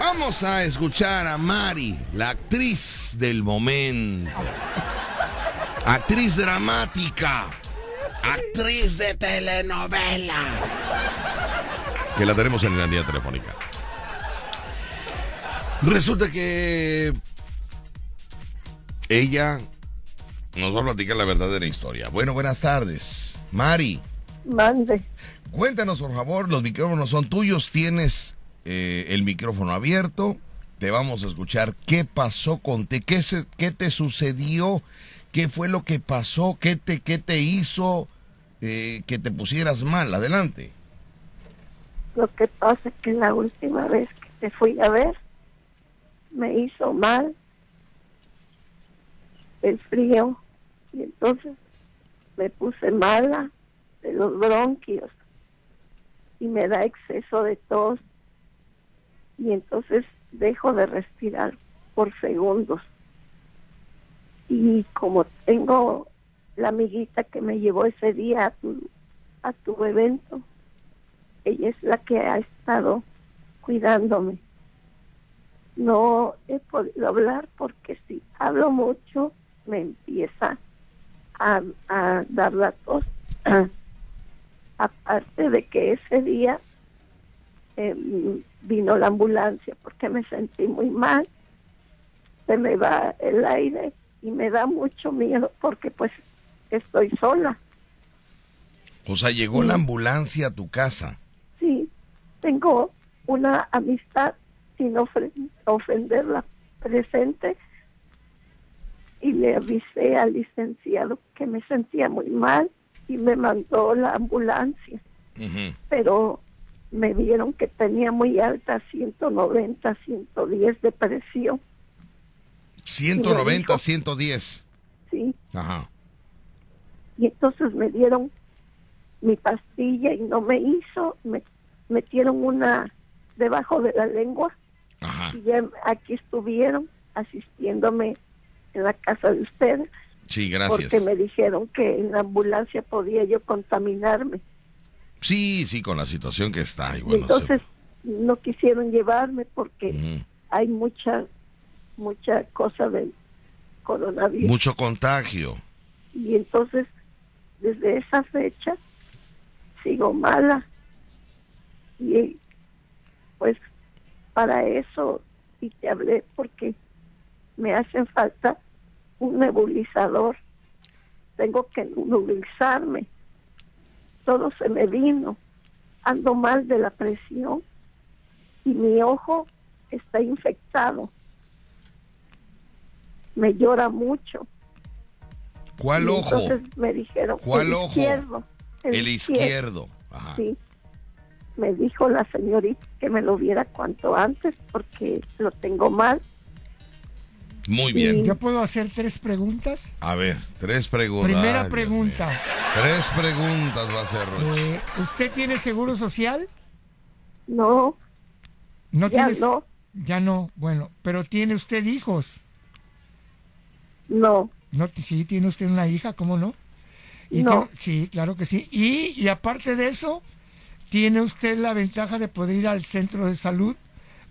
[SPEAKER 2] Vamos a escuchar a Mari, la actriz del momento. Actriz dramática. Actriz de telenovela. Que la tenemos en la línea telefónica. Resulta que ella nos va a platicar la verdadera historia. Bueno, buenas tardes. Mari,
[SPEAKER 9] Mande.
[SPEAKER 2] cuéntanos por favor, los micrófonos son tuyos, tienes eh, el micrófono abierto, te vamos a escuchar qué pasó con te, qué, se- qué te sucedió, qué fue lo que pasó, qué te, qué te hizo eh, que te pusieras mal. Adelante.
[SPEAKER 9] Lo que pasa es que la última vez que te fui a ver, me hizo mal el frío y entonces me puse mala de los bronquios y me da exceso de tos y entonces dejo de respirar por segundos. Y como tengo la amiguita que me llevó ese día a tu, a tu evento, ella es la que ha estado cuidándome. No he podido hablar porque si hablo mucho me empieza a, a dar la tos. Aparte de que ese día em, vino la ambulancia porque me sentí muy mal, se me va el aire y me da mucho miedo porque pues estoy sola.
[SPEAKER 2] O sea, llegó la ambulancia a tu casa.
[SPEAKER 9] sí, tengo una amistad sin ofre- ofenderla presente y le avisé al licenciado que me sentía muy mal y me mandó la ambulancia, pero me vieron que tenía muy alta 190, 110 de presión,
[SPEAKER 2] 190, 110.
[SPEAKER 9] sí,
[SPEAKER 2] Ajá.
[SPEAKER 9] y entonces me dieron mi pastilla y no me hizo, me metieron una debajo de la lengua
[SPEAKER 2] Ajá.
[SPEAKER 9] y ya aquí estuvieron asistiéndome en la casa de ustedes
[SPEAKER 2] Sí, gracias.
[SPEAKER 9] porque me dijeron que en la ambulancia podía yo contaminarme
[SPEAKER 2] Sí, sí, con la situación que está. Y
[SPEAKER 9] Y
[SPEAKER 2] bueno,
[SPEAKER 9] entonces no quisieron llevarme porque hay mucha mucha cosa del
[SPEAKER 2] se-
[SPEAKER 9] coronavirus
[SPEAKER 2] mucho contagio.
[SPEAKER 9] y entonces desde esa fecha sigo mala y pues para eso y te hablé porque me hacen falta un nebulizador tengo que nebulizarme todo se me vino ando mal de la presión y mi ojo está infectado me llora mucho
[SPEAKER 2] ¿Cuál
[SPEAKER 9] y
[SPEAKER 2] ojo?
[SPEAKER 9] Entonces me dijeron,
[SPEAKER 2] ¿Cuál
[SPEAKER 9] el
[SPEAKER 2] ojo?
[SPEAKER 9] izquierdo.
[SPEAKER 2] El izquierdo. Ajá.
[SPEAKER 9] Sí. Me dijo la señorita que me lo viera cuanto antes porque lo tengo mal.
[SPEAKER 2] Muy bien.
[SPEAKER 4] ¿Ya puedo hacer tres preguntas?
[SPEAKER 2] A ver, tres preguntas.
[SPEAKER 4] Primera
[SPEAKER 2] Oh, Ay, Dios
[SPEAKER 4] pregunta.
[SPEAKER 2] mío. Tres preguntas va a ser, Rucho.
[SPEAKER 4] eh, ¿Usted tiene seguro social?
[SPEAKER 9] No,
[SPEAKER 4] No
[SPEAKER 9] Ya
[SPEAKER 4] tienes-
[SPEAKER 9] no.
[SPEAKER 4] Ya no. Bueno, pero ¿tiene usted hijos?
[SPEAKER 9] no,
[SPEAKER 4] No, t- sí, tiene usted una hija, ¿cómo no? Y
[SPEAKER 9] No.
[SPEAKER 4] tiene- sí, claro que sí. Y, y aparte de eso, tiene usted la ventaja de poder ir al centro de salud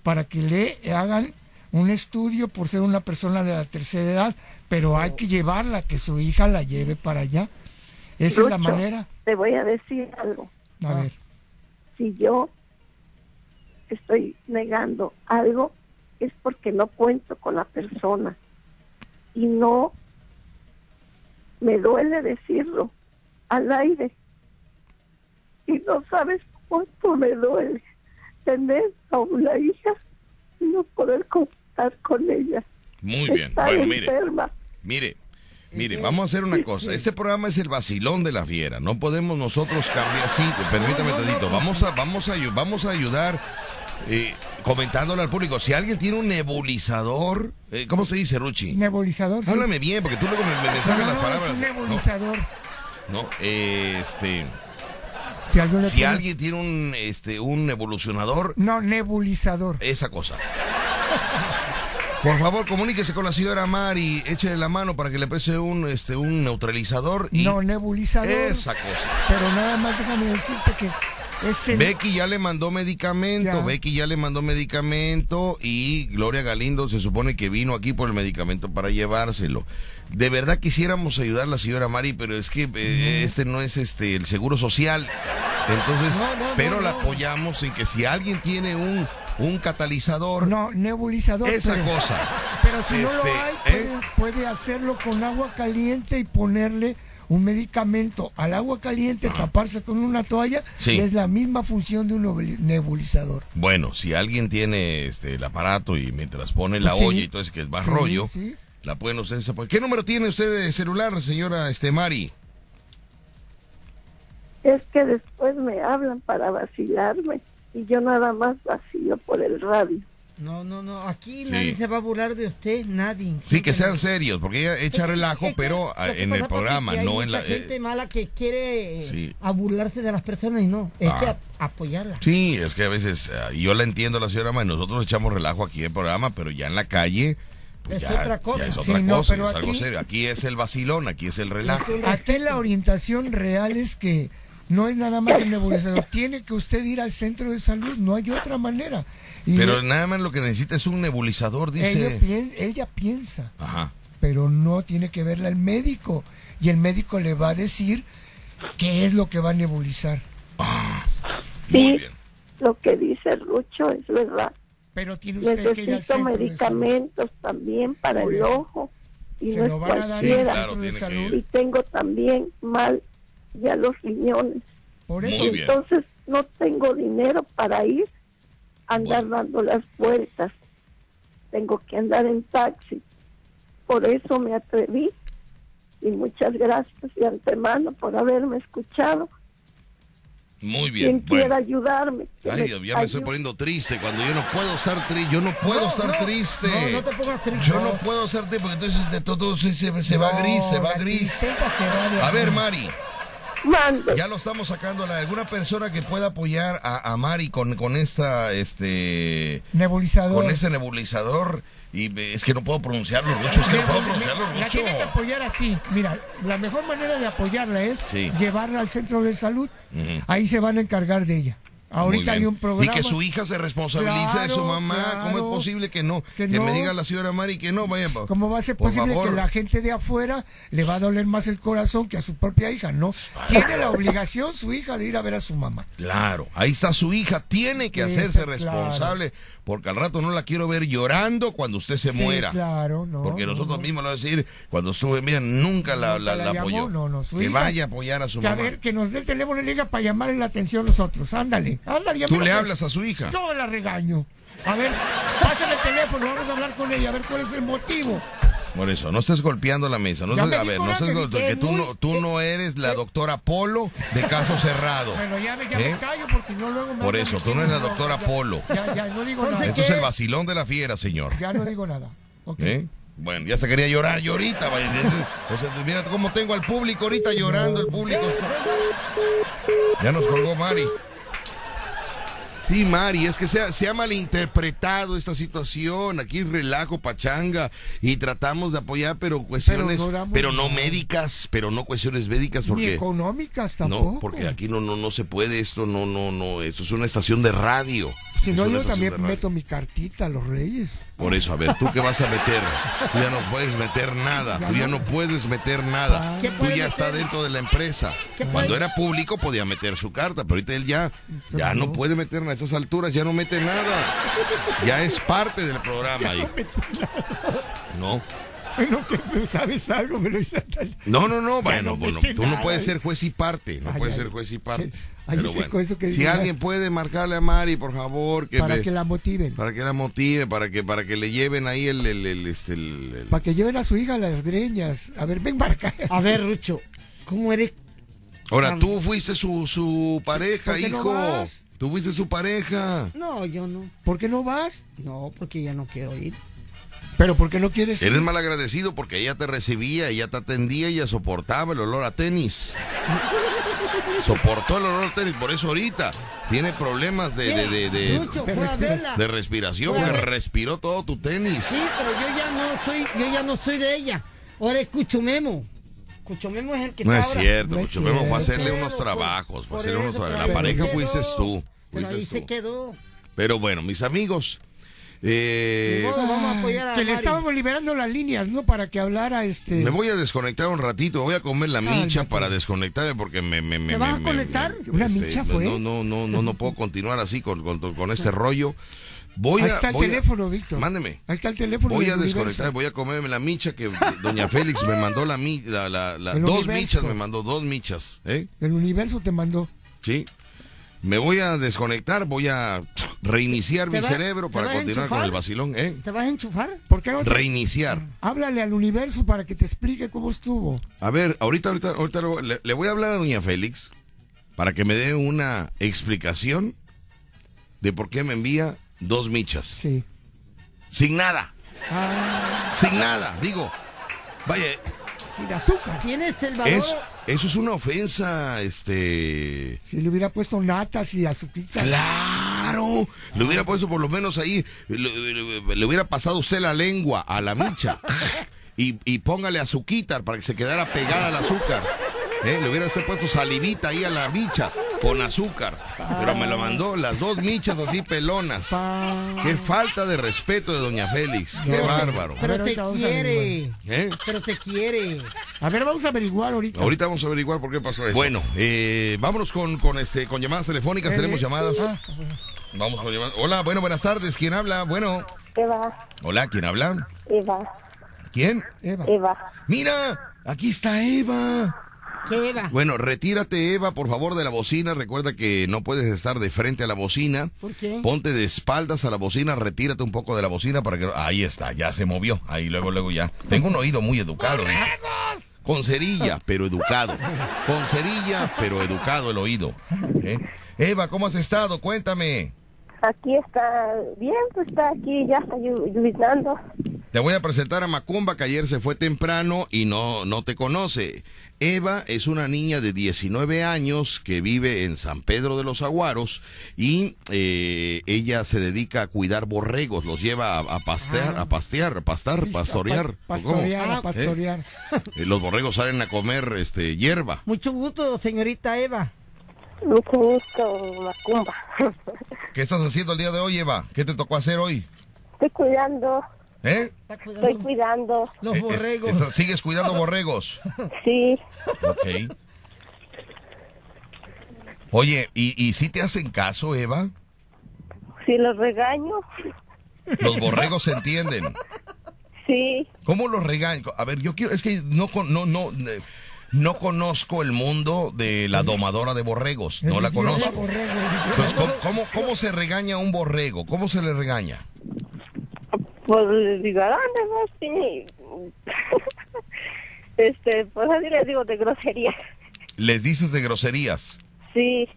[SPEAKER 4] para que le hagan un estudio por ser una persona de la tercera edad, pero hay que llevarla, que su hija la lleve para allá. Esa es la
[SPEAKER 9] Rucho,
[SPEAKER 4] manera.
[SPEAKER 9] te voy a decir algo.
[SPEAKER 4] A ver,
[SPEAKER 9] Si yo estoy negando algo es porque no cuento con la persona y no me duele decirlo al aire y no sabes cuánto me duele tener a una hija y no poder contar con ella
[SPEAKER 2] Muy bien.
[SPEAKER 9] Estar
[SPEAKER 2] Bueno, mire,
[SPEAKER 9] enferma
[SPEAKER 2] mire, mire, vamos a hacer una cosa. Este programa es el vacilón de la fiera. No podemos nosotros cambiar. Sí, permítame tantito. Vamos a, vamos a, ayu- vamos a ayudar eh, comentándole al público. Si alguien tiene un nebulizador, eh, ¿cómo se dice, Ruchi?
[SPEAKER 4] nebulizador. sí.
[SPEAKER 2] Háblame bien, porque tú luego me, me- me sacas
[SPEAKER 4] No,
[SPEAKER 2] las
[SPEAKER 4] no,
[SPEAKER 2] palabras.
[SPEAKER 4] es un
[SPEAKER 2] No,
[SPEAKER 4] nebulizador.
[SPEAKER 2] no, eh, este,
[SPEAKER 4] Si, alguien le
[SPEAKER 2] si
[SPEAKER 4] pone-
[SPEAKER 2] alguien tiene un, este, un evolucionador,
[SPEAKER 4] No, nebulizador.
[SPEAKER 2] esa cosa. Por favor, comuníquese con la señora Mari, échele la mano para que le preste un, este, un neutralizador y
[SPEAKER 4] No, nebulizador.
[SPEAKER 2] esa cosa.
[SPEAKER 4] Pero nada más déjame decirte que Es el-
[SPEAKER 2] Becky ya le mandó medicamento,
[SPEAKER 4] Ya.
[SPEAKER 2] Becky ya le mandó medicamento y Gloria Galindo se supone que vino aquí por el medicamento para llevárselo. De verdad quisiéramos ayudar a la señora Mari, pero es que eh, este no es este el seguro social. Entonces,
[SPEAKER 4] No, no, no,
[SPEAKER 2] pero la
[SPEAKER 4] no.
[SPEAKER 2] apoyamos en que si alguien tiene un, un catalizador,
[SPEAKER 4] No, nebulizador.
[SPEAKER 2] esa
[SPEAKER 4] pero-
[SPEAKER 2] cosa.
[SPEAKER 4] Pero si no lo
[SPEAKER 2] Este,
[SPEAKER 4] hay, pues-
[SPEAKER 2] ¿eh?
[SPEAKER 4] puede, puede hacerlo con agua caliente y ponerle un medicamento al agua caliente, taparse con una toalla,
[SPEAKER 2] Sí.
[SPEAKER 4] y es la misma función de un nobili- nebulizador.
[SPEAKER 2] Bueno, si alguien tiene este el aparato y mientras pone la
[SPEAKER 4] Pues sí.
[SPEAKER 2] olla y todo eso que es más
[SPEAKER 4] Sí,
[SPEAKER 2] rollo,
[SPEAKER 4] sí.
[SPEAKER 2] la pueden usar esa- ¿Qué número tiene usted de celular, señora este Mari?
[SPEAKER 9] Es que después me hablan para vacilarme y yo nada más vacilo por el radio.
[SPEAKER 3] No, no, no. Aquí
[SPEAKER 2] Sí.
[SPEAKER 3] nadie se va a burlar de usted, nadie.
[SPEAKER 2] Sí, que sean serios, porque ella echa relajo,
[SPEAKER 3] Pues, Es que
[SPEAKER 2] pero ah,
[SPEAKER 3] lo que
[SPEAKER 2] en
[SPEAKER 3] pasa,
[SPEAKER 2] el
[SPEAKER 3] Pati,
[SPEAKER 2] programa,
[SPEAKER 3] que hay
[SPEAKER 2] no en
[SPEAKER 3] mucha
[SPEAKER 2] la.
[SPEAKER 3] gente
[SPEAKER 2] eh,
[SPEAKER 3] mala que quiere eh,
[SPEAKER 2] Sí.
[SPEAKER 3] a burlarse de las personas y no. Es
[SPEAKER 2] Ah.
[SPEAKER 3] que a- apoyarla.
[SPEAKER 2] Sí, es que a veces eh, yo la entiendo a la señora Mari, nosotros echamos relajo aquí en el programa, pero ya en la calle. Pues
[SPEAKER 3] Es
[SPEAKER 2] ya,
[SPEAKER 3] otra cosa.
[SPEAKER 2] ya es
[SPEAKER 4] Sí,
[SPEAKER 2] otra
[SPEAKER 4] no,
[SPEAKER 2] cosa,
[SPEAKER 4] pero
[SPEAKER 2] es algo
[SPEAKER 4] aquí-
[SPEAKER 2] serio. Aquí es el vacilón, aquí es el relajo.
[SPEAKER 4] Aquí la orientación real es que no es nada más el nebulizador, tiene que usted ir al centro de salud, no hay otra manera. Y
[SPEAKER 2] Pero nada más lo que necesita es un nebulizador,
[SPEAKER 4] ella,
[SPEAKER 2] dice.
[SPEAKER 4] pien- ella piensa,
[SPEAKER 2] Ajá.
[SPEAKER 4] pero no tiene que verla el médico, y el médico le va a decir qué es lo que va a nebulizar.
[SPEAKER 2] Muy
[SPEAKER 9] Sí,
[SPEAKER 2] bien.
[SPEAKER 9] lo que dice Rucho es verdad.
[SPEAKER 4] Pero tiene usted que ir al centro
[SPEAKER 9] Necesito
[SPEAKER 4] de salud.
[SPEAKER 9] medicamentos también para
[SPEAKER 4] Por
[SPEAKER 9] el
[SPEAKER 4] eso.
[SPEAKER 9] ojo y
[SPEAKER 4] Se
[SPEAKER 9] no
[SPEAKER 4] lo
[SPEAKER 9] es
[SPEAKER 4] van a dar en el
[SPEAKER 9] cualquiera.
[SPEAKER 2] Claro,
[SPEAKER 4] centro de
[SPEAKER 2] tiene que
[SPEAKER 4] salud.
[SPEAKER 9] Y tengo también mal ya los riñones.
[SPEAKER 4] Por
[SPEAKER 2] Muy
[SPEAKER 4] eso,
[SPEAKER 2] bien.
[SPEAKER 9] Entonces no tengo dinero para ir a andar
[SPEAKER 2] Bueno.
[SPEAKER 9] dando las vueltas. Tengo que andar en taxi. Por eso me atreví. Y muchas gracias de antemano por haberme escuchado. Quien
[SPEAKER 2] Muy bien.
[SPEAKER 9] quiera
[SPEAKER 2] bueno.
[SPEAKER 9] ayudarme. que
[SPEAKER 2] Ay, Dios, ya me estoy
[SPEAKER 9] ayude.
[SPEAKER 2] poniendo triste cuando yo no puedo estar triste. Yo no puedo
[SPEAKER 3] No,
[SPEAKER 2] estar
[SPEAKER 3] no,
[SPEAKER 2] triste.
[SPEAKER 3] No, no te pongas triste.
[SPEAKER 2] Yo no puedo estar triste porque entonces de todo se, se- se va
[SPEAKER 4] No,
[SPEAKER 2] gris, se va
[SPEAKER 4] la
[SPEAKER 2] gris.
[SPEAKER 4] tristeza se va de
[SPEAKER 2] A ver,
[SPEAKER 4] ahí.
[SPEAKER 2] Mari,
[SPEAKER 9] Mande.
[SPEAKER 2] ya lo estamos sacando. ¿Hay ¿Alguna persona que pueda apoyar a, a Mari con, con esta, este,
[SPEAKER 4] Nebulizador.
[SPEAKER 2] con este nebulizador? Y ve- es que no puedo pronunciarlo, Rucho, es que no puedo pronunciarlo,
[SPEAKER 4] La
[SPEAKER 2] Rucho.
[SPEAKER 4] tiene que apoyar así. Mira, la mejor manera de apoyarla es
[SPEAKER 2] Sí.
[SPEAKER 4] llevarla al centro de salud.
[SPEAKER 2] Ujú.
[SPEAKER 4] Ahí se van a encargar de ella.
[SPEAKER 2] Muy
[SPEAKER 4] Ahorita hay
[SPEAKER 2] bien.
[SPEAKER 4] un programa.
[SPEAKER 2] Y que su hija se responsabilice de su
[SPEAKER 4] Claro,
[SPEAKER 2] mamá. ¿Cómo es
[SPEAKER 4] claro.
[SPEAKER 2] posible que no?
[SPEAKER 4] Que
[SPEAKER 2] Que,
[SPEAKER 4] no. Pues,
[SPEAKER 2] me diga la señora Mari que no, vaya. pa-
[SPEAKER 4] ¿Cómo va a ser
[SPEAKER 2] por
[SPEAKER 4] posible
[SPEAKER 2] favor.
[SPEAKER 4] que la gente de afuera le va a doler más el corazón que a su propia hija? No. Tiene la obligación su hija de ir a ver a su mamá.
[SPEAKER 2] Claro, ahí está su hija, tiene que
[SPEAKER 4] Sí,
[SPEAKER 2] hacerse
[SPEAKER 4] está
[SPEAKER 2] responsable, porque al rato no la quiero ver llorando cuando usted se
[SPEAKER 4] Sí,
[SPEAKER 2] muera.
[SPEAKER 4] claro, no,
[SPEAKER 2] Porque
[SPEAKER 4] no,
[SPEAKER 2] nosotros
[SPEAKER 4] no.
[SPEAKER 2] mismos le vamos a decir, cuando sube bien, nunca la,
[SPEAKER 4] Nunca la
[SPEAKER 2] la, la
[SPEAKER 4] llamó,
[SPEAKER 2] apoyó.
[SPEAKER 4] no, no, su
[SPEAKER 2] que
[SPEAKER 4] hija-
[SPEAKER 2] vaya a apoyar a su
[SPEAKER 4] Que, a
[SPEAKER 2] mamá.
[SPEAKER 4] ver, que nos dé el teléfono y le diga para llamarle la atención a nosotros. Ándale, ándale. ya
[SPEAKER 2] Tú
[SPEAKER 4] me
[SPEAKER 2] le
[SPEAKER 4] lo-
[SPEAKER 2] hablas a su hija.
[SPEAKER 4] Yo la regaño. A ver, pásame el teléfono, vamos a hablar con ella, a ver cuál es el motivo.
[SPEAKER 2] Por eso, no estés golpeando la mesa. No
[SPEAKER 4] Ya
[SPEAKER 2] estés-
[SPEAKER 4] me
[SPEAKER 2] a
[SPEAKER 4] di
[SPEAKER 2] ver, no estés
[SPEAKER 4] coraje,
[SPEAKER 2] golpeando,
[SPEAKER 4] dije,
[SPEAKER 2] que tú
[SPEAKER 4] muy- ¿Eh?
[SPEAKER 2] no, tú no eres la doctora Polo de caso cerrado.
[SPEAKER 4] Bueno, ya, me- ya
[SPEAKER 2] ¿Eh?
[SPEAKER 4] me callo porque no luego me
[SPEAKER 2] Por
[SPEAKER 4] andan
[SPEAKER 2] eso, tú no
[SPEAKER 4] metiendo
[SPEAKER 2] eres la
[SPEAKER 4] bronca,
[SPEAKER 2] doctora
[SPEAKER 4] ya-
[SPEAKER 2] Polo.
[SPEAKER 4] Ya, ya, no digo nada.
[SPEAKER 2] Esto es el vacilón de la fiera, señor.
[SPEAKER 4] Ya no digo nada. Ok.
[SPEAKER 2] ¿Eh? Bueno, ya se quería llorar yo ahorita. vaya. O sea, mira cómo tengo al público ahorita llorando, el público. Ya nos colgó Mari. Sí, Mari, es que se ha, se ha malinterpretado esta situación. Aquí relajo, pachanga, y tratamos de apoyar, pero cuestiones,
[SPEAKER 4] Pero no
[SPEAKER 2] pero,
[SPEAKER 4] damos
[SPEAKER 2] no
[SPEAKER 4] nada.
[SPEAKER 2] médicas, pero no cuestiones médicas,
[SPEAKER 4] Ni
[SPEAKER 2] porque
[SPEAKER 4] económicas tampoco.
[SPEAKER 2] no, porque aquí no, no, no se puede esto, no, no, no, esto es una estación de radio.
[SPEAKER 4] Si
[SPEAKER 2] Es
[SPEAKER 4] no,
[SPEAKER 2] una
[SPEAKER 4] yo
[SPEAKER 2] estación de
[SPEAKER 4] también
[SPEAKER 2] radio.
[SPEAKER 4] meto mi cartita a los reyes.
[SPEAKER 2] Por eso, a ver, ¿tú qué vas a meter? Tú ya no puedes meter nada, tú ya no puedes meter nada.
[SPEAKER 3] ¿Qué
[SPEAKER 2] Tú
[SPEAKER 3] puede
[SPEAKER 2] ya está
[SPEAKER 3] meter?
[SPEAKER 2] dentro de la empresa.
[SPEAKER 3] ¿Qué
[SPEAKER 2] Cuando
[SPEAKER 3] puede?
[SPEAKER 2] era público podía meter su carta, pero ahorita él ya, ya no puede meter nada. A estas alturas ya no mete nada. Ya es parte del programa ahí. No.
[SPEAKER 4] Bueno, que pues, sabes algo, me lo hice hasta el-
[SPEAKER 2] No, no, no, bueno,
[SPEAKER 4] no
[SPEAKER 2] bueno,
[SPEAKER 4] mete
[SPEAKER 2] tú no
[SPEAKER 4] nada.
[SPEAKER 2] puedes ser juez y parte, no
[SPEAKER 4] Ay,
[SPEAKER 2] puedes
[SPEAKER 4] ay.
[SPEAKER 2] ser juez y parte.
[SPEAKER 4] Ay,
[SPEAKER 2] Pero
[SPEAKER 4] ese
[SPEAKER 2] bueno,
[SPEAKER 4] coso que
[SPEAKER 2] si
[SPEAKER 4] dice-
[SPEAKER 2] alguien puede marcarle a Mari, por favor, que
[SPEAKER 4] para
[SPEAKER 2] ve-
[SPEAKER 4] que la motiven.
[SPEAKER 2] para que la motive, para que para que le lleven ahí el, el, el, este, el- el-
[SPEAKER 4] Para que lleven a su hija a las greñas. A ver, ven para acá.
[SPEAKER 3] A ver, Rucho, ¿cómo eres?
[SPEAKER 2] Ahora, tú fuiste su, su pareja,
[SPEAKER 4] ¿Por qué no
[SPEAKER 2] hijo.
[SPEAKER 4] vas?
[SPEAKER 2] tú fuiste su pareja.
[SPEAKER 3] No, yo no.
[SPEAKER 4] ¿Por qué no vas?
[SPEAKER 3] No, porque ya no quiero ir.
[SPEAKER 4] Pero ¿por qué no quieres? ir?
[SPEAKER 2] Eres malagradecido porque ella te recibía, ella te atendía, ella soportaba el olor a tenis. Soportó el olor a tenis, por eso ahorita tiene problemas de, de, de, de-
[SPEAKER 3] Rucho, fue a
[SPEAKER 4] respira.
[SPEAKER 3] verla.
[SPEAKER 2] de respiración, que respiró todo tu tenis.
[SPEAKER 3] Sí, pero yo ya no soy, yo ya no soy de ella. Ahora escucho Memo. Cuchomemo es el que
[SPEAKER 2] No es
[SPEAKER 3] está ahora.
[SPEAKER 2] cierto,
[SPEAKER 3] No es
[SPEAKER 2] Cucho Memo fue a
[SPEAKER 3] cierto.
[SPEAKER 2] hacerle unos
[SPEAKER 3] Pero,
[SPEAKER 2] trabajos, fue a
[SPEAKER 3] por
[SPEAKER 2] hacerle unos
[SPEAKER 3] eso,
[SPEAKER 2] trabajos.
[SPEAKER 3] pero
[SPEAKER 2] La pareja
[SPEAKER 3] ahí
[SPEAKER 2] fuiste
[SPEAKER 3] quedó.
[SPEAKER 2] tú.
[SPEAKER 3] Pero
[SPEAKER 2] fuiste
[SPEAKER 3] ahí
[SPEAKER 2] tú.
[SPEAKER 3] se quedó.
[SPEAKER 2] Pero bueno, mis amigos, eh,
[SPEAKER 3] Ni modo, vamos a apoyar a
[SPEAKER 4] Que le
[SPEAKER 3] Mari.
[SPEAKER 4] estábamos liberando las líneas, ¿no? Para que hablara este.
[SPEAKER 2] me voy a desconectar un ratito, voy a comer la micha para desconectarme porque me... me, me
[SPEAKER 3] ¿Te vas
[SPEAKER 2] me-
[SPEAKER 3] a
[SPEAKER 2] me-
[SPEAKER 3] conectar?
[SPEAKER 2] me-
[SPEAKER 4] ¿Una
[SPEAKER 2] este,
[SPEAKER 4] micha
[SPEAKER 2] no,
[SPEAKER 4] fue?
[SPEAKER 2] No, no, no, no, no puedo continuar así con, con, con este rollo. Voy
[SPEAKER 4] Ahí
[SPEAKER 2] a,
[SPEAKER 4] está el
[SPEAKER 2] voy a-
[SPEAKER 4] teléfono, Víctor.
[SPEAKER 2] Mándeme.
[SPEAKER 4] Ahí está el teléfono.
[SPEAKER 2] Voy
[SPEAKER 4] del
[SPEAKER 2] a
[SPEAKER 4] universo.
[SPEAKER 2] desconectar, voy a comerme la micha que doña Félix me mandó la, mi- la, la- la-
[SPEAKER 4] El
[SPEAKER 2] dos
[SPEAKER 4] universo.
[SPEAKER 2] michas, me mandó dos michas, ¿eh?
[SPEAKER 4] El universo te mandó.
[SPEAKER 2] Sí. Me voy a desconectar, voy a reiniciar
[SPEAKER 3] ¿Te
[SPEAKER 2] mi
[SPEAKER 3] va-
[SPEAKER 2] cerebro
[SPEAKER 3] te
[SPEAKER 2] para
[SPEAKER 3] vas a
[SPEAKER 2] continuar con
[SPEAKER 3] enchufar?
[SPEAKER 2] el vacilón, ¿eh?
[SPEAKER 3] ¿Te vas a enchufar?
[SPEAKER 4] ¿Por qué no te-
[SPEAKER 2] Reiniciar.
[SPEAKER 4] Háblale al universo para que te explique cómo estuvo.
[SPEAKER 2] A ver, ahorita, ahorita, ahorita lo- le, le voy a hablar a doña Félix para que me dé una explicación de por qué me envía dos michas.
[SPEAKER 4] Sí.
[SPEAKER 2] Sin nada,
[SPEAKER 4] Ah,
[SPEAKER 2] sin nada. Digo, vaya,
[SPEAKER 4] sin azúcar.
[SPEAKER 3] ¿Tienes el valor?
[SPEAKER 2] es, eso es una ofensa, este...
[SPEAKER 4] Si le hubiera puesto natas y azuquita.
[SPEAKER 2] Claro, le hubiera puesto por lo menos ahí, le, le- le hubiera pasado usted la lengua a la micha y, y póngale azuquitar para que se quedara pegada al azúcar. ¿Eh? Le hubiera usted puesto salivita ahí a la micha con azúcar, pero me lo mandó las dos michas así pelonas. Qué falta de respeto de doña Félix, qué bárbaro.
[SPEAKER 4] A ver,
[SPEAKER 3] Pero te
[SPEAKER 4] ahorita vamos a
[SPEAKER 3] quiere.
[SPEAKER 2] ¿Eh?
[SPEAKER 3] Pero te quiere.
[SPEAKER 4] A ver, vamos a averiguar ahorita.
[SPEAKER 2] Ahorita vamos a averiguar por qué pasó eso. Bueno, eh, vámonos con, con, este, con llamadas telefónicas, tenemos llamadas.
[SPEAKER 3] Ah.
[SPEAKER 2] Ah. Vamos con llamadas. Hola, bueno, buenas tardes. ¿Quién habla? Bueno.
[SPEAKER 9] Eva,
[SPEAKER 2] Hola, ¿quién habla?
[SPEAKER 9] Eva,
[SPEAKER 2] ¿Quién?
[SPEAKER 4] Eva.
[SPEAKER 9] Eva.
[SPEAKER 2] Mira, aquí está Eva.
[SPEAKER 3] ¿Qué Eva?
[SPEAKER 2] Bueno, retírate Eva, por favor, de la bocina. Recuerda que no puedes estar de frente a la bocina.
[SPEAKER 3] ¿Por qué?
[SPEAKER 2] Ponte de espaldas a la bocina, retírate un poco de la bocina para que... Ahí está, ya se movió. Ahí luego, luego ya. Tengo un oído muy educado. ¿eh? Con cerilla, pero educado. Con cerilla, pero educado el oído. ¿eh? Eva, ¿cómo has estado? Cuéntame.
[SPEAKER 9] Aquí está bien, pues está aquí, ya está llu- lloviznando.
[SPEAKER 2] Te voy a presentar a Macumba, que ayer se fue temprano y no, no te conoce. Eva es una niña de 19 años que vive en San Pedro de los Aguaros y eh, ella se dedica a cuidar borregos, los lleva a, a pastear, a pastear, a pastar, pastorear.
[SPEAKER 4] Ah. Pa-
[SPEAKER 2] ¿o cómo?
[SPEAKER 4] Pastorear,
[SPEAKER 2] Ah,
[SPEAKER 4] a pastorear.
[SPEAKER 2] ¿eh? Eh, Los borregos salen a comer este hierba.
[SPEAKER 3] Mucho gusto, señorita Eva.
[SPEAKER 9] Mucho gusto, Macumba.
[SPEAKER 2] ¿Qué estás haciendo el día de hoy, Eva? ¿Qué te tocó hacer hoy?
[SPEAKER 9] Estoy cuidando,
[SPEAKER 2] ¿Eh?
[SPEAKER 3] Está cuidando
[SPEAKER 9] estoy cuidando.
[SPEAKER 3] los
[SPEAKER 2] Eh,
[SPEAKER 3] borregos.
[SPEAKER 2] es- estás- ¿Sigues cuidando borregos?
[SPEAKER 9] Sí,
[SPEAKER 2] Ok. Oye, ¿y, ¿y si te hacen caso, Eva?
[SPEAKER 9] sí los regaño.
[SPEAKER 2] Los borregos se entienden.
[SPEAKER 9] Sí,
[SPEAKER 2] ¿Cómo los regañan? A ver, yo quiero, es que no, con- no, no, eh, no conozco el mundo de la domadora de borregos. No la conozco. Entonces, ¿cómo, cómo, cómo se regaña a un borrego? ¿Cómo se le regaña?
[SPEAKER 9] pues le digo, ¿a dónde vas? Sí. Este, pues así les digo de grosería.
[SPEAKER 2] Les dices de groserías.
[SPEAKER 9] Sí,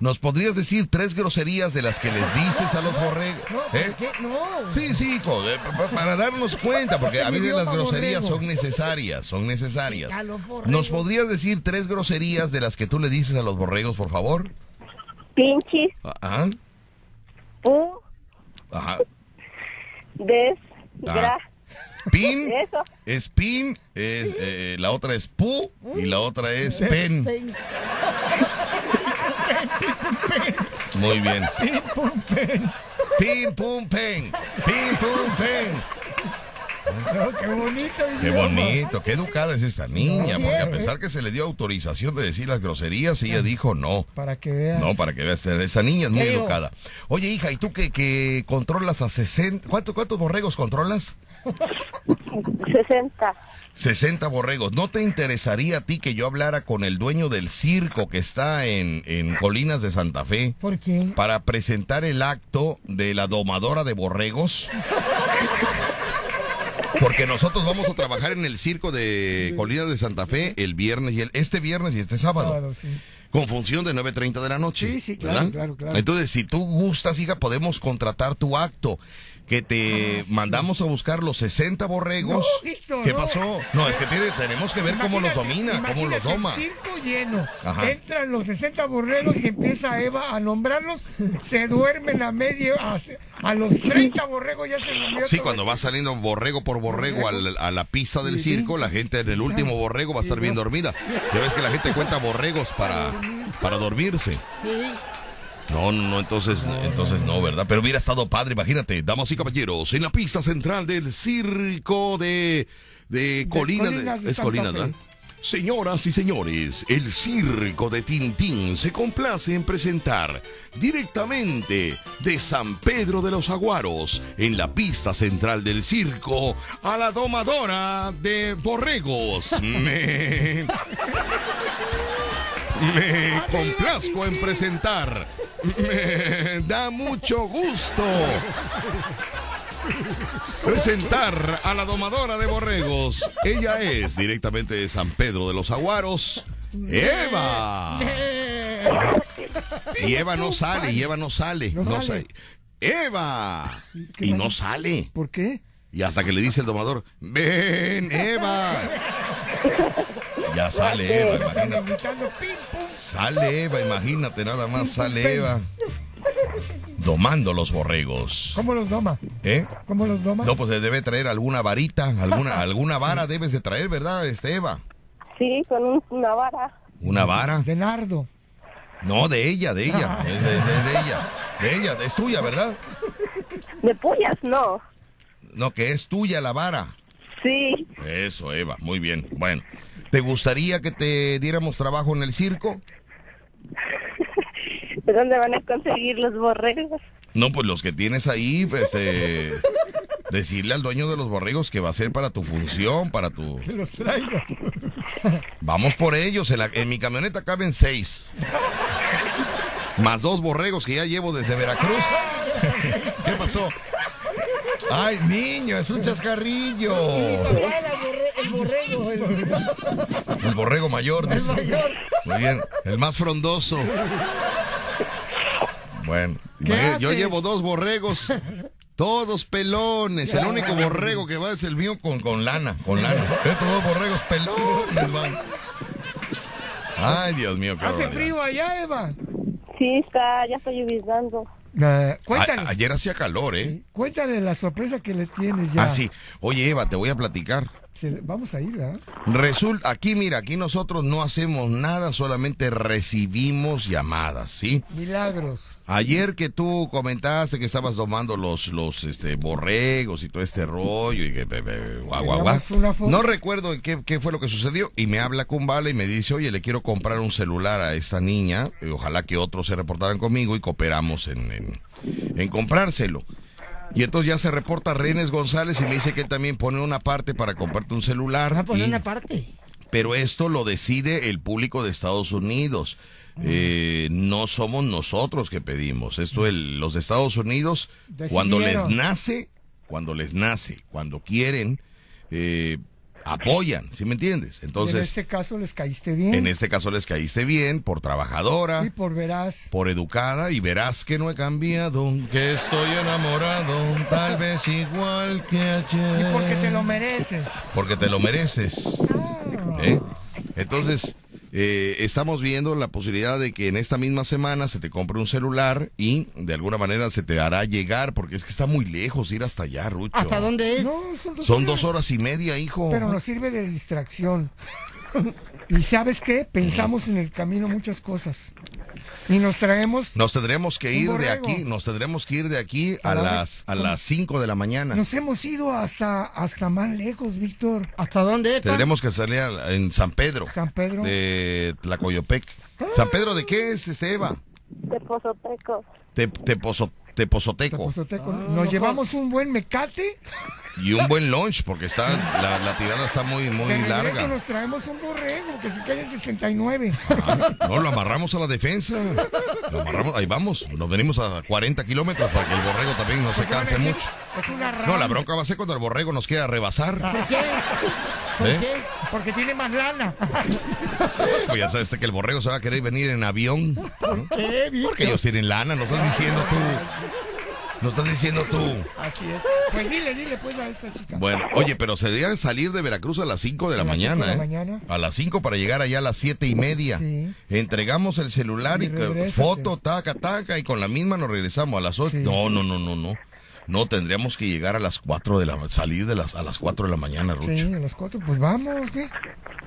[SPEAKER 2] ¿Nos podrías decir tres groserías de las que les dices a los borregos?
[SPEAKER 3] No, ¿por
[SPEAKER 2] ¿Eh?
[SPEAKER 3] qué? No.
[SPEAKER 2] Sí, sí, hijo, eh, pa- pa- para darnos cuenta, porque
[SPEAKER 4] Es
[SPEAKER 2] a
[SPEAKER 4] el
[SPEAKER 2] veces las
[SPEAKER 4] idioma
[SPEAKER 2] groserías
[SPEAKER 4] borrego.
[SPEAKER 2] son necesarias, son necesarias.
[SPEAKER 3] A los borregos.
[SPEAKER 2] ¿Nos podrías decir tres groserías de las que tú le dices a los borregos, por favor?
[SPEAKER 9] pinches,
[SPEAKER 2] Ajá,
[SPEAKER 9] pu,
[SPEAKER 2] ajá.
[SPEAKER 9] des,
[SPEAKER 2] Ah.
[SPEAKER 9] gra.
[SPEAKER 2] Pin,
[SPEAKER 9] Eso.
[SPEAKER 2] es pin, es, eh, la otra es pu y la otra es pen.
[SPEAKER 3] Ten-
[SPEAKER 2] Muy bien. Pin, pum, pen. Pin, pum, pen.
[SPEAKER 4] Pero qué bonito.
[SPEAKER 2] Qué
[SPEAKER 4] idioma.
[SPEAKER 2] bonito, qué educada es esta niña, porque a pesar que se le dio autorización de decir las groserías, ella dijo no.
[SPEAKER 4] Para que veas.
[SPEAKER 2] No, para que veas, esa niña es muy
[SPEAKER 3] Te digo.
[SPEAKER 2] educada. Oye, hija, ¿y tú que, que controlas a 60? ¿cuánto- ¿Cuántos borregos controlas?
[SPEAKER 9] 60.
[SPEAKER 2] 60 borregos. ¿No te interesaría a ti que yo hablara con el dueño del circo que está en, en Colinas de Santa Fe
[SPEAKER 3] ¿Por qué?
[SPEAKER 2] para presentar el acto de la domadora de borregos? Porque nosotros vamos a trabajar en el circo de Colinas de Santa Fe el viernes y el, este viernes y este sábado.
[SPEAKER 4] Claro, sí.
[SPEAKER 2] Con función de 9.30 de la noche.
[SPEAKER 4] Sí, sí, claro,
[SPEAKER 2] ¿verdad?
[SPEAKER 4] claro, claro.
[SPEAKER 2] Entonces, si tú gustas, hija, podemos contratar tu acto. Que te mandamos a buscar los 60 borregos.
[SPEAKER 4] Ah, No, Cristo,
[SPEAKER 2] ¿Qué
[SPEAKER 4] no.
[SPEAKER 2] pasó? No, es que tiene- tenemos que ver cómo los
[SPEAKER 4] Imagínate-
[SPEAKER 2] domina, cómo los
[SPEAKER 4] imagínate
[SPEAKER 2] doma.
[SPEAKER 4] el circo lleno.
[SPEAKER 2] Ajá.
[SPEAKER 4] Entran los 60 borreros y empieza Eva a nombrarlos. Se duermen a medio, a, A los 30 borregos ya se murió.
[SPEAKER 2] Sí, cuando va saliendo borrego por borrego al- a la pista del circo, la gente en el último borrego va a estar bien dormida. Ya ves que la gente cuenta borregos para, para dormirse. No, no, no, entonces, entonces no, ¿verdad? Pero hubiera estado padre, imagínate, damas y caballeros, en la pista central del circo de, de Colinas. de-
[SPEAKER 4] Colinas de
[SPEAKER 2] es
[SPEAKER 4] Santa Fe.
[SPEAKER 2] Colinas, ¿verdad? Señoras y señores, el circo de Tintín se complace en presentar directamente de San Pedro de los Aguaros, en la pista central del circo, a la domadora de borregos. Me- me complazco en presentar. Me da mucho gusto presentar a la domadora de borregos. Ella es directamente de San Pedro de los Aguaros, Eva. Ah. Y Eva no sale, y Eva no sale,
[SPEAKER 4] No
[SPEAKER 2] no
[SPEAKER 4] sale.
[SPEAKER 2] sale. ¡Eva! Y no sale.
[SPEAKER 4] ¿Por qué?
[SPEAKER 2] Y hasta que le dice el domador, ven, Eva. Ya sale Eva, imagínate.
[SPEAKER 4] Están gritando, pim, pum.
[SPEAKER 2] Sale Eva, imagínate nada más, sale Eva. Domando los borregos.
[SPEAKER 4] ¿Cómo los doma?
[SPEAKER 2] ¿Eh?
[SPEAKER 4] ¿Cómo los doma?
[SPEAKER 2] No, pues debe traer alguna varita, alguna, alguna vara debes de traer, ¿verdad, este Eva?
[SPEAKER 9] Sí, con un- una vara.
[SPEAKER 2] ¿Una vara?
[SPEAKER 4] De nardo.
[SPEAKER 2] No, de ella, de ella, de, de- de- de ella. De ella, es tuya, ¿verdad?
[SPEAKER 9] ¿De pullas? No.
[SPEAKER 2] No, que es tuya la vara.
[SPEAKER 9] Sí.
[SPEAKER 2] Eso, Eva, muy bien. Bueno, ¿te gustaría que te diéramos trabajo en el circo?
[SPEAKER 9] ¿De dónde van a conseguir los borregos?
[SPEAKER 2] No, pues los que tienes ahí, pues eh, decirle al dueño de los borregos que va a ser para tu función, para tu...
[SPEAKER 4] Que los traiga.
[SPEAKER 2] Vamos por ellos, en, la- en mi camioneta caben seis. Más dos borregos que ya llevo desde Veracruz. ¿Qué pasó? Ay, niño, es un chascarrillo.
[SPEAKER 4] El borrego. el-
[SPEAKER 2] El borrego mayor, dice. Muy bien, el más frondoso. Bueno,
[SPEAKER 4] ¿Qué
[SPEAKER 2] imagínate, yo
[SPEAKER 4] haces?
[SPEAKER 2] llevo dos borregos, todos pelones. El único borrego que va es el mío con, con lana, con lana. Estos dos borregos pelones van. Ay, Dios mío, qué
[SPEAKER 4] Hace
[SPEAKER 2] barbaridad.
[SPEAKER 4] frío allá, Eva.
[SPEAKER 9] Sí, está, ya estoy lloviznando.
[SPEAKER 4] Eh,
[SPEAKER 2] A-
[SPEAKER 4] cuéntale.
[SPEAKER 2] ayer hacía calor, ¿eh?
[SPEAKER 4] Cuéntale la sorpresa que le tienes ya.
[SPEAKER 2] Ah, sí. Oye, Eva, te voy a platicar.
[SPEAKER 4] Se le- vamos a ir, ¿verdad?
[SPEAKER 2] Resulta, aquí mira, aquí nosotros no hacemos nada, solamente recibimos llamadas, ¿sí?
[SPEAKER 4] Milagros.
[SPEAKER 2] Ayer que tú comentaste que estabas tomando los, los este, borregos y todo este rollo y que be- be- guau, guau, guau.
[SPEAKER 4] Teníamos una foto.
[SPEAKER 2] No recuerdo en qué, qué fue lo que sucedió y me habla Kumbala y me dice, oye, le quiero comprar un celular a esta niña, y ojalá que otros se reportaran conmigo y cooperamos en, en, en comprárselo. Y entonces ya se reporta Renes González y me dice que él también pone una parte para comprarte un celular.
[SPEAKER 3] Va a poner
[SPEAKER 2] y-
[SPEAKER 3] Ah, una parte.
[SPEAKER 2] pero esto lo decide el público de Estados Unidos. Eh, no somos nosotros que pedimos. Esto el, los de Estados Unidos, cuando les
[SPEAKER 4] Decidieron.
[SPEAKER 2] nace, cuando les nace, cuando quieren, eh, apoyan. ¿Sí me entiendes?
[SPEAKER 4] Entonces, en
[SPEAKER 2] Entonces,
[SPEAKER 4] este caso les caíste bien.
[SPEAKER 2] en este caso les caíste bien por trabajadora,
[SPEAKER 4] Y por verás.
[SPEAKER 2] por educada y verás que no he cambiado, que estoy enamorado, tal vez igual que ayer.
[SPEAKER 4] Y porque te lo mereces.
[SPEAKER 2] Porque te lo mereces.
[SPEAKER 4] Ah.
[SPEAKER 2] ¿eh? Entonces, eh, estamos viendo la posibilidad de que en esta misma semana se te compre un celular y de alguna manera se te hará llegar, porque es que está muy lejos ir hasta allá, Rucho.
[SPEAKER 3] ¿Hasta dónde es?
[SPEAKER 4] No, son dos,
[SPEAKER 2] Son dos horas y media, hijo.
[SPEAKER 4] Pero nos sirve de distracción. y sabes qué? Pensamos en el camino muchas cosas. Y nos traemos...
[SPEAKER 2] Nos tendremos que
[SPEAKER 4] Un
[SPEAKER 2] ir de
[SPEAKER 4] borrego.
[SPEAKER 2] aquí, nos tendremos que ir de aquí a
[SPEAKER 4] Claro.
[SPEAKER 2] las a las 5 de la mañana.
[SPEAKER 4] Nos hemos ido hasta, hasta más lejos, Víctor.
[SPEAKER 3] ¿Hasta dónde es? pa?
[SPEAKER 2] Tendremos que salir a- en San Pedro.
[SPEAKER 4] San Pedro.
[SPEAKER 2] De Tlacoyopec. ¿San Pedro de qué es, este Eva?
[SPEAKER 9] De Pozoteco.
[SPEAKER 2] Te, tepozo- tepozoteco.
[SPEAKER 4] Tepozoteco.
[SPEAKER 3] Ah,
[SPEAKER 4] nos llevamos un buen mecate.
[SPEAKER 2] Y un buen lunch, porque está la, la tirada está muy,
[SPEAKER 4] de
[SPEAKER 2] muy
[SPEAKER 4] regreso
[SPEAKER 2] larga.
[SPEAKER 4] nos traemos un borrego que se cae en 69.
[SPEAKER 2] Ah, No, lo amarramos a la defensa. Lo amarramos, ahí vamos. Nos venimos a 40 kilómetros para que el borrego también
[SPEAKER 4] Pues
[SPEAKER 2] no se canse mucho.
[SPEAKER 4] Es una rama.
[SPEAKER 2] No, la bronca va a ser cuando el borrego nos quiera rebasar.
[SPEAKER 4] ¿Por qué? ¿Por
[SPEAKER 2] ¿Eh?
[SPEAKER 4] qué? Porque tiene más lana.
[SPEAKER 2] Pues ya sabes que el borrego se va a querer venir en avión. ¿no?
[SPEAKER 4] ¿Qué, Víctor?
[SPEAKER 2] Porque ellos tienen lana, nos estás diciendo tú. Nos estás diciendo tú.
[SPEAKER 4] Así es. Pues dile, dile pues a esta chica.
[SPEAKER 2] Bueno, oye, pero se debe salir de Veracruz a las 5 de la
[SPEAKER 4] A las
[SPEAKER 2] mañana,
[SPEAKER 4] cinco de la
[SPEAKER 2] ¿eh?
[SPEAKER 4] mañana.
[SPEAKER 2] A las 5 para llegar allá a las siete y media.
[SPEAKER 4] Sí.
[SPEAKER 2] Entregamos el celular
[SPEAKER 4] Y
[SPEAKER 2] y, eh,
[SPEAKER 4] regrésate.
[SPEAKER 2] foto, taca, taca, y con la misma nos regresamos a las 8.
[SPEAKER 4] Sí.
[SPEAKER 2] No, no, no, no, no. No, tendríamos que llegar a las 4 de la salir de las a las 4 de la mañana, Rucho.
[SPEAKER 4] Sí, a las cuatro, pues vamos, ¿qué?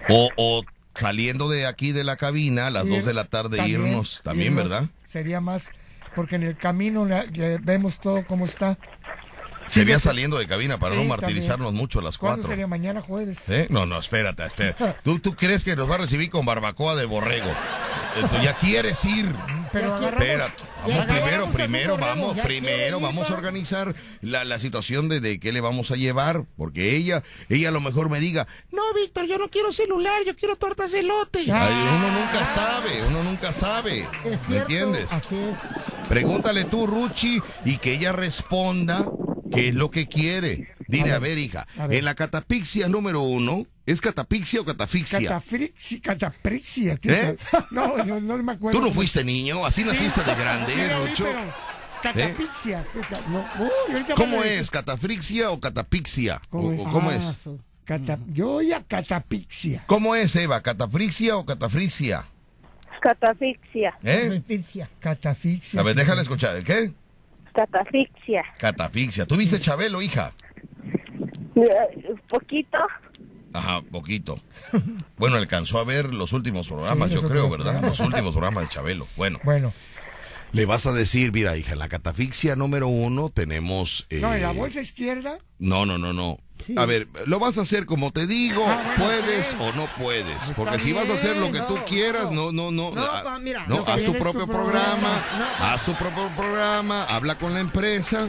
[SPEAKER 2] O, o saliendo de aquí de la cabina a las 2 de la tarde
[SPEAKER 4] También,
[SPEAKER 2] irnos también,
[SPEAKER 4] irnos
[SPEAKER 2] ¿verdad?
[SPEAKER 4] Sería más, porque en el camino la- ya vemos todo cómo está.
[SPEAKER 2] Sería saliendo de cabina para
[SPEAKER 4] Sí,
[SPEAKER 2] no
[SPEAKER 4] también.
[SPEAKER 2] martirizarnos mucho a las
[SPEAKER 4] ¿Cuándo
[SPEAKER 2] 4.
[SPEAKER 4] sería? Mañana jueves.
[SPEAKER 2] ¿Eh? No, no, espérate, espérate. ¿Tú, ¿Tú crees que nos va a recibir con barbacoa de borrego? Eh, tú ya quieres ir.
[SPEAKER 4] Pero agarramos-
[SPEAKER 2] Espérate.
[SPEAKER 4] ya
[SPEAKER 2] Vamos primero,
[SPEAKER 4] agarramos
[SPEAKER 2] primero,
[SPEAKER 4] algún borrego,
[SPEAKER 2] vamos,
[SPEAKER 4] ya quiere
[SPEAKER 2] primero,
[SPEAKER 4] ir,
[SPEAKER 2] vamos a
[SPEAKER 4] va.
[SPEAKER 2] organizar la, la situación de, de qué le vamos a llevar, porque ella, ella a lo mejor me diga,
[SPEAKER 11] No, Víctor, yo no quiero celular, yo quiero tortas de lote.
[SPEAKER 2] "Ay, uno nunca Ah. sabe, uno nunca sabe, ¿me entiendes? Pregúntale tú, Ruchi, y que ella responda qué es lo que quiere. Dile, a ver, hija, en la catapixia número uno, ¿es catapixia o catafixia?
[SPEAKER 4] Catafrixia, cataprixia. ¿qué
[SPEAKER 2] ¿Eh?
[SPEAKER 4] tal? No, no, no me acuerdo. Ah,
[SPEAKER 2] Tú no fuiste niño, así naciste de grande,
[SPEAKER 4] Sí, lo vi,
[SPEAKER 2] Rucho.
[SPEAKER 4] pero Catafixia. ¿qué tal? No, uy, ahorita
[SPEAKER 2] ¿Cómo
[SPEAKER 4] me-
[SPEAKER 2] es? ¿Catafixia o catapixia?
[SPEAKER 4] ¿Cómo es?
[SPEAKER 2] ¿O- o ¿Cómo
[SPEAKER 4] Ah,
[SPEAKER 2] es?
[SPEAKER 4] su- cata- Yo ya catapixia.
[SPEAKER 2] ¿Cómo es, Eva? ¿Catafixia o catafrixia?
[SPEAKER 9] Catafixia.
[SPEAKER 2] ¿Eh?
[SPEAKER 4] Catafixia.
[SPEAKER 2] A ver, déjala escuchar. ¿Qué?
[SPEAKER 9] Catafixia.
[SPEAKER 2] Catafixia. ¿Tuviste Chabelo, hija?
[SPEAKER 9] Eh, Poquito.
[SPEAKER 2] Ajá, poquito. Bueno, alcanzó a ver los últimos programas,
[SPEAKER 4] Sí,
[SPEAKER 2] yo
[SPEAKER 4] los
[SPEAKER 2] creo,
[SPEAKER 4] últimos
[SPEAKER 2] ¿verdad?
[SPEAKER 4] programas.
[SPEAKER 2] Los últimos programas de Chabelo. Bueno,
[SPEAKER 4] Bueno,
[SPEAKER 2] le vas a decir, mira, hija, en la catafixia número uno tenemos... eh,
[SPEAKER 4] no, en la bolsa izquierda.
[SPEAKER 2] No, no, no, no. A ver, lo vas a hacer como te digo,
[SPEAKER 3] Ah,
[SPEAKER 2] puedes o no puedes, porque si vas a hacer lo que tú quieras, no, no, no,
[SPEAKER 3] No,
[SPEAKER 2] ah,
[SPEAKER 3] pa, mira,
[SPEAKER 2] no,
[SPEAKER 3] está
[SPEAKER 2] haz tu
[SPEAKER 3] bien, es tu
[SPEAKER 2] propio
[SPEAKER 3] programa.
[SPEAKER 2] programa, haz tu propio programa, habla con la empresa,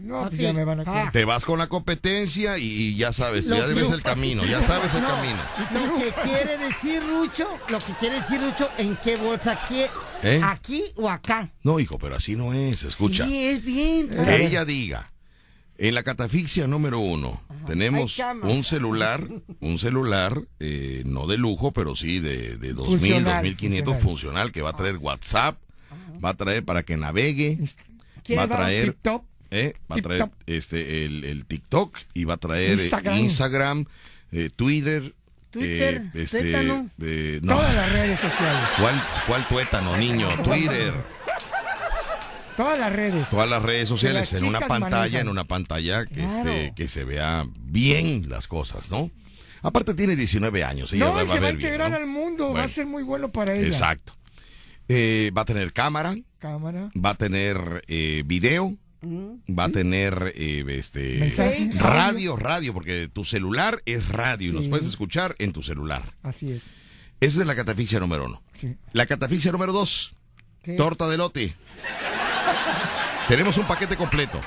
[SPEAKER 4] No, pues ya me van a
[SPEAKER 3] Ah.
[SPEAKER 2] ¿no? Te vas con la competencia y, y ya sabes,
[SPEAKER 3] Lo
[SPEAKER 2] ya
[SPEAKER 3] que-
[SPEAKER 2] debes el camino, ya sabes el
[SPEAKER 3] No,
[SPEAKER 2] camino.
[SPEAKER 3] Lo que quiere decir Rucho, lo que quiere decir Rucho, ¿en qué bolsa? ¿Qué?
[SPEAKER 2] ¿Eh?
[SPEAKER 3] ¿Aquí o acá?
[SPEAKER 2] No, hijo, pero así no es, escucha.
[SPEAKER 3] Sí, es bien. pero-
[SPEAKER 2] Que ella diga, en la catafixia número uno, tenemos
[SPEAKER 3] Hay cama.
[SPEAKER 2] un celular, un celular, eh, no de lujo, pero sí de, de 2000,
[SPEAKER 4] Funcional,
[SPEAKER 2] 2500
[SPEAKER 4] funcional.
[SPEAKER 2] funcional, que va a traer WhatsApp, va a traer para que navegue,
[SPEAKER 4] ¿Quiere
[SPEAKER 2] va a
[SPEAKER 4] dar un
[SPEAKER 2] traer,
[SPEAKER 4] tip-top?
[SPEAKER 2] eh, va a traer
[SPEAKER 4] Tip-top.
[SPEAKER 2] este, el, el TikTok y va a traer eh, Instagram,
[SPEAKER 4] Instagram.
[SPEAKER 2] eh, Twitter,
[SPEAKER 4] Twitter,
[SPEAKER 2] eh, este,
[SPEAKER 4] tétano.
[SPEAKER 2] eh, no.
[SPEAKER 4] Todas las redes sociales.
[SPEAKER 2] ¿Cuál, ¿Cuál tuétano, niño? Twitter.
[SPEAKER 4] Todas las redes.
[SPEAKER 2] todas las redes sociales
[SPEAKER 4] Que
[SPEAKER 2] en
[SPEAKER 4] las
[SPEAKER 2] una
[SPEAKER 4] chicas
[SPEAKER 2] pantalla,
[SPEAKER 4] manejan.
[SPEAKER 2] en una pantalla que,
[SPEAKER 4] Claro.
[SPEAKER 2] se, que se vea bien las cosas, ¿no? Aparte tiene 19 años, ella
[SPEAKER 4] No,
[SPEAKER 2] va,
[SPEAKER 4] y
[SPEAKER 2] va a
[SPEAKER 4] se va a
[SPEAKER 2] ver bien,
[SPEAKER 4] integrar
[SPEAKER 2] ¿no?
[SPEAKER 4] al mundo. Va a
[SPEAKER 2] Bueno.
[SPEAKER 4] ser muy bueno para ella.
[SPEAKER 2] Exacto. Eh, va a tener cámara,
[SPEAKER 4] Cámara.
[SPEAKER 2] va a tener eh, video, va a tener eh, este
[SPEAKER 4] Mensajes.
[SPEAKER 2] radio, radio, porque tu celular es radio, y nos puedes escuchar en tu celular.
[SPEAKER 4] Así es.
[SPEAKER 2] Esa es la catafixia número uno.
[SPEAKER 4] Sí.
[SPEAKER 2] La catafixia número dos.
[SPEAKER 4] ¿Qué?
[SPEAKER 2] Torta de lote. Tenemos un paquete completo.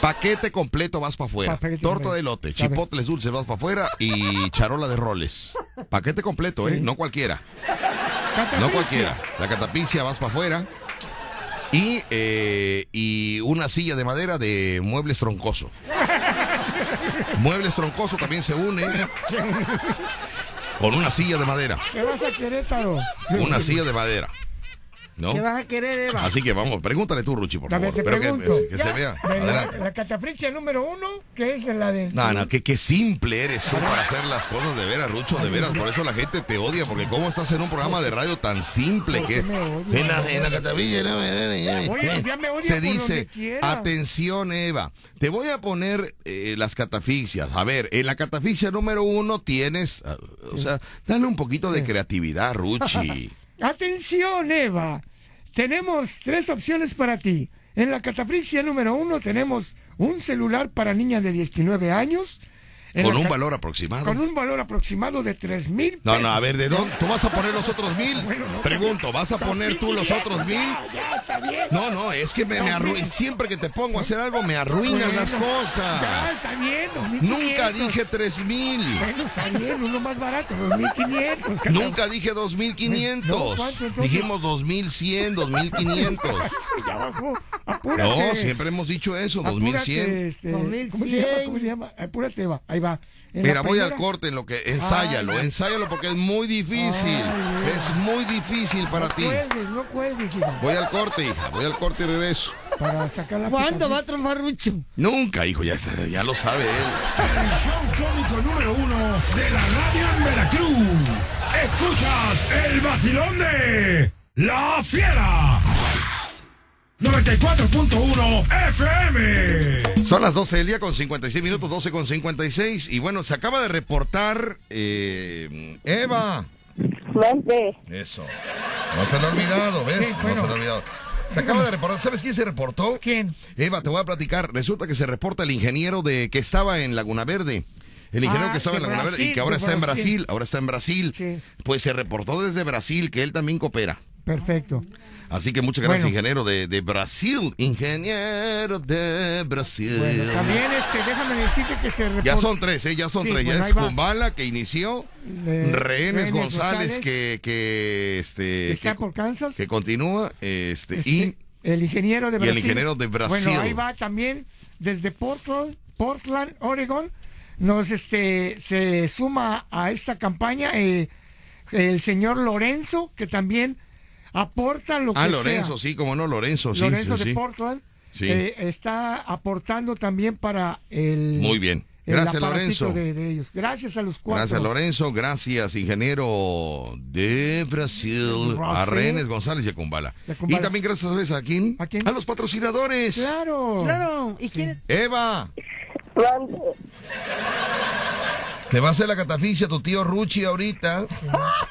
[SPEAKER 2] Paquete completo vas para afuera.
[SPEAKER 4] Paquete
[SPEAKER 2] Torta
[SPEAKER 4] completo.
[SPEAKER 2] de lote,
[SPEAKER 4] Está bien.
[SPEAKER 2] chipotles dulces vas para afuera y charola de roles. Paquete completo, ¿eh? No cualquiera. No
[SPEAKER 4] Catafixia.
[SPEAKER 2] cualquiera. La catapixia vas para afuera. Y, eh, y una silla de madera de muebles troncoso. Muebles troncoso también se une con una silla de madera.
[SPEAKER 4] Te vas a Querétaro.
[SPEAKER 2] Una silla de madera. ¿No?
[SPEAKER 3] ¿Qué vas a querer, Eva?
[SPEAKER 2] Así que vamos, pregúntale tú, Ruchi, por
[SPEAKER 4] A ver, te
[SPEAKER 2] favor. Pero
[SPEAKER 4] pregunto.
[SPEAKER 2] que, que se vea.
[SPEAKER 4] De La,
[SPEAKER 2] Adelante.
[SPEAKER 4] la catafixia número uno, que es la de...
[SPEAKER 2] No, no, que, que simple eres tú para hacer las cosas de veras, Rucho, de veras. Por eso la gente te odia, porque ¿cómo estás en un programa de radio tan simple que. En la, en la catavilla, no, eh, eh,
[SPEAKER 4] Oye, ya me odian
[SPEAKER 2] se
[SPEAKER 4] por
[SPEAKER 2] dice,
[SPEAKER 4] donde quiera.
[SPEAKER 2] atención, Eva, te voy a poner eh, las catafixias. A ver, en la catafixia número uno tienes. ah, O sea, dale un poquito de creatividad, Ruchi.
[SPEAKER 4] Atención, Eva. Tenemos tres opciones para ti. En la catafixia número uno tenemos un celular para niñas de 19 años. En
[SPEAKER 2] Con
[SPEAKER 4] la
[SPEAKER 2] un
[SPEAKER 4] ca-
[SPEAKER 2] valor aproximado.
[SPEAKER 4] Con un valor aproximado de 3 mil.
[SPEAKER 2] No, no, a ver, ¿de dónde? ¿Tú vas a poner los otros mil? Pregunto, ¿vas a poner tú los otros mil?
[SPEAKER 4] Ya, está bien.
[SPEAKER 2] No, no, es que me, me arruin- Siempre que te pongo a hacer algo, me arruinan
[SPEAKER 4] Bueno,
[SPEAKER 2] las
[SPEAKER 4] Ya,
[SPEAKER 2] cosas.
[SPEAKER 4] Ah, está bien, 2.500.
[SPEAKER 2] Nunca dije tres mil.
[SPEAKER 4] Bueno, está bien, uno más barato, 2.500. cataf-
[SPEAKER 2] Nunca dije dos mil
[SPEAKER 4] No,
[SPEAKER 2] quinientos.
[SPEAKER 4] ¿cuánto entonces?
[SPEAKER 2] Dijimos dos mil cien, dos mil quinientos.
[SPEAKER 4] Ya bajó. Apúrate.
[SPEAKER 2] No, siempre hemos dicho eso, dos mil
[SPEAKER 4] Apúrate,
[SPEAKER 2] cien.
[SPEAKER 4] este, ¿Cómo se llama? ¿Cómo se llama? Eh, Apúrate, va. Ahí va. En la
[SPEAKER 2] Mira, voy al
[SPEAKER 4] primera-
[SPEAKER 2] corte en lo que... Ensáyalo,
[SPEAKER 4] Ay.
[SPEAKER 2] ensáyalo porque es muy difícil.
[SPEAKER 4] Ay, mira.
[SPEAKER 2] Es muy difícil para ti.
[SPEAKER 4] No cuelgues, no cuelgues, hija,
[SPEAKER 2] Voy al corte, hija. Voy al corte y regreso.
[SPEAKER 4] para sacar la
[SPEAKER 3] ¿Cuándo
[SPEAKER 4] picardía.
[SPEAKER 3] va a trompar Rucho?
[SPEAKER 2] Nunca, hijo, ya, está- ya lo sabe él.
[SPEAKER 5] El show cómico número uno de la radio en Veracruz. Escuchas el vacilón de La Fiera. 94.1 FM.
[SPEAKER 2] Eh.
[SPEAKER 12] Son las 12 del día con 56 minutos, 12 con 56. Y bueno, se acaba de reportar eh,
[SPEAKER 2] Ah.
[SPEAKER 12] Eva.
[SPEAKER 9] ¿Dónde?
[SPEAKER 2] Eso. No se lo ha olvidado, ¿ves?
[SPEAKER 12] Sí,
[SPEAKER 2] No
[SPEAKER 12] bueno.
[SPEAKER 2] se lo ha olvidado. Se acaba de reportar. ¿Sabes quién se reportó? ¿Quién? Eva, te voy a platicar. Resulta que se reporta el ingeniero de que estaba en Laguna Verde. El ingeniero
[SPEAKER 12] Ah,
[SPEAKER 2] que estaba en
[SPEAKER 12] de
[SPEAKER 2] Laguna Verde y
[SPEAKER 12] Brasil,
[SPEAKER 2] que ahora
[SPEAKER 12] de
[SPEAKER 2] está en
[SPEAKER 12] Brasil.
[SPEAKER 2] Brasil. Ahora está en Brasil. Pues se reportó desde Brasil que él también coopera.
[SPEAKER 4] Perfecto.
[SPEAKER 2] Así que muchas gracias,
[SPEAKER 4] Bueno.
[SPEAKER 2] ingeniero de, de Brasil. Ingeniero de Brasil.
[SPEAKER 4] Bueno, también este, déjame decirte que se
[SPEAKER 2] Ya
[SPEAKER 4] report-
[SPEAKER 2] son tres, ¿eh? Ya son
[SPEAKER 4] Sí,
[SPEAKER 2] tres.
[SPEAKER 4] bueno,
[SPEAKER 2] ya
[SPEAKER 4] ahí
[SPEAKER 2] es
[SPEAKER 4] va.
[SPEAKER 2] Kumbala que inició,
[SPEAKER 4] Eh,
[SPEAKER 2] Rehenes
[SPEAKER 4] Rehenes
[SPEAKER 2] González,
[SPEAKER 4] González,
[SPEAKER 2] que, que, este,
[SPEAKER 4] Está
[SPEAKER 2] que,
[SPEAKER 4] por Kansas.
[SPEAKER 2] que continúa, este, y
[SPEAKER 4] Este, el ingeniero de
[SPEAKER 2] y el
[SPEAKER 4] Brasil.
[SPEAKER 2] ingeniero de Brasil.
[SPEAKER 4] Bueno, ahí va también desde Portland, Portland, Oregon, nos este se suma a esta campaña eh, el señor Lorenzo que también aporta lo
[SPEAKER 12] Ah,
[SPEAKER 4] que
[SPEAKER 12] Lorenzo,
[SPEAKER 4] sea.
[SPEAKER 2] sí, como no, Lorenzo, sí.
[SPEAKER 4] Lorenzo
[SPEAKER 2] sí,
[SPEAKER 4] de
[SPEAKER 2] sí.
[SPEAKER 4] Portland
[SPEAKER 2] Sí.
[SPEAKER 4] eh, está aportando también para el
[SPEAKER 2] Muy bien.
[SPEAKER 4] el
[SPEAKER 2] Gracias,
[SPEAKER 4] aparatito
[SPEAKER 2] Lorenzo.
[SPEAKER 4] de, de ellos. Gracias a los cuatro.
[SPEAKER 2] Gracias, Lorenzo. Gracias, ingeniero de Brasil. A
[SPEAKER 4] Brasil.
[SPEAKER 2] Rehenes González y a Kumbala. Y también gracias ¿sabes a quién? ¿A los patrocinadores.
[SPEAKER 4] Claro.
[SPEAKER 3] Claro. ¿Y quién
[SPEAKER 2] Eva. Te va a hacer la catafixia tu tío Ruchi ahorita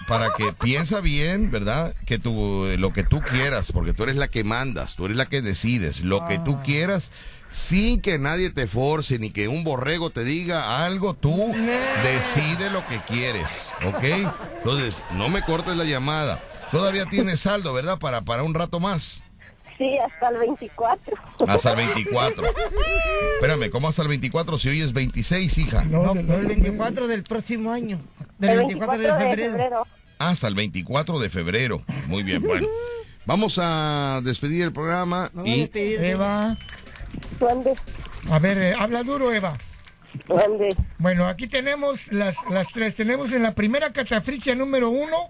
[SPEAKER 2] para que piensa bien, ¿verdad? Que tú, lo que tú quieras, porque tú eres la que mandas, tú eres la que decides, lo que tú quieras, sin que nadie te force ni que un borrego te diga algo, tú decide lo que quieres, ¿ok? Entonces, no me cortes la llamada. Todavía tienes saldo, ¿verdad? Para, para un rato más.
[SPEAKER 9] Sí, hasta el 24.
[SPEAKER 2] Hasta el 24. Espérame, ¿cómo hasta el 24 si hoy es 26, hija?
[SPEAKER 3] No, el 24 del próximo año. Del 24, de febrero.
[SPEAKER 2] Hasta el 24 de febrero. Muy bien, bueno. Vamos a despedir el programa y Eh,
[SPEAKER 4] Eva. A ver, eh, habla duro, Eva. Bueno, aquí tenemos las, las tres. Tenemos en la primera catafricha número uno,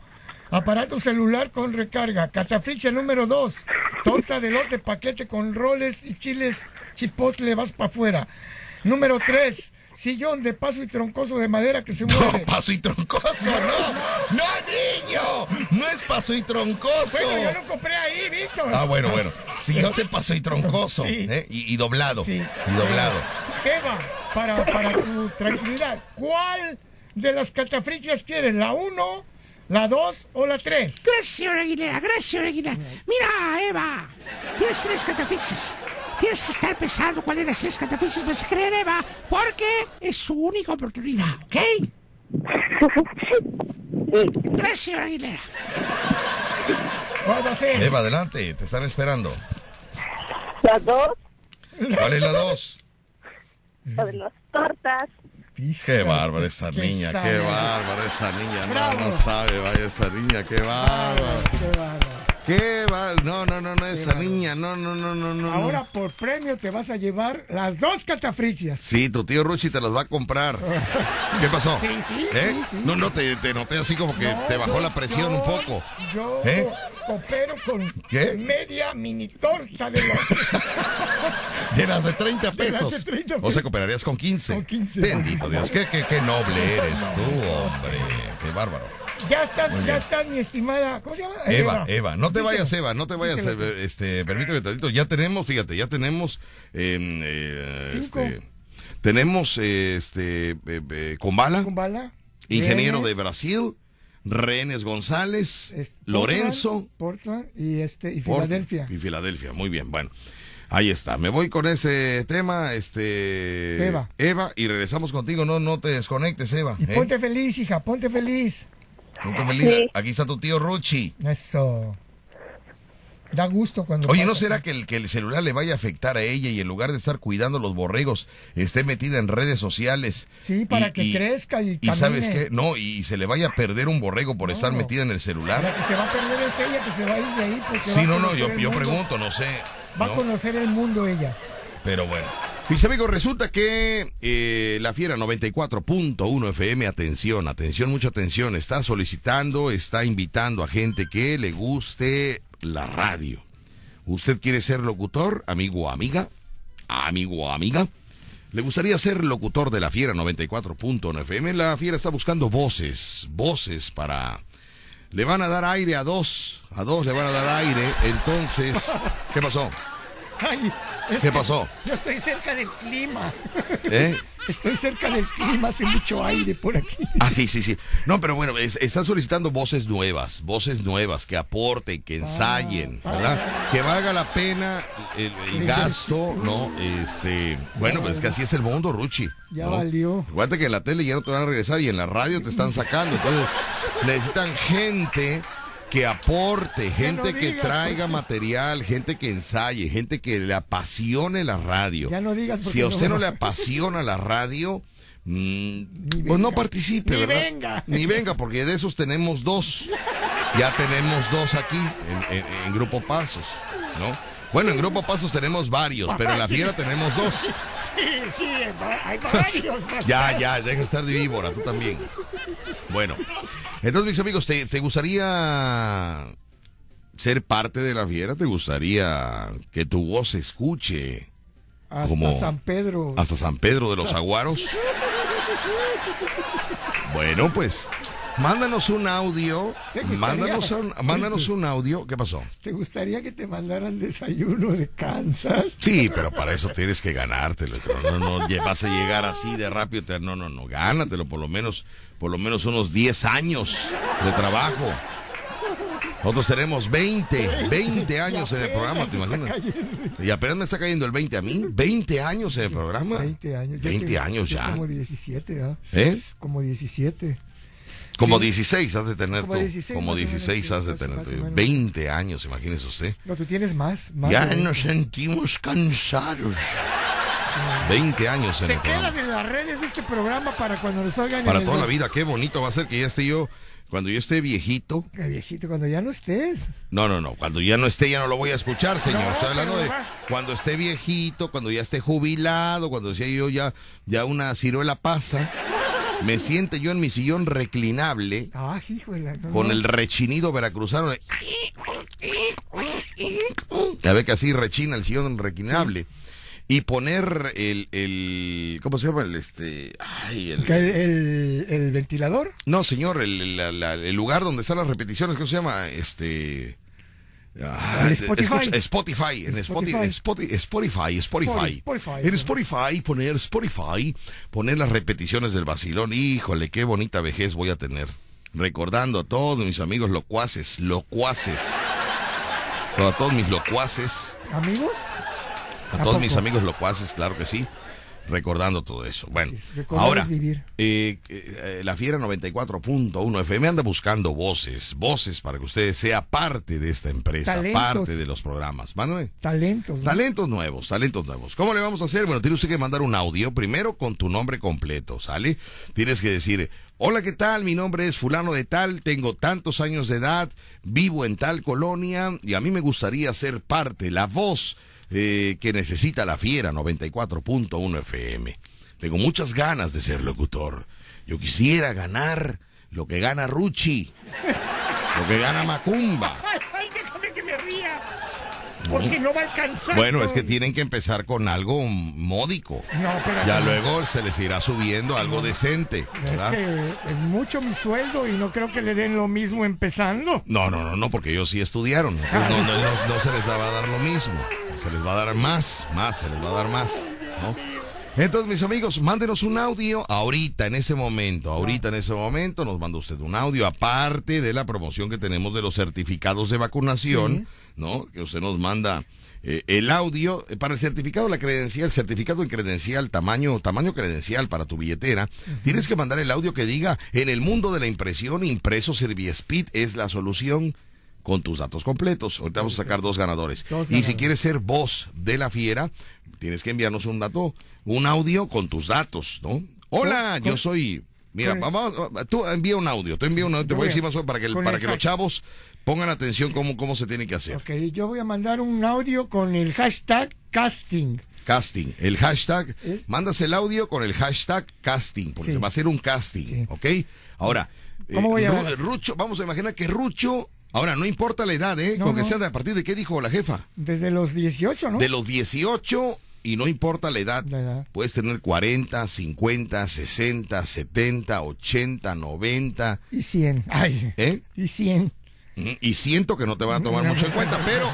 [SPEAKER 4] aparato celular con recarga. Catafricha número dos, torta de lote, paquete con roles y chiles chipotle, vas para afuera. Número tres, sillón de paso y troncoso de madera que se mueve.
[SPEAKER 2] paso y troncoso, no. No, niño. No es paso y troncoso.
[SPEAKER 4] Bueno, yo lo compré ahí, Víctor.
[SPEAKER 2] Ah, bueno, bueno. Si yo te paso y troncoso. ¿eh? Y, y doblado. Y doblado.
[SPEAKER 4] Eva, para, para tu tranquilidad, ¿cuál de las catafrichas quieres? ¿La 1, la 2 o la 3?
[SPEAKER 11] Gracias, señor Aguilera, gracias, señor Aguilera. Mira, Eva, tienes tres catafixias. Tienes que estar pensando cuál de las tres catafixias vas a creer, Eva, porque es su única oportunidad, ¿ok? Gracias, señor Aguilera. Eh.
[SPEAKER 2] Eva, adelante. Te están esperando.
[SPEAKER 9] La dos,
[SPEAKER 2] ¿Cuál es la dos?
[SPEAKER 9] la de las tortas.
[SPEAKER 2] Qué bárbara esa
[SPEAKER 9] Qué
[SPEAKER 2] niña, qué
[SPEAKER 9] sabe.
[SPEAKER 2] bárbara esa niña. No,
[SPEAKER 9] Bravo.
[SPEAKER 2] no sabe, vaya esa niña, qué bárbara. Qué va, no, no, no, no, esa niña, no, no, no, no, no.
[SPEAKER 4] Ahora por premio te vas a llevar las dos catafrixias.
[SPEAKER 2] Sí, tu tío Ruchi te las va a comprar. ¿Qué pasó?
[SPEAKER 4] Sí, sí,
[SPEAKER 2] ¿Eh?
[SPEAKER 4] sí, sí.
[SPEAKER 2] No, no, te, te noté así como que
[SPEAKER 4] No,
[SPEAKER 2] te bajó
[SPEAKER 4] yo-
[SPEAKER 2] la
[SPEAKER 4] yo-
[SPEAKER 2] presión un poco.
[SPEAKER 4] Yo
[SPEAKER 2] ¿Eh?
[SPEAKER 4] coopero con
[SPEAKER 2] ¿Qué?
[SPEAKER 4] media mini torta de lote.
[SPEAKER 2] De las de 30
[SPEAKER 4] De las de
[SPEAKER 2] pesos.
[SPEAKER 4] 30
[SPEAKER 2] O sea, cooperarías con 15. Bendito Dios, qué, qué, qué noble eres tú, hombre. Qué bárbaro.
[SPEAKER 4] Ya estás,
[SPEAKER 2] Muy bien.
[SPEAKER 4] ya estás, mi estimada. ¿Cómo se llama?
[SPEAKER 2] Eva, Eva, no te
[SPEAKER 4] Díselo.
[SPEAKER 2] vayas, Eva, no te vayas,
[SPEAKER 4] Díselo.
[SPEAKER 2] eh, este, permíteme tantito, ya tenemos, fíjate, ya tenemos, eh, eh,
[SPEAKER 4] Cinco.
[SPEAKER 2] este, tenemos, eh, este, eh, eh, Kumbala,
[SPEAKER 4] Kumbala,
[SPEAKER 2] ingeniero
[SPEAKER 4] Rehenes.
[SPEAKER 2] de Brasil, Renes González, Lorenzo,
[SPEAKER 4] Portland, Portland y, este, y
[SPEAKER 2] Portland
[SPEAKER 4] Filadelfia.
[SPEAKER 2] y Filadelfia, muy bien, bueno, ahí está, me voy con ese tema, este,
[SPEAKER 4] Eva.
[SPEAKER 2] y regresamos contigo, no, no te desconectes, Eva, ¿eh?
[SPEAKER 4] Ponte feliz, hija, ponte feliz.
[SPEAKER 2] No te feliz, aquí está tu tío Ruchi.
[SPEAKER 4] Eso. Da gusto cuando.
[SPEAKER 2] Oye,
[SPEAKER 4] pasa.
[SPEAKER 2] ¿no será que el, que el celular le vaya a afectar a ella y en lugar de estar cuidando los borregos, esté metida en redes sociales?
[SPEAKER 4] Sí, para que crezca y
[SPEAKER 2] Y sabes
[SPEAKER 4] camine.
[SPEAKER 2] qué, no, y se le vaya a perder un borrego por estar metida en el celular.
[SPEAKER 4] La que se va a perder es ella, que se va a ir de ahí. Porque va
[SPEAKER 2] Sí,
[SPEAKER 4] a
[SPEAKER 2] no, no,
[SPEAKER 4] conocer
[SPEAKER 2] yo,
[SPEAKER 4] el
[SPEAKER 2] yo
[SPEAKER 4] mundo.
[SPEAKER 2] pregunto, no sé.
[SPEAKER 4] Va
[SPEAKER 2] ¿no?
[SPEAKER 4] a conocer el mundo ella.
[SPEAKER 2] Pero bueno. Mis amigos, resulta que eh, la Fiera 94.1 FM, atención, atención, mucha atención, está solicitando, está invitando a gente que le guste la radio. ¿Usted quiere ser locutor, amigo o amiga? Amigo o amiga. ¿Le gustaría ser locutor de la Fiera 94.1 FM? La Fiera está buscando voces, voces para... Le van a dar aire a dos, a dos le van a dar aire, entonces... ¿Qué pasó?
[SPEAKER 4] Ay, es
[SPEAKER 2] ¿Qué
[SPEAKER 4] que
[SPEAKER 2] pasó?
[SPEAKER 4] Yo estoy cerca del clima.
[SPEAKER 2] ¿Eh?
[SPEAKER 4] Estoy cerca del clima, hace mucho aire por aquí.
[SPEAKER 2] Ah, sí, sí, sí. No, pero bueno, es- están solicitando voces nuevas, voces nuevas que aporten,
[SPEAKER 4] Ah,
[SPEAKER 2] que ensayen, ¿verdad? Que valga la pena el, el gasto, ¿no? Este, bueno, pues es que así es el mundo, Ruchi.
[SPEAKER 4] Ya
[SPEAKER 2] ¿no?
[SPEAKER 4] valió.
[SPEAKER 2] Acuérdate que en la tele ya no te van a regresar y en la radio te están sacando. Entonces, necesitan gente que aporte, gente
[SPEAKER 4] no
[SPEAKER 2] que
[SPEAKER 4] digas,
[SPEAKER 2] traiga
[SPEAKER 4] porque-
[SPEAKER 2] material, gente que ensaye, gente que le apasione la radio.
[SPEAKER 4] Ya no digas porque
[SPEAKER 2] Si a usted no,
[SPEAKER 4] no-
[SPEAKER 2] le apasiona la radio, mm, pues no participe,
[SPEAKER 4] Ni
[SPEAKER 2] ¿verdad?
[SPEAKER 4] venga.
[SPEAKER 2] Ni venga, porque de esos tenemos dos. Ya tenemos dos aquí, en, en- en Grupo Pasos, ¿no? Bueno, en Grupo Pasos tenemos varios, pero en La Fiera tenemos dos.
[SPEAKER 4] Sí, sí, hay varios. más.
[SPEAKER 2] Ya, ya, deja de estar de víbora, tú también. Bueno, entonces mis amigos, ¿te, te gustaría ser parte de la fiera? ¿Te gustaría que tu voz se escuche
[SPEAKER 4] Hasta
[SPEAKER 2] como-
[SPEAKER 4] San Pedro.
[SPEAKER 2] hasta San Pedro de los Aguaros? Bueno, pues, mándanos un audio,
[SPEAKER 4] ¿Te gustaría?
[SPEAKER 2] mándanos un, mándanos un audio, ¿qué pasó?
[SPEAKER 4] ¿Te gustaría que te mandaran desayuno de Kansas?
[SPEAKER 2] Sí, pero para eso tienes que ganártelo. pero No, no, lle- vas a llegar así de rápido. te- No, no, no, gánatelo por lo menos, por lo menos unos 10 años de trabajo. Nosotros tenemos 20, 20 años en el programa, ¿te imaginas? Y apenas me está cayendo el 20 a mí, 20 años en el programa.
[SPEAKER 4] 20 años. Yo
[SPEAKER 2] 20
[SPEAKER 4] tengo-
[SPEAKER 2] años
[SPEAKER 4] yo
[SPEAKER 2] ya.
[SPEAKER 4] Como 17, ¿ah?
[SPEAKER 2] ¿Eh?
[SPEAKER 4] Como 17.
[SPEAKER 2] Como 16 has de tener
[SPEAKER 4] Como
[SPEAKER 2] tú.
[SPEAKER 4] 16
[SPEAKER 2] Como
[SPEAKER 4] más o menos,
[SPEAKER 2] 16
[SPEAKER 4] sí,
[SPEAKER 2] has de
[SPEAKER 4] más-
[SPEAKER 2] tener
[SPEAKER 4] más o
[SPEAKER 2] tú.
[SPEAKER 4] menos.
[SPEAKER 2] 20 años, imagínese usted.
[SPEAKER 4] No, tú tienes más. más
[SPEAKER 2] Ya
[SPEAKER 4] de
[SPEAKER 2] nos
[SPEAKER 4] 20.
[SPEAKER 2] sentimos cansados. 20 años en
[SPEAKER 4] Se
[SPEAKER 2] el programa.
[SPEAKER 4] quedan en las redes este programa para cuando nos oigan.
[SPEAKER 2] Para
[SPEAKER 4] en el
[SPEAKER 2] toda la
[SPEAKER 4] dos-
[SPEAKER 2] vida, qué bonito va a ser que ya esté yo, cuando yo esté viejito.
[SPEAKER 4] Qué viejito, cuando ya no estés.
[SPEAKER 2] No, no, no, cuando ya no esté ya no lo voy a escuchar, señor.
[SPEAKER 4] No,
[SPEAKER 2] Estoy hablando
[SPEAKER 4] pero
[SPEAKER 2] de
[SPEAKER 4] va.
[SPEAKER 2] cuando esté viejito, cuando ya esté jubilado, cuando decía yo ya, ya una ciruela pasa. Me siente yo en mi sillón reclinable
[SPEAKER 4] Ah, hijo de la. no,
[SPEAKER 2] con
[SPEAKER 4] no.
[SPEAKER 2] el rechinido veracruzano. de- Ya ve que así rechina el sillón reclinable. Y poner el, el, ¿cómo se llama? El, este, ay, el,
[SPEAKER 4] Que El, el- el ventilador.
[SPEAKER 2] No, señor, el, el- la- la- el lugar donde están las repeticiones, ¿cómo se llama? Este. ah,
[SPEAKER 4] El Spotify.
[SPEAKER 2] escucha, Spotify, en Spotify, Spotify, Spotify, Spotify.
[SPEAKER 4] Spotify.
[SPEAKER 2] En Spotify, poner Spotify, poner las repeticiones del vacilón. Híjole, qué bonita vejez voy a tener. Recordando a todos mis amigos locuaces, locuaces. A todos mis locuaces.
[SPEAKER 4] ¿Amigos?
[SPEAKER 2] A
[SPEAKER 4] ¿A
[SPEAKER 2] todos
[SPEAKER 4] poco?
[SPEAKER 2] mis amigos locuaces, claro que sí. Recordando todo eso. Bueno,
[SPEAKER 4] recordar
[SPEAKER 2] ahora,
[SPEAKER 4] es vivir.
[SPEAKER 2] eh, eh, eh, la Fiera 94.1 FM anda buscando voces, voces para que usted sea parte de esta empresa,
[SPEAKER 4] Talentos.
[SPEAKER 2] parte de los programas. Mándame.
[SPEAKER 4] Talentos. ¿no?
[SPEAKER 2] Talentos nuevos, talentos nuevos. ¿Cómo le vamos a hacer? Bueno, tiene usted que mandar un audio primero con tu nombre completo, ¿sale? Tienes que decir, hola, ¿qué tal? Mi nombre es fulano de tal, tengo tantos años de edad, vivo en tal colonia y a mí me gustaría ser parte, la voz eh, que necesita la fiera 94.1 FM. Tengo muchas ganas de ser locutor. Yo quisiera ganar lo que gana Ruchi, lo que gana Macumba.
[SPEAKER 4] Ay, ay, déjame que me ría. Porque no va a alcanzar.
[SPEAKER 2] Bueno,
[SPEAKER 4] con-
[SPEAKER 2] es que tienen que empezar con algo módico.
[SPEAKER 4] No, pero.
[SPEAKER 2] Ya luego se les irá subiendo algo decente,
[SPEAKER 4] Es
[SPEAKER 2] ¿verdad?
[SPEAKER 4] que es mucho mi sueldo y no creo que le den lo mismo empezando.
[SPEAKER 2] No, no, no, no, porque ellos sí estudiaron. Entonces, no, no, no, no se les va a dar lo mismo. Se les va a dar más, más, se les va a dar más, ¿no? Entonces, mis amigos, mándenos un audio ahorita, en ese momento, ahorita, en ese momento, nos manda usted un audio, aparte de la promoción que tenemos de los certificados de vacunación, ¿no? Que usted nos manda eh, el audio eh, para el certificado, la credencial, certificado en credencial, tamaño, tamaño credencial para tu billetera. Tienes que mandar el audio que diga, en el mundo de la impresión, impreso Serviespeed es la solución con tus datos completos. Ahorita vamos a sacar dos ganadores.
[SPEAKER 4] Dos
[SPEAKER 2] Y si
[SPEAKER 4] ganadores.
[SPEAKER 2] quieres ser voz de la fiera, tienes que enviarnos un dato, un audio con tus datos, ¿no? Hola, yo soy. Mira,
[SPEAKER 4] con el-
[SPEAKER 2] vamos, tú envía un audio, tú envía un audio, te
[SPEAKER 4] Yo
[SPEAKER 2] voy a
[SPEAKER 4] voy a-
[SPEAKER 2] decir más o menos para que, el-
[SPEAKER 4] con
[SPEAKER 2] para
[SPEAKER 4] el
[SPEAKER 2] que los
[SPEAKER 4] hack.
[SPEAKER 2] chavos pongan atención cómo, cómo se tiene que hacer.
[SPEAKER 4] Ok, yo voy a mandar un audio con el hashtag casting.
[SPEAKER 2] Casting, el hashtag,
[SPEAKER 4] ¿Es?
[SPEAKER 2] mandas el audio con el hashtag casting, porque
[SPEAKER 4] Sí.
[SPEAKER 2] va a ser un casting, ¿ok? Ahora, eh,
[SPEAKER 4] ¿Cómo voy a-
[SPEAKER 2] Ru- Rucho, vamos a imaginar que Rucho, ahora no importa la edad, ¿eh?
[SPEAKER 4] No,
[SPEAKER 2] con que
[SPEAKER 4] no.
[SPEAKER 2] sea de a partir de qué dijo la jefa.
[SPEAKER 4] Desde los 18, ¿no?
[SPEAKER 2] de los 18 y no importa la edad,
[SPEAKER 4] La edad.
[SPEAKER 2] puedes tener 40, 50, 60, 70, 80, 90
[SPEAKER 4] Y 100. Ay.
[SPEAKER 2] ¿eh?
[SPEAKER 4] Y 100.
[SPEAKER 2] y siento que no te van a tomar mucho en cuenta, pero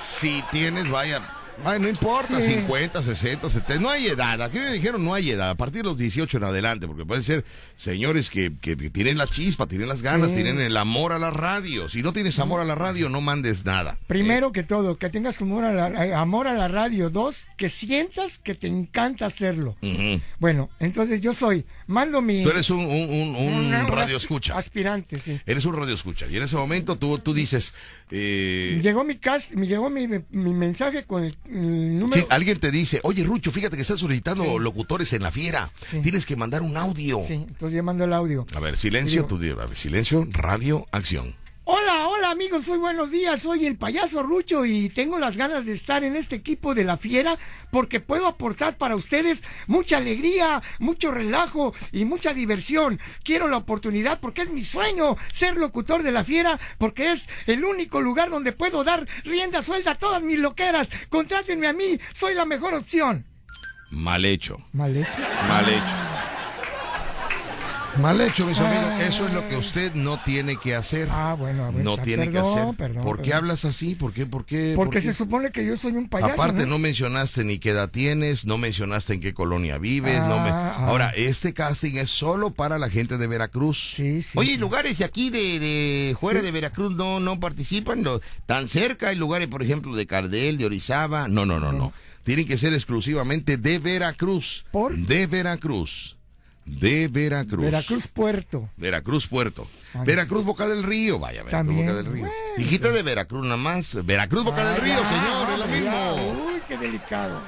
[SPEAKER 2] si tienes, vaya, Ay, no importa, 50, 60, 70, no hay edad. Aquí me dijeron no hay edad, a partir de los 18 en adelante, porque pueden ser señores que, que- que tienen la chispa, tienen las ganas,
[SPEAKER 4] Sí.
[SPEAKER 2] tienen el amor a la radio. Si no tienes amor a la radio, no mandes nada.
[SPEAKER 4] Primero que todo, que tengas amor a, la, eh, amor a la radio. Dos, que sientas que te encanta hacerlo.
[SPEAKER 2] Ujú.
[SPEAKER 4] Bueno, entonces yo soy, mando mi...
[SPEAKER 2] Tú eres un, un, un- un
[SPEAKER 4] Una- una
[SPEAKER 2] radio
[SPEAKER 4] asp-
[SPEAKER 2] escucha.
[SPEAKER 4] Aspirante, sí.
[SPEAKER 2] Eres un radio escucha. Y en ese momento tú, tú dices, eh,
[SPEAKER 4] Llegó mi cas- me llegó mi, mi mensaje con el, el número.
[SPEAKER 2] Sí, alguien te dice, oye Rucho, fíjate que están solicitando locutores en la fiera. Tienes que mandar un audio.
[SPEAKER 4] Sí, entonces yo mando el audio.
[SPEAKER 2] A ver, silencio, tú di- a ver, silencio, radio, acción.
[SPEAKER 4] Hola, hola amigos, soy buenos días, soy el payaso Rucho y tengo las ganas de estar en este equipo de la fiera porque puedo aportar para ustedes mucha alegría, mucho relajo y mucha diversión. Quiero la oportunidad porque es mi sueño ser locutor de la fiera porque es el único lugar donde puedo dar rienda suelta a todas mis loqueras. Contrátenme a mí, soy la mejor opción.
[SPEAKER 2] Mal hecho.
[SPEAKER 4] Mal hecho.
[SPEAKER 2] Mal hecho. Ah. Mal hecho, mis amigos. Eso es lo que usted no tiene que hacer.
[SPEAKER 4] Ah, bueno, a ver,
[SPEAKER 2] No
[SPEAKER 4] ah,
[SPEAKER 2] tiene que
[SPEAKER 4] perdón,
[SPEAKER 2] hacer.
[SPEAKER 4] perdón,
[SPEAKER 2] ¿Por qué
[SPEAKER 4] perdón.
[SPEAKER 2] hablas así? ¿Por qué? ¿Por qué? por
[SPEAKER 4] Porque
[SPEAKER 2] qué?
[SPEAKER 4] se supone que yo soy un payaso.
[SPEAKER 2] Aparte, no mencionaste ni qué edad tienes, no mencionaste en qué colonia vives. no me...
[SPEAKER 4] Ah, ah.
[SPEAKER 2] Ahora, este casting es solo para la gente de Veracruz.
[SPEAKER 6] Oye, ¿y lugares de aquí, de, de fuera de Veracruz, no, no participan. Lo- tan cerca hay lugares, por ejemplo, de Cardel, de Orizaba.
[SPEAKER 2] No, no, no, no. Tienen que ser exclusivamente de Veracruz. ¿Por? De Veracruz. De Veracruz.
[SPEAKER 4] Veracruz Puerto.
[SPEAKER 2] Veracruz Puerto. Veracruz Boca del Río, vaya, Veracruz
[SPEAKER 4] También,
[SPEAKER 2] Boca del Río. Dijiste de Veracruz nada más. Veracruz Boca
[SPEAKER 4] Ah,
[SPEAKER 2] del Río, señor, es lo mismo.
[SPEAKER 4] Uy, qué delicado.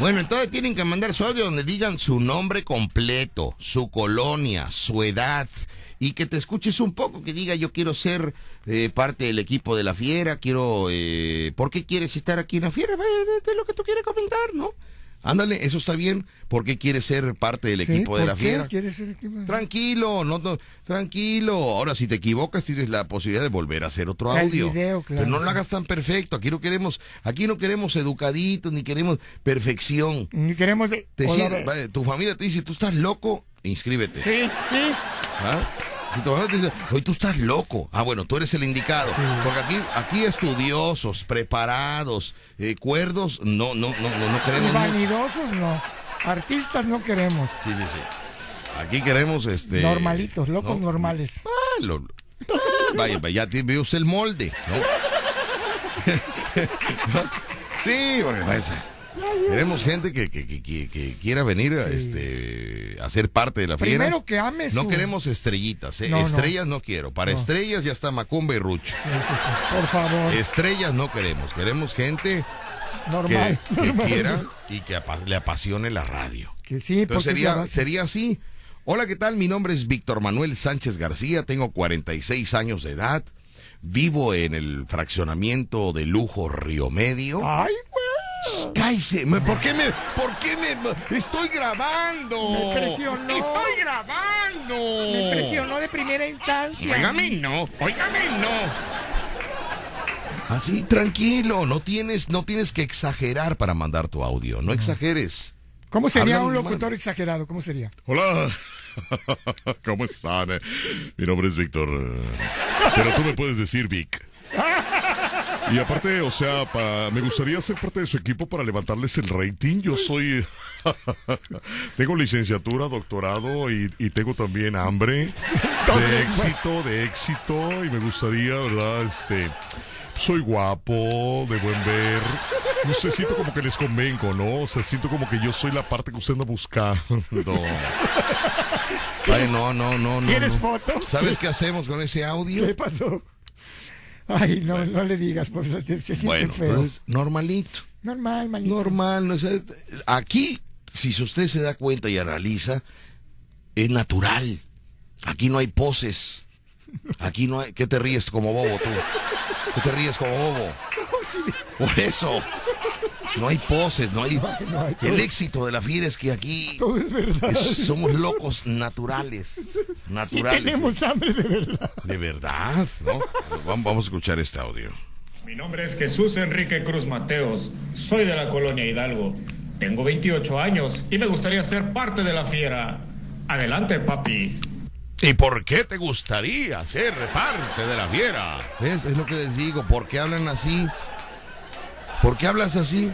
[SPEAKER 6] Bueno, entonces tienen que mandar su audio donde digan su nombre completo, su colonia, su edad. Y que te escuches un poco, que diga yo quiero ser eh, parte del equipo de la fiera, quiero... Eh, ¿Por qué quieres estar aquí en la fiera? Ve, de- de lo que tú quieres comentar, ¿no?
[SPEAKER 2] Ándale, eso está bien. ¿Por qué quieres ser parte del
[SPEAKER 4] Sí,
[SPEAKER 2] equipo de
[SPEAKER 4] ¿por
[SPEAKER 2] la
[SPEAKER 4] qué
[SPEAKER 2] fiera?
[SPEAKER 4] quieres ser equipo?
[SPEAKER 2] Tranquilo, no, no, tranquilo. Ahora, si te equivocas, tienes la posibilidad de volver a hacer otro
[SPEAKER 4] El
[SPEAKER 2] audio.
[SPEAKER 4] video, claro.
[SPEAKER 2] Pero no lo hagas tan perfecto. Aquí no queremos, aquí no queremos educaditos, ni queremos perfección.
[SPEAKER 4] Ni queremos. de-
[SPEAKER 2] Te
[SPEAKER 4] o
[SPEAKER 2] decía,
[SPEAKER 4] la de-
[SPEAKER 2] va, tu familia te dice, tú estás loco, inscríbete.
[SPEAKER 4] Sí, sí.
[SPEAKER 2] ¿Ah? Si tu familia te dice, oye, tú estás loco. Ah, bueno, tú eres el indicado. Porque aquí, aquí estudiosos, preparados, eh, cuerdos, no, no, no, no, no queremos.
[SPEAKER 4] Vanidosos no. Artistas no queremos.
[SPEAKER 2] Sí, sí, sí. Aquí queremos este.
[SPEAKER 4] Normalitos, locos
[SPEAKER 2] no,
[SPEAKER 4] normales.
[SPEAKER 2] Ah, lo- Vaya, vaya, ya vio usted el molde, ¿no? sí, porque pues, queremos gente que, que, que- que- que quiera venir a, este, a ser parte de la fiesta.
[SPEAKER 4] Primero que ames.
[SPEAKER 2] No queremos estrellitas, ¿eh?
[SPEAKER 4] No, no.
[SPEAKER 2] estrellas no. quiero. Para
[SPEAKER 4] No.
[SPEAKER 2] estrellas ya está Macumba y Rucho.
[SPEAKER 4] Por favor.
[SPEAKER 2] Estrellas no queremos. Queremos gente
[SPEAKER 4] normal.
[SPEAKER 2] que, que
[SPEAKER 4] normal.
[SPEAKER 2] quiera y que apa- le apasione la radio.
[SPEAKER 4] Que sí,
[SPEAKER 2] Entonces
[SPEAKER 4] porque
[SPEAKER 2] sería,
[SPEAKER 4] ya-
[SPEAKER 2] sería así. Hola, ¿qué tal? Mi nombre es Víctor Manuel Sánchez García, tengo 46 años de edad, vivo en el fraccionamiento de lujo Río Medio.
[SPEAKER 4] ¡Ay,
[SPEAKER 2] güey! ¡Cállese! Me- ¿Por qué me, por qué me, estoy grabando?
[SPEAKER 4] Me presionó.
[SPEAKER 2] ¡Estoy grabando!
[SPEAKER 4] Me impresionó de primera instancia.
[SPEAKER 2] Óigame, no, óigame, no. Así, Ah, tranquilo, no tienes, no tienes que exagerar para mandar tu audio, no exageres.
[SPEAKER 4] ¿Cómo sería
[SPEAKER 2] Habla
[SPEAKER 4] un
[SPEAKER 2] normal.
[SPEAKER 4] locutor exagerado? ¿Cómo sería?
[SPEAKER 2] Hola. ¿Cómo están? Eh, Mi nombre es Víctor. eh, Pero tú me puedes decir Vic.
[SPEAKER 12] Y aparte, o sea, pa- me gustaría ser parte de su equipo para levantarles el rating. Yo soy... tengo licenciatura, doctorado y, y tengo también hambre de éxito, de éxito. Y me gustaría, ¿verdad? Este... Soy guapo, de buen ver. No sé, siento como que les convengo, ¿no? O sea, siento como que yo soy la parte que usted anda buscando.
[SPEAKER 2] Ay, no, no, no, no.
[SPEAKER 12] ¿Quieres
[SPEAKER 2] no.
[SPEAKER 12] foto?
[SPEAKER 2] ¿Sabes qué hacemos con ese audio?
[SPEAKER 4] ¿Qué pasó? Ay, no, no le digas, por se siente
[SPEAKER 2] Bueno,
[SPEAKER 4] feo.
[SPEAKER 2] entonces, normalito.
[SPEAKER 4] Normal, manito.
[SPEAKER 2] Normal, no es- Aquí, si usted se da cuenta y analiza, es natural. Aquí no hay poses. Aquí no hay. ¿Qué te ríes como bobo tú? ¿Qué te ríes como bobo? Por eso. No hay poses, no hay. El éxito de la fiera es que aquí es- somos locos naturales. Naturales.
[SPEAKER 4] tenemos hambre de verdad.
[SPEAKER 2] De verdad, ¿no? Vamos vamos a escuchar este audio.
[SPEAKER 13] Mi nombre es Jesús Enrique Cruz Mateos, soy de la colonia Hidalgo, tengo 28 años y me gustaría ser parte de la fiera. Adelante, papi.
[SPEAKER 2] ¿Y por qué te gustaría ser parte de la fiera? ¿Ves? Es lo que les digo. ¿Por qué hablan así? ¿Por qué hablas así?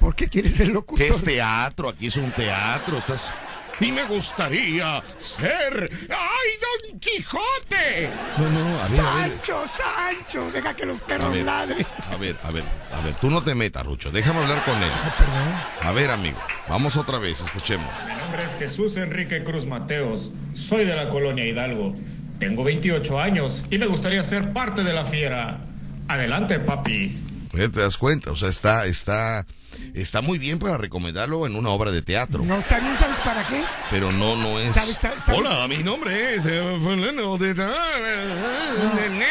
[SPEAKER 4] Porque quieres ser locutor.
[SPEAKER 2] ¿Qué es teatro? Aquí es un teatro. Estás... Y me gustaría ser... ¡Ay, Don Quijote! No, no, a ver, a ver.
[SPEAKER 4] Sancho, Sancho, deja que los
[SPEAKER 2] A
[SPEAKER 4] perros
[SPEAKER 2] ver,
[SPEAKER 4] ladren.
[SPEAKER 2] a ver, a ver, a ver, tú no te metas, Rucho, déjame hablar con él.
[SPEAKER 4] Ah,
[SPEAKER 2] A ver, amigo, vamos otra vez, escuchemos.
[SPEAKER 13] Mi nombre es Jesús Enrique Cruz Mateos, soy de la colonia Hidalgo, tengo 28 años y me gustaría ser parte de la fiera. Adelante, papi.
[SPEAKER 2] Ya Pues, te das cuenta, o sea, está, está, está muy bien para recomendarlo en una obra de teatro,
[SPEAKER 4] No, está bien, ¿sabes para qué?
[SPEAKER 2] pero no, no es.
[SPEAKER 4] ¿Sabes, sabes, sabes?
[SPEAKER 2] Hola, mi nombre es eh, fulano de tal,
[SPEAKER 4] Mm,
[SPEAKER 2] eh, Nené.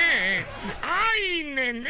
[SPEAKER 2] ¡Ay, nené!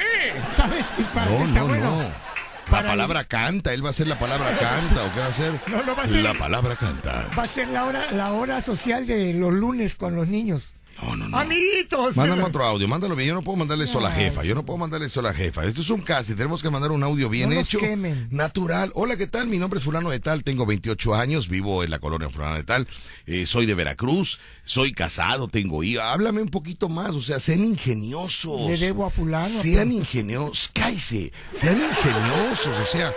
[SPEAKER 4] ¿Sabes qué es para qué
[SPEAKER 2] No,
[SPEAKER 4] está
[SPEAKER 2] no,
[SPEAKER 4] bueno?
[SPEAKER 2] no. La palabra canta, él va a ser la palabra canta, ¿o qué va a ser?
[SPEAKER 4] No, no va a ser-
[SPEAKER 2] La palabra canta.
[SPEAKER 4] Va a ser la hora, la hora social de los lunes con los niños.
[SPEAKER 2] No, no, no.
[SPEAKER 4] Amiguitos.
[SPEAKER 2] Mándame otro audio, mándalo bien. Yo no puedo mandarle eso a la jefa. Yo no puedo mandarle eso a la jefa. Esto es un casi. Tenemos que mandar un audio bien
[SPEAKER 4] No nos
[SPEAKER 2] hecho.
[SPEAKER 4] quemen.
[SPEAKER 2] Natural. Hola, ¿qué tal? Mi nombre es Fulano de Tal. Tengo 28 años. Vivo en la colonia Fulano de Tal. eh, soy de Veracruz. Soy casado. Tengo hija. Háblame un poquito más. O sea, sean ingeniosos.
[SPEAKER 4] Le debo a fulano.
[SPEAKER 2] Sean ingeniosos. Cállese. Sean ingeniosos. O sea.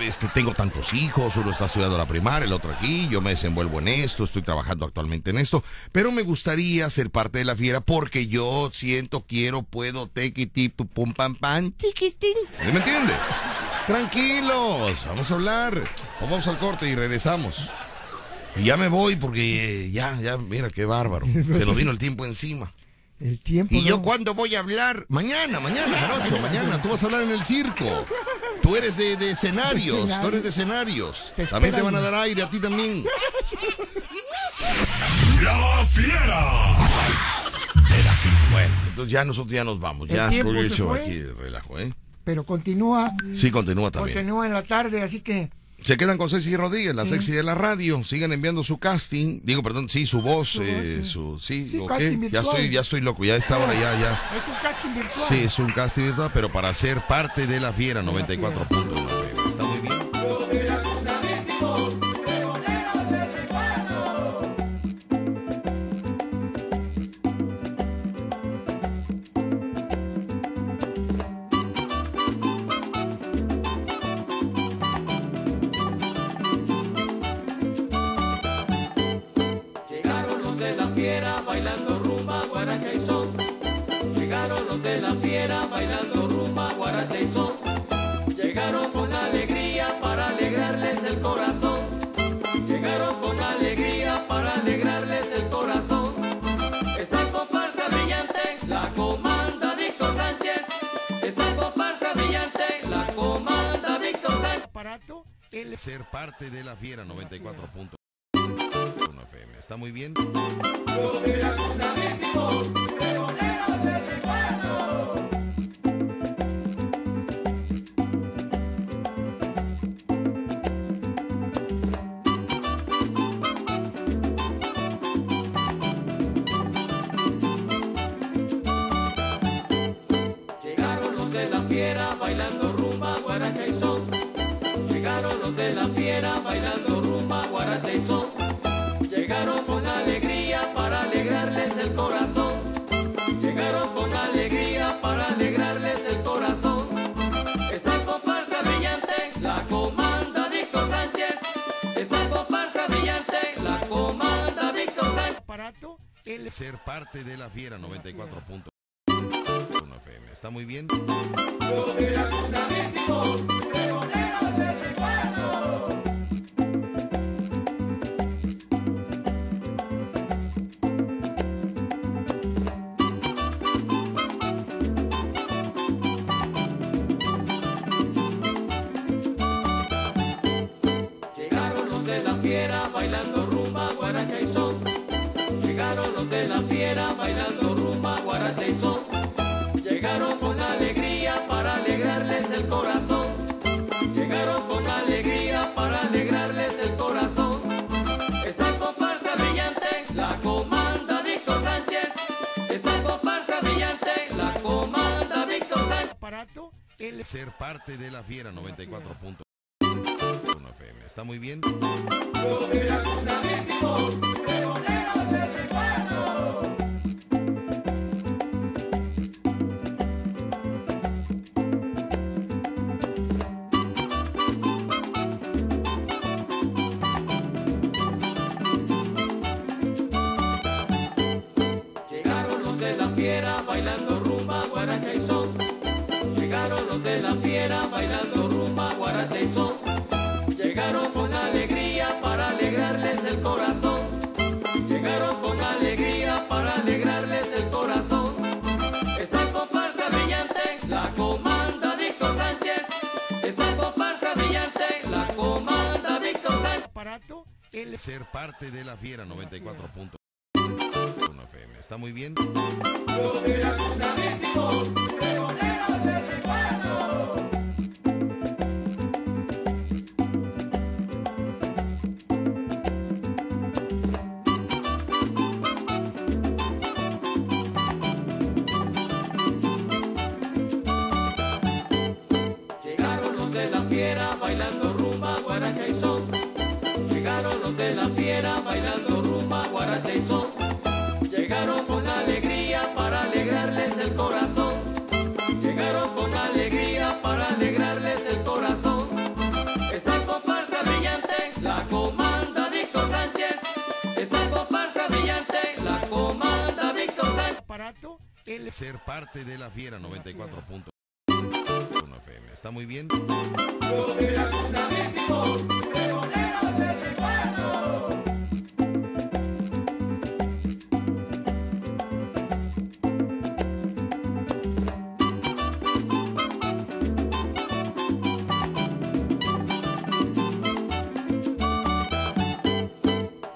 [SPEAKER 2] Este, tengo tantos hijos, uno está estudiando la primaria, el otro aquí, yo me desenvuelvo en esto, estoy trabajando actualmente en esto, pero me gustaría ser parte de la fiera porque yo siento, quiero, puedo, tequiti, pu- pum, pam, pan, tiquitín. ¿Me entiende? Tranquilos, vamos a hablar, vamos al corte y regresamos. Y ya me voy porque eh, ya, ya, mira qué bárbaro, se nos vino el tiempo encima.
[SPEAKER 4] El tiempo.
[SPEAKER 2] ¿Y yo
[SPEAKER 4] no.
[SPEAKER 2] cuándo voy a hablar? Mañana, mañana, Jarocho, mañana. Tú vas a hablar en el circo. Tú eres de, de
[SPEAKER 4] De
[SPEAKER 2] escenarios,
[SPEAKER 4] escenario.
[SPEAKER 2] tú eres de escenarios.
[SPEAKER 4] Te
[SPEAKER 2] también te
[SPEAKER 4] esperan.
[SPEAKER 2] van a dar aire, a ti también.
[SPEAKER 11] La fiera.
[SPEAKER 2] Bueno, entonces ya nosotros ya nos vamos. Ya
[SPEAKER 4] El tiempo
[SPEAKER 2] estoy
[SPEAKER 4] se
[SPEAKER 2] hecho
[SPEAKER 4] fue.
[SPEAKER 2] aquí, relajo, ¿eh?
[SPEAKER 4] Pero continúa,
[SPEAKER 2] Sí, continúa también.
[SPEAKER 4] continúa en la tarde, así que
[SPEAKER 2] Se quedan con Ceci Rodríguez, la sexy de la radio. Sigan enviando su casting. Digo, perdón, sí, su voz,
[SPEAKER 4] Su
[SPEAKER 2] eh,
[SPEAKER 4] voz, sí.
[SPEAKER 2] su... Sí,
[SPEAKER 4] Sí,
[SPEAKER 2] ¿o
[SPEAKER 4] casting
[SPEAKER 2] qué? Ya
[SPEAKER 4] virtual.
[SPEAKER 2] estoy, ya estoy loco, ya a esta hora ya, ya.
[SPEAKER 4] es un casting virtual.
[SPEAKER 2] Sí, es un casting virtual, pero para ser parte de la fiera 94.9. Está muy bien.
[SPEAKER 14] Llegaron los de la fiera bailando rumba, guaracha y son. Llegaron los de la fiera bailando rumba, guaracha y son. Llegaron con alegría para alegrarles el corazón. Llegaron con alegría para alegrarles el corazón. Esta comparsa brillante la comanda Víctor Sánchez. Esta comparsa brillante la comanda Víctor Sánchez.
[SPEAKER 2] Ser parte de la fiera 94.1 FM. Está muy bien.
[SPEAKER 14] Llegaron los de la fiera bailando rumba, guaracha y son. Llegaron los de la fiera bailando rumba, guaracha y son. Llegaron con alegría para alegrarles el corazón. Llegaron con alegría para alegrarles el corazón. Esta comparsa brillante la comanda Víctor Sánchez. Esta comparsa brillante la comanda Víctor Sánchez.
[SPEAKER 2] Ser parte de la fiera 94.1 FM. Está muy bien.
[SPEAKER 14] Llegaron los de la fiera bailando rumba, guaracha y son. Llegaron los de la fiera bailando rumba, guaracha y son. Llegaron con alegría para alegrarles el corazón. Llegaron con alegría para alegrarles el corazón. Esta comparsa brillante la comanda Víctor Sánchez. Esta comparsa brillante la comanda Víctor Sánchez.
[SPEAKER 2] Ser parte de la fiera 94.1 FM. Está muy bien.
[SPEAKER 14] guaracha y son. Llegaron con alegría para alegrarles el corazón. Llegaron con alegría para alegrarles el corazón. Está el comparsa brillante, la comanda Víctor Sánchez. Está el comparsa brillante, la comanda Víctor Sánchez.
[SPEAKER 2] Ser parte de la fiera 94 puntos. FM. Está muy bien.
[SPEAKER 14] Llegaron los de la fiera bailando rumba, guaracha y son. Llegaron los de la fiera bailando rumba, guaracha y son. Llegaron con alegría para alegrarles el corazón. Llegaron con alegría para alegrarles el corazón. Está el comparsa brillante, la comanda Víctor Sánchez. Está el comparsa brillante, la comanda Víctor Sánchez.
[SPEAKER 2] Ser parte de la fiera 94 puntos. FM. Está muy bien.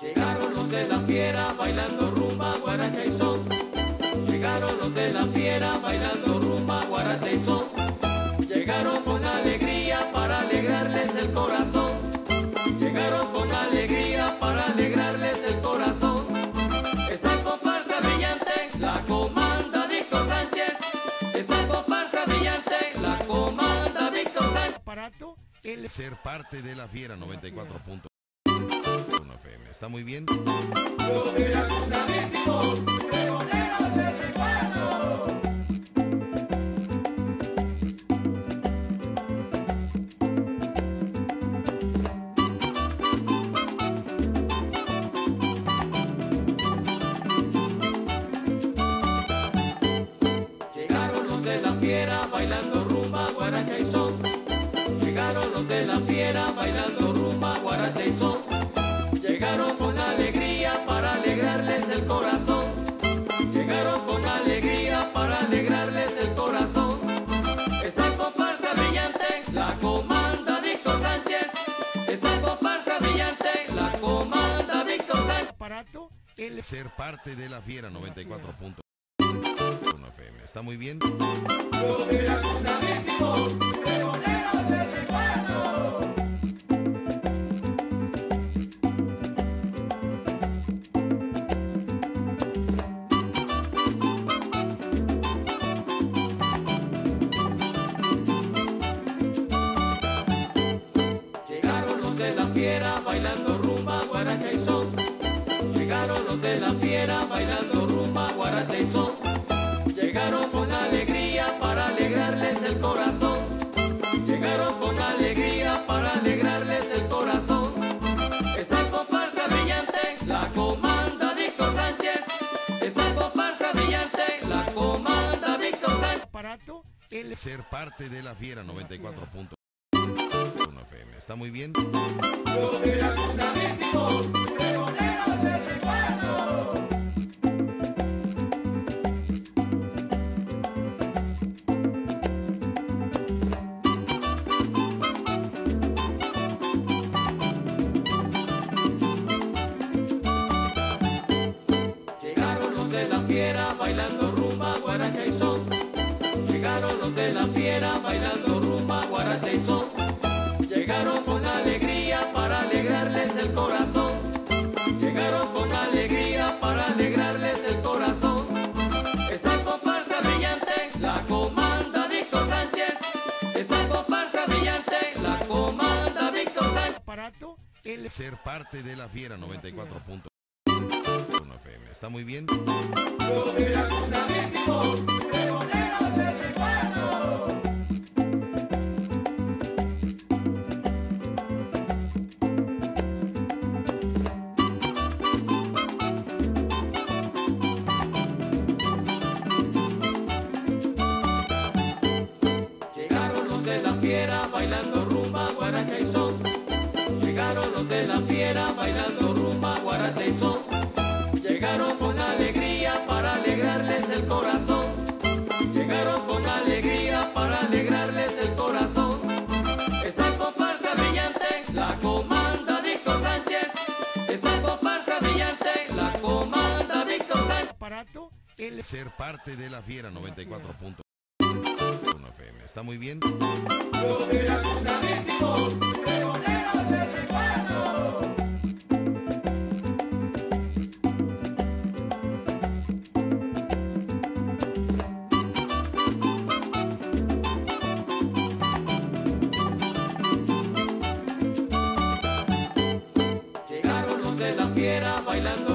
[SPEAKER 14] Llegaron los de la fiera bailando rumba, guaracha y son. Llegaron los de la fiera bailando rumba, guaracha y son. Llegaron con alegría para alegrarles el corazón. Llegaron con alegría para alegrarles el corazón. Está el comparsa brillante, la comanda Víctor Sánchez. Está el comparsa brillante, la comanda Víctor Sánchez.
[SPEAKER 2] Ser parte de la fiera 94 puntos. FM. Está muy bien.
[SPEAKER 14] Llegaron los de la fiera bailando rumba, guaracha y son. Llegaron los de la fiera bailando rumba, guaracha y son. Llegaron con alegría para alegrarles el corazón. Llegaron con alegría para alegrarles el corazón. Está el comparsa brillante, la comanda Víctor Sánchez. Está el comparsa brillante, la comanda Víctor Sánchez.
[SPEAKER 2] Ser parte de la fiera 94 puntos. FM. Está muy bien.
[SPEAKER 14] Llegaron los de la fiera bailando rumba, guaracha y son. Llegaron los de la fiera bailando rumba, guaracha y son. Llegaron con alegría para alegrarles el corazón. Llegaron con alegría para alegrarles el corazón. Está el comparsa brillante, la comanda Víctor Sánchez. Está el comparsa brillante, la comanda Víctor Sánchez.
[SPEAKER 2] Ser parte de la fiera 94 puntos. FM. Está muy bien.
[SPEAKER 14] Llegaron los de la fiera bailando rumba, guaracha y son. Llegaron los de la fiera bailando rumba, guaracha y son. Llegaron con alegría para alegrarles el corazón. Llegaron con alegría para alegrarles el corazón. Está el comparsa brillante, la comanda Víctor Sánchez. Está el comparsa brillante, la comanda Víctor Sánchez.
[SPEAKER 2] Ser parte de la fiera 94 puntos. FM. Está muy bien.
[SPEAKER 14] Llegaron los de la fiera bailando rumba, son. Llegaron con alegría para alegrarles el corazón. Llegaron con alegría para alegrarles el corazón. Esta comparsa brillante la comanda Víctor Sánchez. Esta comparsa brillante la comanda Víctor Sánchez.
[SPEAKER 2] Ser parte de la fiera 94 punto uno FM. Está muy bien.
[SPEAKER 14] Llegaron los de la fiera bailando